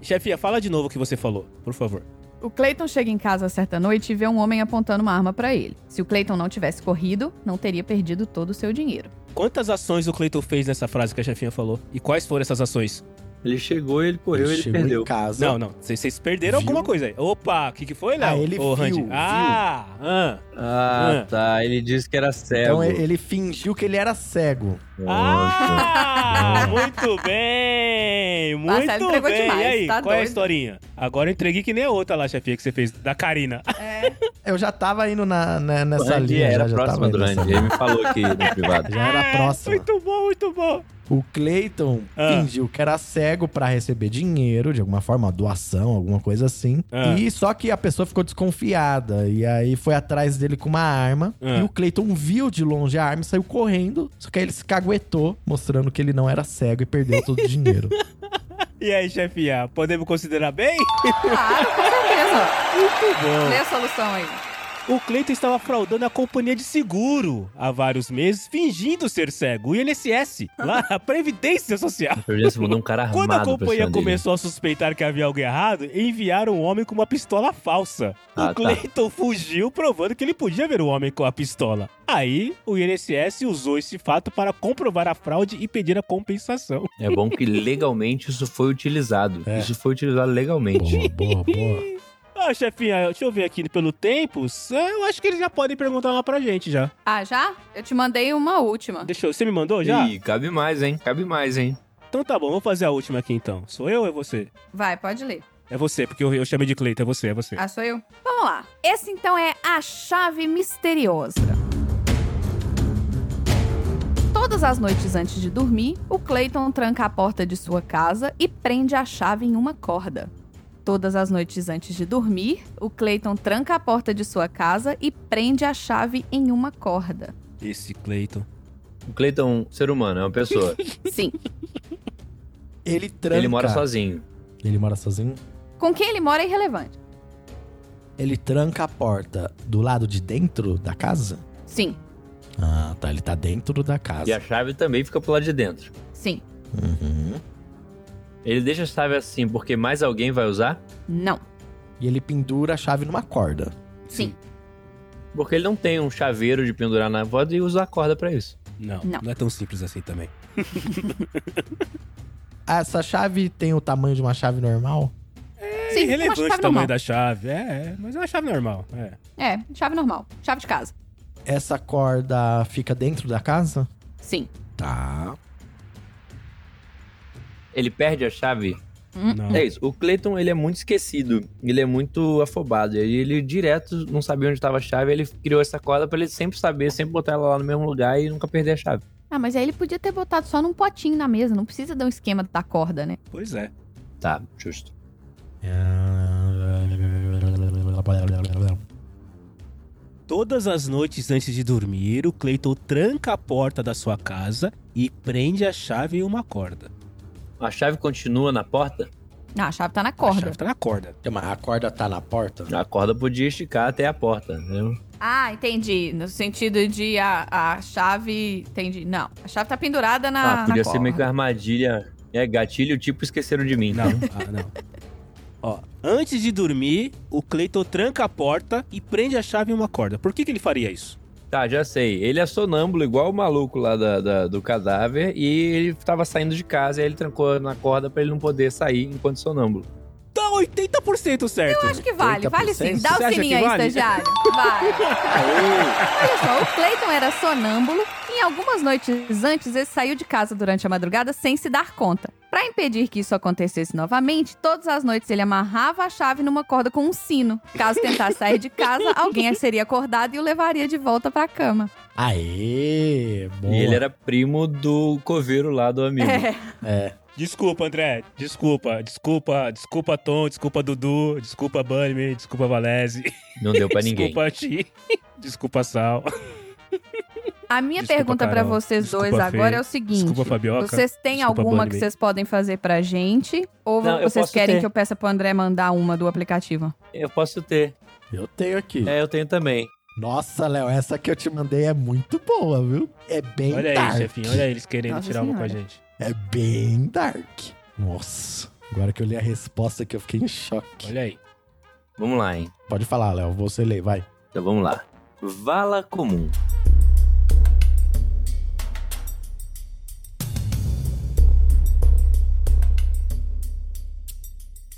Speaker 1: Chefinha, fala de novo o que você falou, por favor.
Speaker 2: O Cleiton chega em casa certa noite e vê um homem apontando uma arma pra ele. Se o Cleiton não tivesse corrido, não teria perdido todo o seu <laughs> dinheiro.
Speaker 1: Quantas ações o Cleiton fez nessa frase que a chefinha falou? E quais foram essas ações?
Speaker 4: ele chegou, ele correu, ele,
Speaker 3: chegou
Speaker 4: perdeu.
Speaker 3: em casa.
Speaker 1: Não, não. Vocês- Vocês perderam
Speaker 3: Viu?
Speaker 1: alguma coisa aí. Opa, o que, que foi, Léo?
Speaker 3: Ah, ele
Speaker 1: Ô,
Speaker 3: viu,
Speaker 1: Randy.
Speaker 3: viu.
Speaker 1: Ah, ah,
Speaker 4: Ah,
Speaker 1: Ah.
Speaker 4: tá, ele disse que era
Speaker 3: Então
Speaker 4: cego.
Speaker 3: ele ele fingiu que ele era cego.
Speaker 4: Nossa.
Speaker 1: ah muito bem, muito
Speaker 2: Nossa, ele entregou
Speaker 1: bem.
Speaker 2: demais,
Speaker 1: e aí,
Speaker 2: tá
Speaker 1: qual é a
Speaker 2: doido.
Speaker 1: historinha? Agora eu entreguei que nem a outra lá, chefinha, que você fez, da Karina.
Speaker 3: Eu já tava indo na, na-
Speaker 4: O
Speaker 3: nessa
Speaker 4: Randy
Speaker 3: linha.
Speaker 4: era
Speaker 3: já, já tava
Speaker 4: próximo do
Speaker 3: indo nessa
Speaker 4: Randy, ele me falou aqui <laughs> no privado.
Speaker 3: Já era a próxima.
Speaker 1: É, Muito bom, muito bom.
Speaker 3: O Clayton
Speaker 1: Ah.
Speaker 3: fingiu que era cego pra receber dinheiro, de alguma forma, uma doação, alguma coisa assim.
Speaker 1: Ah.
Speaker 3: E só que a pessoa ficou desconfiada. E aí foi atrás dele com uma arma.
Speaker 1: Ah.
Speaker 3: E o Clayton viu de longe a arma e saiu correndo. Só que aí ele se caguetou, mostrando que ele não era cego e perdeu todo o dinheiro.
Speaker 1: E aí, chefinha, podemos considerar bem?
Speaker 2: Ah, com certeza.
Speaker 1: Muito bom.
Speaker 2: Lê a solução aí.
Speaker 1: O Cleiton estava fraudando a companhia de seguro há vários meses, fingindo ser cego. O INSS, lá a Previdência
Speaker 4: <laughs>
Speaker 1: Social.
Speaker 4: A Previdência mandou um cara armado
Speaker 1: Quando a
Speaker 4: pra
Speaker 1: companhia
Speaker 4: cima dele.
Speaker 1: começou a suspeitar que havia algo errado, enviaram um homem com uma pistola falsa. o
Speaker 4: Ah, tá.
Speaker 1: Cleiton fugiu, provando que ele podia ver o homem com a pistola. Aí, o INSS usou esse fato para comprovar a fraude e pedir a compensação.
Speaker 4: É bom que legalmente isso foi utilizado.
Speaker 3: É.
Speaker 4: Isso foi utilizado legalmente.
Speaker 3: <laughs> boa, boa, boa.
Speaker 1: Ah, chefinha, deixa eu ver aqui pelo tempo. Eu acho que eles já podem perguntar uma pra gente já.
Speaker 2: Ah, já? Eu te mandei uma última.
Speaker 1: Deixa eu, você me mandou já?
Speaker 4: Ih, cabe mais, hein? Cabe mais, hein?
Speaker 1: Então tá bom, vamos fazer a última aqui então. Sou eu ou é você?
Speaker 2: Vai, pode ler.
Speaker 1: É você, porque eu, eu chamei de Cleiton, é você, é você.
Speaker 2: Ah, sou eu? Vamos lá. Esse então é a chave misteriosa. Todas as noites antes de dormir, o Clayton tranca a porta de sua casa e prende a chave em uma corda. Todas as noites antes de dormir, o Clayton tranca a porta de sua casa e prende a chave em uma corda.
Speaker 1: Esse Cleiton.
Speaker 4: O Cleiton é um ser humano, é uma <laughs> pessoa.
Speaker 1: <laughs>
Speaker 2: Sim.
Speaker 3: Ele tranca.
Speaker 4: Ele mora sozinho.
Speaker 3: Ele mora sozinho?
Speaker 2: Com quem ele mora é irrelevante.
Speaker 3: Ele tranca a porta do lado de dentro da casa?
Speaker 2: Sim,
Speaker 3: Ah, tá. Ele tá dentro da
Speaker 4: E a
Speaker 3: casa.
Speaker 4: chave também fica pro lado de dentro.
Speaker 2: sim,
Speaker 3: Uhum.
Speaker 4: Ele deixa a chave assim porque mais alguém vai usar?
Speaker 2: não,
Speaker 3: E ele pendura a chave numa corda.
Speaker 2: sim,
Speaker 4: Porque ele não tem um chaveiro de pendurar na roda e usa a corda pra isso.
Speaker 1: Não,
Speaker 2: Não.
Speaker 1: não, é tão simples assim também.
Speaker 3: Essa chave tem o tamanho de uma chave normal?
Speaker 1: é
Speaker 7: Sim, uma
Speaker 1: irrelevante
Speaker 7: chave
Speaker 1: o
Speaker 7: normal.
Speaker 1: tamanho da chave. É, é, mas é uma chave normal. É.
Speaker 7: É, chave normal. Chave de casa.
Speaker 3: Essa corda fica dentro da casa?
Speaker 7: Sim.
Speaker 3: Tá.
Speaker 4: Ele perde a chave.
Speaker 1: Não.
Speaker 4: É isso. O Clayton, ele é muito esquecido. Ele é muito afobado. Ele, ele direto não sabia onde estava a chave. Ele criou essa corda pra ele sempre saber, sempre botar ela lá no mesmo lugar e nunca perder a chave.
Speaker 2: Ah, mas aí ele podia ter botado só num potinho na mesa. Não precisa dar um esquema da corda, né?
Speaker 1: Pois é.
Speaker 4: Tá, justo.
Speaker 1: Todas as noites antes de dormir, o Clayton tranca a porta da sua casa e prende a chave em uma corda.
Speaker 4: A chave continua na porta?
Speaker 2: Ah, a chave tá na
Speaker 1: A
Speaker 2: corda.
Speaker 1: chave tá na corda.
Speaker 3: Mas a corda tá na porta?
Speaker 4: A corda podia esticar até a porta, né?
Speaker 7: Ah, entendi. No sentido de a, a chave. Entendi. Não. A chave tá pendurada na.
Speaker 4: ah, podia
Speaker 7: na
Speaker 4: ser meio que
Speaker 7: corda.
Speaker 4: uma armadilha. É, gatilho, tipo, esqueceram de mim.
Speaker 1: Não, ah, não. Ó, antes de dormir, o Clayton tranca a porta e prende a chave em uma corda. Por que, que ele faria isso?
Speaker 4: <laughs> Tá, já sei. Ele é sonâmbulo, igual o maluco lá da- da- do cadáver, e ele tava saindo de casa, e aí ele trancou na corda pra ele não poder sair enquanto sonâmbulo.
Speaker 1: Tá 80% certo.
Speaker 7: Acho que vale, vale sim.
Speaker 3: 80%.
Speaker 7: Dá
Speaker 1: Você
Speaker 7: o
Speaker 1: acha que
Speaker 7: sininho aí,
Speaker 1: vale?
Speaker 7: estagiário. Vai.
Speaker 2: Olha só, o Clayton era sonâmbulo e em algumas noites antes ele saiu de casa durante a madrugada sem se dar conta. Pra impedir que isso acontecesse novamente, todas as noites ele amarrava a chave numa corda com um sino. Caso tentasse sair de casa, alguém seria acordado e o levaria de volta pra cama.
Speaker 3: Aê! Boa.
Speaker 4: E ele é- era primo do coveiro lá do <laughs> amigo.
Speaker 7: É.
Speaker 1: Desculpa, André. Desculpa, desculpa, desculpa, Tom, desculpa, Dudu, desculpa, Bunnyman, desculpa, Valese.
Speaker 4: Não deu pra ninguém.
Speaker 1: Desculpa, Ti. <laughs> Desculpa, Sal.
Speaker 7: A minha
Speaker 1: Desculpa,
Speaker 7: pergunta pra
Speaker 1: Carol.
Speaker 7: vocês
Speaker 1: Desculpa,
Speaker 7: dois
Speaker 1: Fê.
Speaker 7: agora é o seguinte:
Speaker 1: Desculpa, Fabioca.
Speaker 7: vocês têm
Speaker 1: Desculpa,
Speaker 7: alguma
Speaker 1: Bunny
Speaker 7: que
Speaker 1: Bay.
Speaker 7: vocês podem fazer pra gente? Ou
Speaker 4: Não, eu
Speaker 7: vocês
Speaker 4: posso
Speaker 7: querem
Speaker 4: ter.
Speaker 7: que eu peça pro André mandar uma do aplicativo?
Speaker 4: Eu posso ter.
Speaker 3: Eu tenho aqui.
Speaker 4: É, eu tenho também.
Speaker 3: Nossa, Léo, essa que eu te mandei é muito boa, viu? É bem
Speaker 1: Olha
Speaker 3: dark.
Speaker 1: aí, chefinho. Olha eles querendo
Speaker 7: Nossa
Speaker 1: tirar uma com a
Speaker 7: Senhora.
Speaker 1: gente.
Speaker 3: É bem dark. Nossa. Agora que eu li a resposta que eu fiquei em choque.
Speaker 1: Olha aí.
Speaker 4: Vamos lá, hein?
Speaker 3: Pode falar, Léo. Você lê, vai.
Speaker 4: Então vamos lá. Vala comum.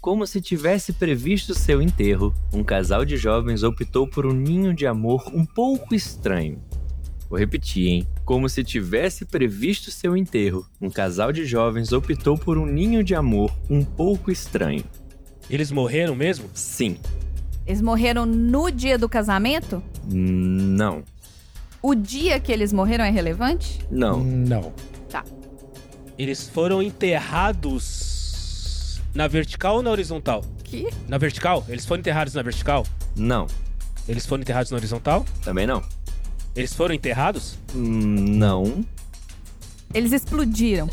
Speaker 4: Como se tivesse previsto seu enterro, um casal de jovens optou por um ninho de amor um pouco estranho. Vou repetir, hein? Como se tivesse previsto seu enterro, um casal de jovens optou por um ninho de amor um pouco estranho.
Speaker 1: Eles morreram mesmo?
Speaker 4: Sim.
Speaker 2: Eles morreram no dia do casamento?
Speaker 4: Não.
Speaker 2: O dia que eles morreram é relevante?
Speaker 4: Não.
Speaker 3: Não.
Speaker 1: Eles foram enterrados na vertical ou na horizontal?
Speaker 7: Que?
Speaker 1: Na vertical? Eles foram enterrados na vertical?
Speaker 4: Não.
Speaker 1: Eles foram enterrados na horizontal?
Speaker 4: Também não.
Speaker 1: Eles foram enterrados?
Speaker 4: Hum, Não,
Speaker 2: Eles explodiram,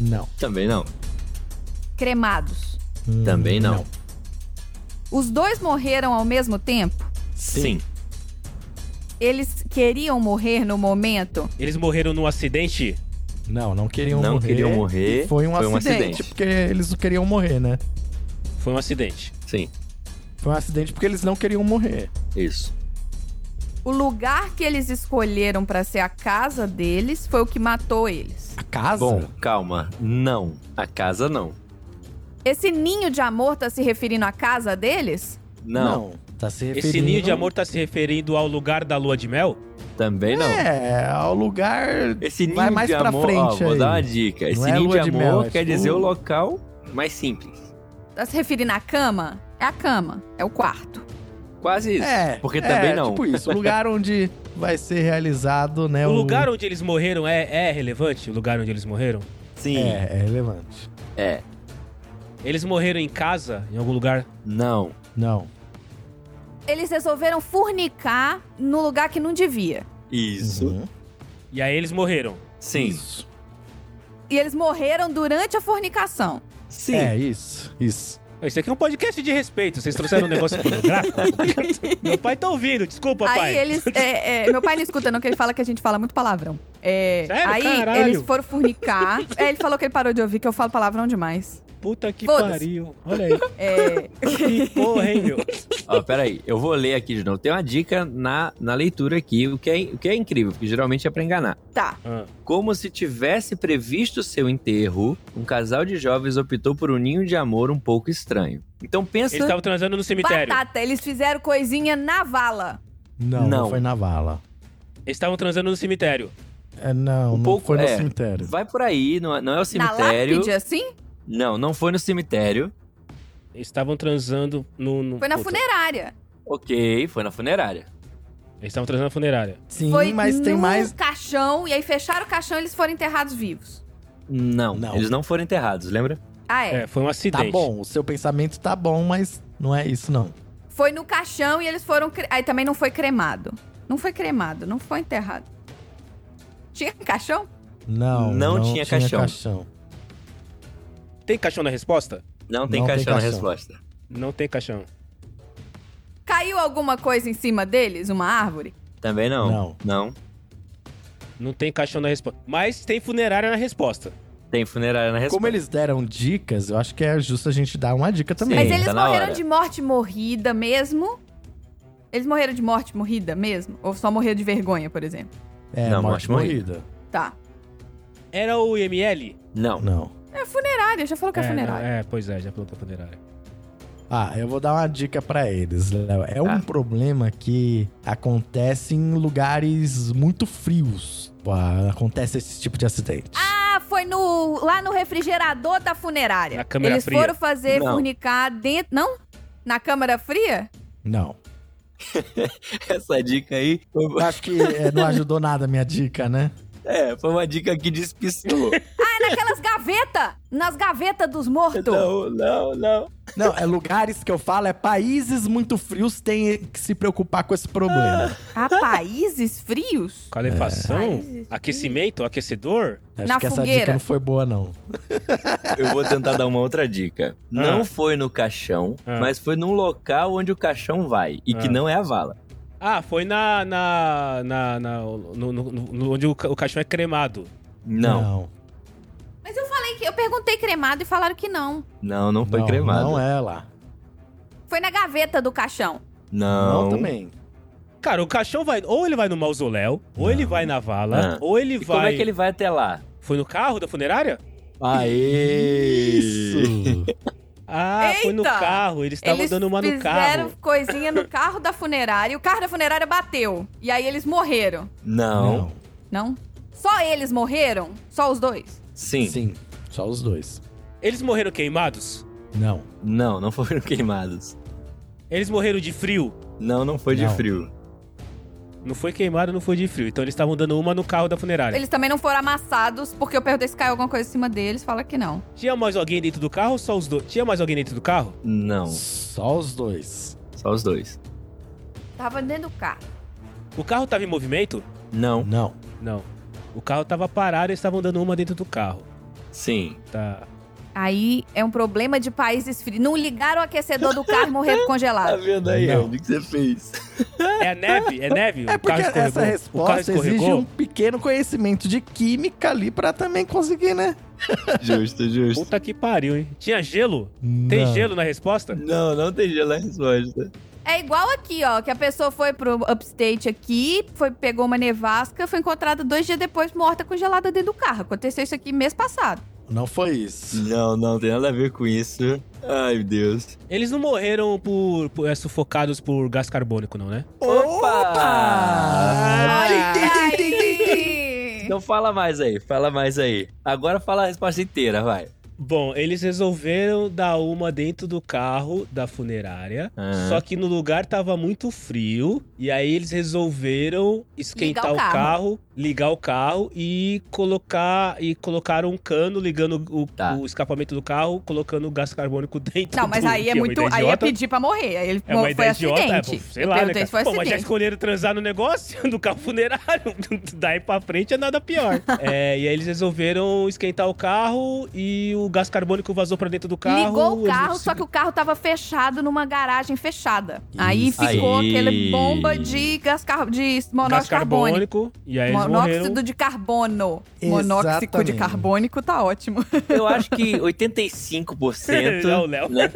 Speaker 3: Não.
Speaker 4: também não.
Speaker 2: cremados.
Speaker 4: Também não.
Speaker 2: Os dois morreram ao mesmo tempo?
Speaker 4: Sim.
Speaker 2: Eles queriam morrer no momento?
Speaker 1: Eles morreram num acidente?
Speaker 3: Não, não queriam
Speaker 4: Não
Speaker 3: morrer.
Speaker 4: queriam morrer.
Speaker 3: E Foi um,
Speaker 4: Foi um
Speaker 3: acidente,
Speaker 4: acidente.
Speaker 3: porque eles não queriam morrer, né?
Speaker 1: Foi um acidente.
Speaker 4: Sim,
Speaker 3: Foi um acidente porque eles não queriam morrer.
Speaker 4: isso.
Speaker 2: O lugar que eles escolheram pra ser a casa deles foi o que matou eles.
Speaker 3: A casa?
Speaker 4: Bom, calma. Não. A casa não.
Speaker 2: Esse ninho de amor tá se referindo à casa deles?
Speaker 4: Não,
Speaker 3: Tá se referindo...
Speaker 1: Esse ninho de amor tá se referindo ao lugar da lua de mel?
Speaker 4: também não.
Speaker 3: É, ao lugar...
Speaker 4: Esse ninho
Speaker 3: Vai mais
Speaker 4: de
Speaker 3: pra
Speaker 4: amor,
Speaker 3: frente
Speaker 4: ó, vou
Speaker 3: aí.
Speaker 4: dar uma dica. Esse
Speaker 3: Não é
Speaker 4: ninho
Speaker 3: lua
Speaker 4: de
Speaker 3: de
Speaker 4: amor
Speaker 3: mel, é
Speaker 4: quer
Speaker 3: tipo-
Speaker 4: dizer o local mais simples.
Speaker 2: Tá se referindo à cama? É a cama, é o quarto.
Speaker 4: Quase isso.
Speaker 3: É,
Speaker 4: porque
Speaker 3: é,
Speaker 4: também não.
Speaker 3: tipo isso. O lugar onde vai ser realizado, né?
Speaker 1: o lugar onde eles morreram é, é relevante? O lugar onde eles morreram?
Speaker 4: Sim. É.
Speaker 3: É, é relevante.
Speaker 1: Eles morreram em casa, em algum lugar?
Speaker 4: Não.
Speaker 3: Não.
Speaker 2: Eles resolveram fornicar no lugar que não devia.
Speaker 4: Isso.
Speaker 3: Uhum.
Speaker 1: E aí eles morreram.
Speaker 4: Sim.
Speaker 3: Isso.
Speaker 2: E eles morreram durante a fornicação.
Speaker 4: Sim.
Speaker 3: É, isso. Isso.
Speaker 1: Isso aqui é um podcast de respeito. Vocês trouxeram um
Speaker 3: <laughs>
Speaker 1: negócio pornográfico? Meu pai tá ouvindo, desculpa,
Speaker 2: Aí
Speaker 1: pai.
Speaker 2: eles. é, é, meu pai não escuta, não, que ele fala que a gente fala muito palavrão. É,
Speaker 1: Sério?
Speaker 2: Aí
Speaker 1: Caralho.
Speaker 2: eles foram fornicar. É, ele falou que ele parou de ouvir, que eu falo palavrão demais.
Speaker 1: Puta que
Speaker 6: Foda-se.
Speaker 1: pariu. Olha aí.
Speaker 6: É,
Speaker 1: Que porra, hein, meu?
Speaker 4: Ó, peraí, eu vou ler aqui de novo. Tem uma dica na, na leitura aqui, o que, é, o que é incrível, porque geralmente é pra enganar.
Speaker 2: Tá.
Speaker 1: Ah,
Speaker 4: Como se tivesse previsto seu enterro, um casal de jovens optou por um ninho de amor um pouco estranho. Então pensa.
Speaker 1: eles
Speaker 3: tá-
Speaker 1: estavam transando no cemitério.
Speaker 2: Batata, eles fizeram coisinha na vala.
Speaker 3: Não, não,
Speaker 4: Não.
Speaker 3: foi na vala.
Speaker 1: Eles estavam transando no cemitério.
Speaker 3: É, não,
Speaker 4: Um
Speaker 3: não
Speaker 4: pouco-
Speaker 3: foi no
Speaker 4: é.
Speaker 3: cemitério.
Speaker 4: Vai por aí, não é, não é o
Speaker 2: Na
Speaker 4: cemitério.
Speaker 2: lápide, assim?
Speaker 4: Não, não foi no cemitério.
Speaker 1: Eles estavam transando no. no-
Speaker 2: Foi na
Speaker 1: Um Puta.
Speaker 2: funerária.
Speaker 4: Ok, foi na funerária.
Speaker 1: Eles estavam transando na funerária.
Speaker 3: Sim,
Speaker 2: foi
Speaker 3: mas tem
Speaker 2: num
Speaker 3: mais.
Speaker 2: caixão, e aí fecharam o caixão e eles foram enterrados vivos.
Speaker 4: Não,
Speaker 3: Não.
Speaker 4: eles não foram enterrados, lembra?
Speaker 2: Ah, é.
Speaker 1: É, foi um
Speaker 3: Tá
Speaker 1: acidente.
Speaker 3: bom, o seu pensamento tá bom, mas não é isso, não.
Speaker 2: Foi no caixão e eles foram... cre- Aí também não foi cremado. Não foi cremado, não foi enterrado. Tinha um caixão?
Speaker 3: Não,
Speaker 4: Não
Speaker 3: não,
Speaker 4: tinha caixão.
Speaker 1: Tem caixão na resposta?
Speaker 4: Não tem
Speaker 3: Não tem
Speaker 4: caixão na
Speaker 3: caixão.
Speaker 4: resposta.
Speaker 1: Não tem caixão.
Speaker 2: Caiu alguma coisa em cima deles? Uma árvore?
Speaker 4: Também não.
Speaker 3: Não.
Speaker 1: Não tem caixão na resposta. Mas tem funerária na resposta.
Speaker 4: Tem funerária na resposta.
Speaker 3: Como eles deram dicas, eu acho que é justo a gente dar uma dica também.
Speaker 2: Mas
Speaker 4: Sim,
Speaker 2: eles
Speaker 4: tá na
Speaker 2: morreram
Speaker 4: hora.
Speaker 2: de morte morrida mesmo? Eles morreram de morte morrida mesmo? Ou só morreram de vergonha, por exemplo?
Speaker 3: É,
Speaker 4: Não,
Speaker 3: morte
Speaker 4: morte morrida.
Speaker 3: morrida.
Speaker 2: Tá.
Speaker 1: Era o IML?
Speaker 4: Não. <laughs>
Speaker 3: Não.
Speaker 2: Funerária, já falou que é,
Speaker 1: é,
Speaker 2: funerária.
Speaker 1: não, É, pois é, já falou que é funerária.
Speaker 3: Ah, eu vou dar uma dica pra eles, Léo. É um
Speaker 4: Ah.
Speaker 3: problema que acontece em lugares muito frios. Pô, Acontece esse tipo de acidente.
Speaker 2: Ah, foi no, lá no refrigerador da funerária.
Speaker 1: Na câmara
Speaker 2: Eles
Speaker 1: fria.
Speaker 2: foram fazer
Speaker 4: Não.
Speaker 2: fornicar dentro. Não? Na câmara fria?
Speaker 3: Não.
Speaker 4: Essa dica aí. foi-
Speaker 3: Eu acho que é, não ajudou nada a minha dica, né?
Speaker 4: É, foi uma dica que despistou.
Speaker 2: Ah,
Speaker 4: <laughs>
Speaker 2: naquelas gavetas! Nas gavetas dos mortos!
Speaker 3: Então.
Speaker 4: não, não, não.
Speaker 3: Não, é lugares que eu falo, é países muito frios têm que se preocupar com esse problema.
Speaker 4: Ah!
Speaker 2: Há países frios?
Speaker 4: É.
Speaker 1: Calefação?
Speaker 2: Mas-
Speaker 1: Aquecimento? Aquecedor?
Speaker 3: Acho
Speaker 2: Na
Speaker 3: que essa
Speaker 2: fogueira.
Speaker 3: dica não foi boa, não.
Speaker 4: Eu vou tentar dar uma outra dica.
Speaker 1: Ah.
Speaker 4: Não foi no caixão,
Speaker 1: Ah.
Speaker 4: mas foi num local onde o caixão vai e que
Speaker 1: Ah.
Speaker 4: não é a vala.
Speaker 1: Ah, foi na. na, na, na- no, no- no- onde o, ca- o caixão é cremado.
Speaker 4: Não,
Speaker 2: Mas eu falei que. Eu perguntei cremado e falaram que não.
Speaker 4: não, não, foi
Speaker 3: não,
Speaker 4: cremado.
Speaker 3: Não é lá.
Speaker 2: Foi na gaveta do caixão.
Speaker 4: Não.
Speaker 3: não também.
Speaker 1: Cara, o caixão vai. Ou ele vai no mausoléu, ou ele vai na vala,
Speaker 4: Ah.
Speaker 1: ou ele
Speaker 4: E
Speaker 1: vai.
Speaker 4: como é que ele vai até lá?
Speaker 1: Foi no carro da funerária?
Speaker 4: Aê!
Speaker 3: Isso.
Speaker 1: Ah, foi no
Speaker 2: Eita!
Speaker 1: carro. Eles estavam
Speaker 2: eles
Speaker 1: dando tá uma no
Speaker 2: fizeram
Speaker 1: carro.
Speaker 2: coisinha no carro da funerária. E o carro da funerária bateu. E aí eles morreram.
Speaker 4: Não.
Speaker 3: Não.
Speaker 2: Não? Só eles morreram? Só os dois?
Speaker 4: Sim.
Speaker 3: Sim, só os dois.
Speaker 1: Eles morreram queimados?
Speaker 3: Não.
Speaker 4: Não, não foram queimados.
Speaker 1: Eles morreram de frio?
Speaker 4: Não, não foi
Speaker 3: Não.
Speaker 4: de frio.
Speaker 1: Não foi queimado, não foi de frio. Então eles estavam dando uma no carro da funerária.
Speaker 2: Eles também não foram amassados, porque eu perguntei se caiu alguma coisa em cima deles. Fala que não.
Speaker 1: Tinha mais alguém dentro do carro ou só os dois? Tinha mais alguém dentro do carro?
Speaker 4: Não,
Speaker 3: Só os dois.
Speaker 4: só os dois.
Speaker 2: Tava dentro do carro.
Speaker 1: O carro tava em movimento?
Speaker 4: Não,
Speaker 3: Não.
Speaker 1: Não. O carro tava parado e eles estavam dando uma dentro do carro.
Speaker 4: sim.
Speaker 1: Tá.
Speaker 2: Aí é um problema de países frios. Não ligaram o aquecedor do carro e morreram congelados.
Speaker 4: vendo
Speaker 3: Não.
Speaker 4: Andy, Ah, o que você fez?
Speaker 1: É a neve? É neve?
Speaker 3: É
Speaker 1: o carro
Speaker 3: porque
Speaker 1: escorregou.
Speaker 3: essa
Speaker 1: o carro
Speaker 3: resposta
Speaker 1: escorregou.
Speaker 3: exige um pequeno conhecimento de química ali pra também conseguir, né?
Speaker 4: <laughs> Justo, justo.
Speaker 1: Puta que pariu, hein? Tinha gelo? Tem
Speaker 3: Não.
Speaker 1: gelo na resposta?
Speaker 4: Não, não tem gelo na resposta.
Speaker 2: É igual aqui, ó, que a pessoa foi pro upstate aqui, foi, pegou uma nevasca, foi encontrada dois dias depois morta congelada dentro do carro. Aconteceu isso aqui mês passado.
Speaker 3: Não foi isso.
Speaker 4: Não, não tem nada a ver com isso. Ai, meu Deus.
Speaker 1: Eles não morreram por, por- é, sufocados por gás carbônico, não, né?
Speaker 4: Opa!
Speaker 2: Aí!
Speaker 4: Então fala mais aí, fala mais aí. Agora fala a resposta inteira, vai.
Speaker 1: Bom, eles resolveram dar uma dentro do carro da funerária.
Speaker 4: Ah.
Speaker 1: Só que no lugar tava muito frio. E aí eles resolveram esquentar
Speaker 2: Ligar o
Speaker 1: o,
Speaker 2: carro.
Speaker 1: carro. ligar o carro e colocar. E colocaram um cano ligando o,
Speaker 4: Tá.
Speaker 1: o escapamento do carro, colocando o gás carbônico <laughs> dentro
Speaker 2: Não, mas
Speaker 1: do
Speaker 2: aí é
Speaker 1: que uma
Speaker 2: muito.
Speaker 1: ideia
Speaker 2: Aí é
Speaker 1: idiota.
Speaker 2: pedir pra morrer. Aí ele
Speaker 1: É
Speaker 2: mo-
Speaker 1: uma
Speaker 2: foi
Speaker 1: ideia
Speaker 2: acidente. Então, tipo
Speaker 1: idiota, é, pô, sei
Speaker 2: Eu
Speaker 1: lá, né,
Speaker 2: perguntei
Speaker 1: cara?
Speaker 2: se foi
Speaker 1: Pô, mas já
Speaker 2: acidente.
Speaker 1: escolheram transar no negócio <laughs> do carro funerário. <laughs> Daí pra frente é nada pior. <laughs> É, e aí eles resolveram esquentar o carro e o gás carbônico vazou pra dentro do carro.
Speaker 2: Ligou o
Speaker 1: eles
Speaker 2: carro,
Speaker 1: não se-
Speaker 2: só que o carro tava fechado numa garagem fechada. Aí
Speaker 3: Isso.
Speaker 2: ficou
Speaker 4: Aí.
Speaker 2: aquela bomba de gás car... de monóxido
Speaker 1: Gás
Speaker 2: carbônico.
Speaker 1: carbônico. E aí eles Eles
Speaker 8: Monóxido
Speaker 1: morreram.
Speaker 8: de carbono. Monóxido de
Speaker 3: Exatamente.
Speaker 8: carbônico tá ótimo.
Speaker 4: Eu acho que 85%.
Speaker 1: Não, Léo. <laughs>
Speaker 4: né?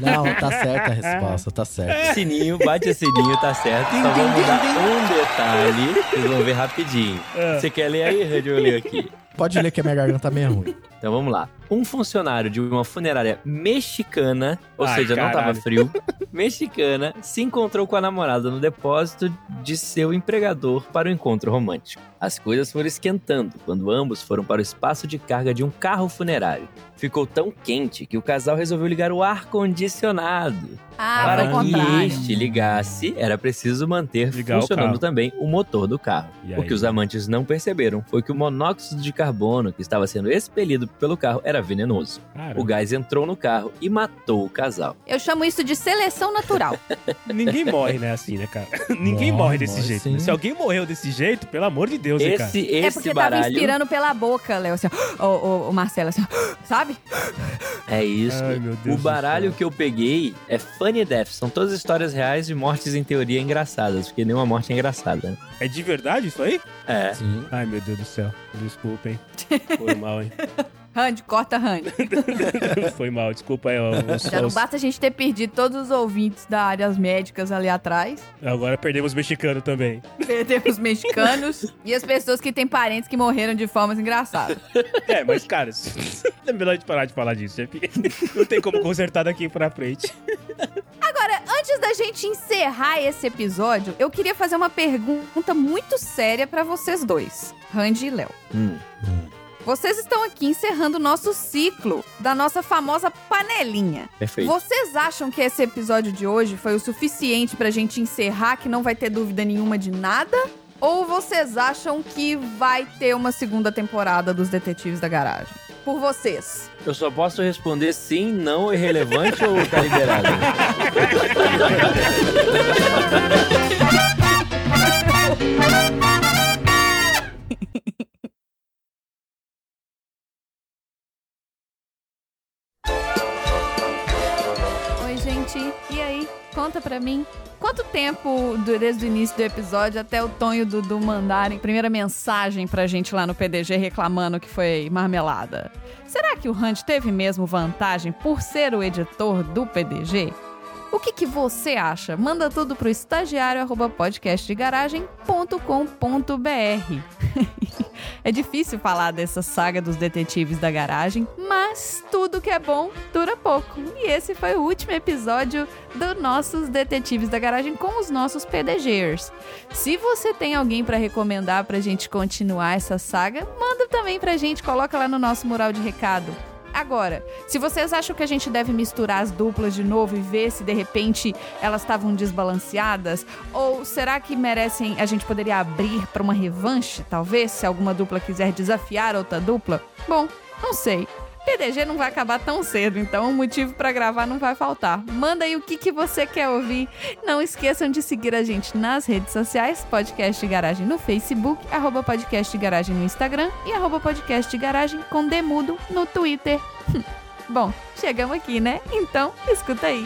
Speaker 3: Não, tá certa a resposta, tá certa.
Speaker 4: Sininho, bate o sininho, tá certo. Só vou mudar um detalhe. Vocês vão ver rapidinho.
Speaker 1: Ah. É.
Speaker 4: Você quer ler aí, Hud? Eu leio aqui.
Speaker 3: Pode ler que a minha garganta é meio ruim.
Speaker 4: Então vamos lá. Um funcionário de uma funerária mexicana, ou
Speaker 1: Ai,
Speaker 4: seja, não tava
Speaker 1: caralho. <laughs>
Speaker 4: frio, mexicana, se encontrou com a namorada no depósito de seu empregador para o encontro romântico. As coisas foram esquentando quando ambos foram para o espaço de carga de um carro funerário. Ficou tão quente que o casal resolveu ligar o ar-condicionado.
Speaker 8: Ah,
Speaker 1: Para
Speaker 8: foi
Speaker 4: para
Speaker 8: o
Speaker 1: mim,
Speaker 4: que
Speaker 8: contrário.
Speaker 4: este ligasse, era preciso manter
Speaker 1: Ligar o
Speaker 4: funcionando
Speaker 1: carro.
Speaker 4: também o motor do carro.
Speaker 1: E
Speaker 4: O
Speaker 1: aí?
Speaker 4: que os amantes não perceberam foi que o monóxido de carbono que estava sendo expelido pelo carro era venenoso.
Speaker 1: Cara,
Speaker 4: O gás entrou no carro e matou o casal.
Speaker 2: Eu chamo isso de seleção natural.
Speaker 1: ninguém morre, né, assim, né, cara? <laughs> ninguém
Speaker 3: Morre,
Speaker 1: morre desse
Speaker 3: morre,
Speaker 1: jeito.
Speaker 3: sim.
Speaker 1: né? Se alguém morreu desse jeito, pelo amor de Deus, hein, cara?
Speaker 4: <laughs> Esse,
Speaker 2: é
Speaker 4: esse
Speaker 2: porque tava
Speaker 4: baralho.
Speaker 2: inspirando pela boca, Léo. Assim, ó, o, o- o Marcelo, assim, ó, <gasps> sabe?
Speaker 4: É isso.
Speaker 1: Ai, meu Deus
Speaker 4: O
Speaker 1: do
Speaker 4: baralho
Speaker 1: céu.
Speaker 4: que eu peguei é Funny Death. São todas histórias reais de mortes em teoria engraçadas, porque nenhuma morte é engraçada. né?
Speaker 1: É de verdade isso aí?
Speaker 4: É.
Speaker 3: Sim.
Speaker 1: Ai, meu Deus do céu. <laughs> Desculpem. Foi mal, hein?
Speaker 2: Randy, corta
Speaker 4: <laughs>
Speaker 2: Randy.
Speaker 1: Foi mal. Desculpa <laughs> aí. ó, os-
Speaker 2: Já não
Speaker 1: os-
Speaker 2: basta a gente ter perdido todos os ouvintes da áreas médicas ali
Speaker 4: <laughs>
Speaker 2: atrás.
Speaker 1: Agora perdemos o mexicano também.
Speaker 2: Perdemos os mexicanos e as pessoas que têm parentes que morreram de formas engraçadas.
Speaker 1: É, mas, cara, <laughs> é melhor a gente parar de falar disso, chefe. <laughs> Não tem como consertar daqui pra frente.
Speaker 2: Agora, antes da gente encerrar esse episódio, eu queria fazer uma pergunta muito séria pra vocês dois, Randy e Léo.
Speaker 4: Hum.
Speaker 2: Vocês estão aqui encerrando o nosso ciclo da nossa famosa panelinha.
Speaker 4: Perfeito.
Speaker 2: Vocês acham que esse episódio de hoje foi o suficiente pra gente encerrar, que não vai ter dúvida nenhuma de nada? Ou vocês acham que vai ter uma segunda temporada dos Detetives da Garagem? Por vocês.
Speaker 4: Eu só posso responder sim, não, irrelevante ou tá liberado?
Speaker 2: Oi, gente. E aí? Conta pra mim. Quanto tempo, do- desde o início do episódio até o Tonho e o Dudu mandarem primeira mensagem pra gente lá no PDG reclamando que foi marmelada? Será que o Randy teve mesmo vantagem por ser o editor do PDG? O que, que você acha? Manda tudo pro estagiário.podcastdegaragem.com.br <laughs> É difícil falar dessa saga dos detetives da garagem, mas tudo que é bom dura pouco. E esse foi o último episódio dos nossos detetives da garagem com os nossos PDGers. Se você tem alguém pra recomendar pra gente continuar essa saga, manda também pra gente, coloca lá no nosso mural de recado. Agora, se vocês acham que a gente deve misturar as duplas de novo e ver se de repente elas estavam desbalanceadas, ou será que merecem? A gente poderia abrir para uma revanche, talvez, se alguma dupla quiser desafiar outra dupla? Bom, não sei. PDG não vai acabar tão cedo, então o motivo para gravar não vai faltar. Manda aí o que, que você quer ouvir. Não esqueçam de seguir a gente nas redes sociais, Podcast Garagem no Facebook, arroba Podcast Garagem no Instagram e arroba Podcast Garagem com Demudo no Twitter. <laughs> Bom, chegamos aqui, né? Então, escuta aí.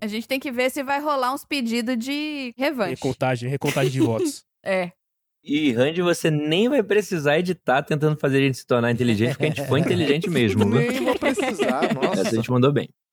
Speaker 8: A gente tem que ver se vai rolar uns pedidos de revanche.
Speaker 1: Recontagem, recontagem de votos.
Speaker 8: É.
Speaker 4: <laughs> E Randy, você nem vai precisar editar tentando fazer a gente se tornar inteligente, porque a gente foi inteligente mesmo. viu?
Speaker 3: Nem vou precisar, <laughs>
Speaker 4: Essa a
Speaker 3: nossa.
Speaker 4: gente mandou bem.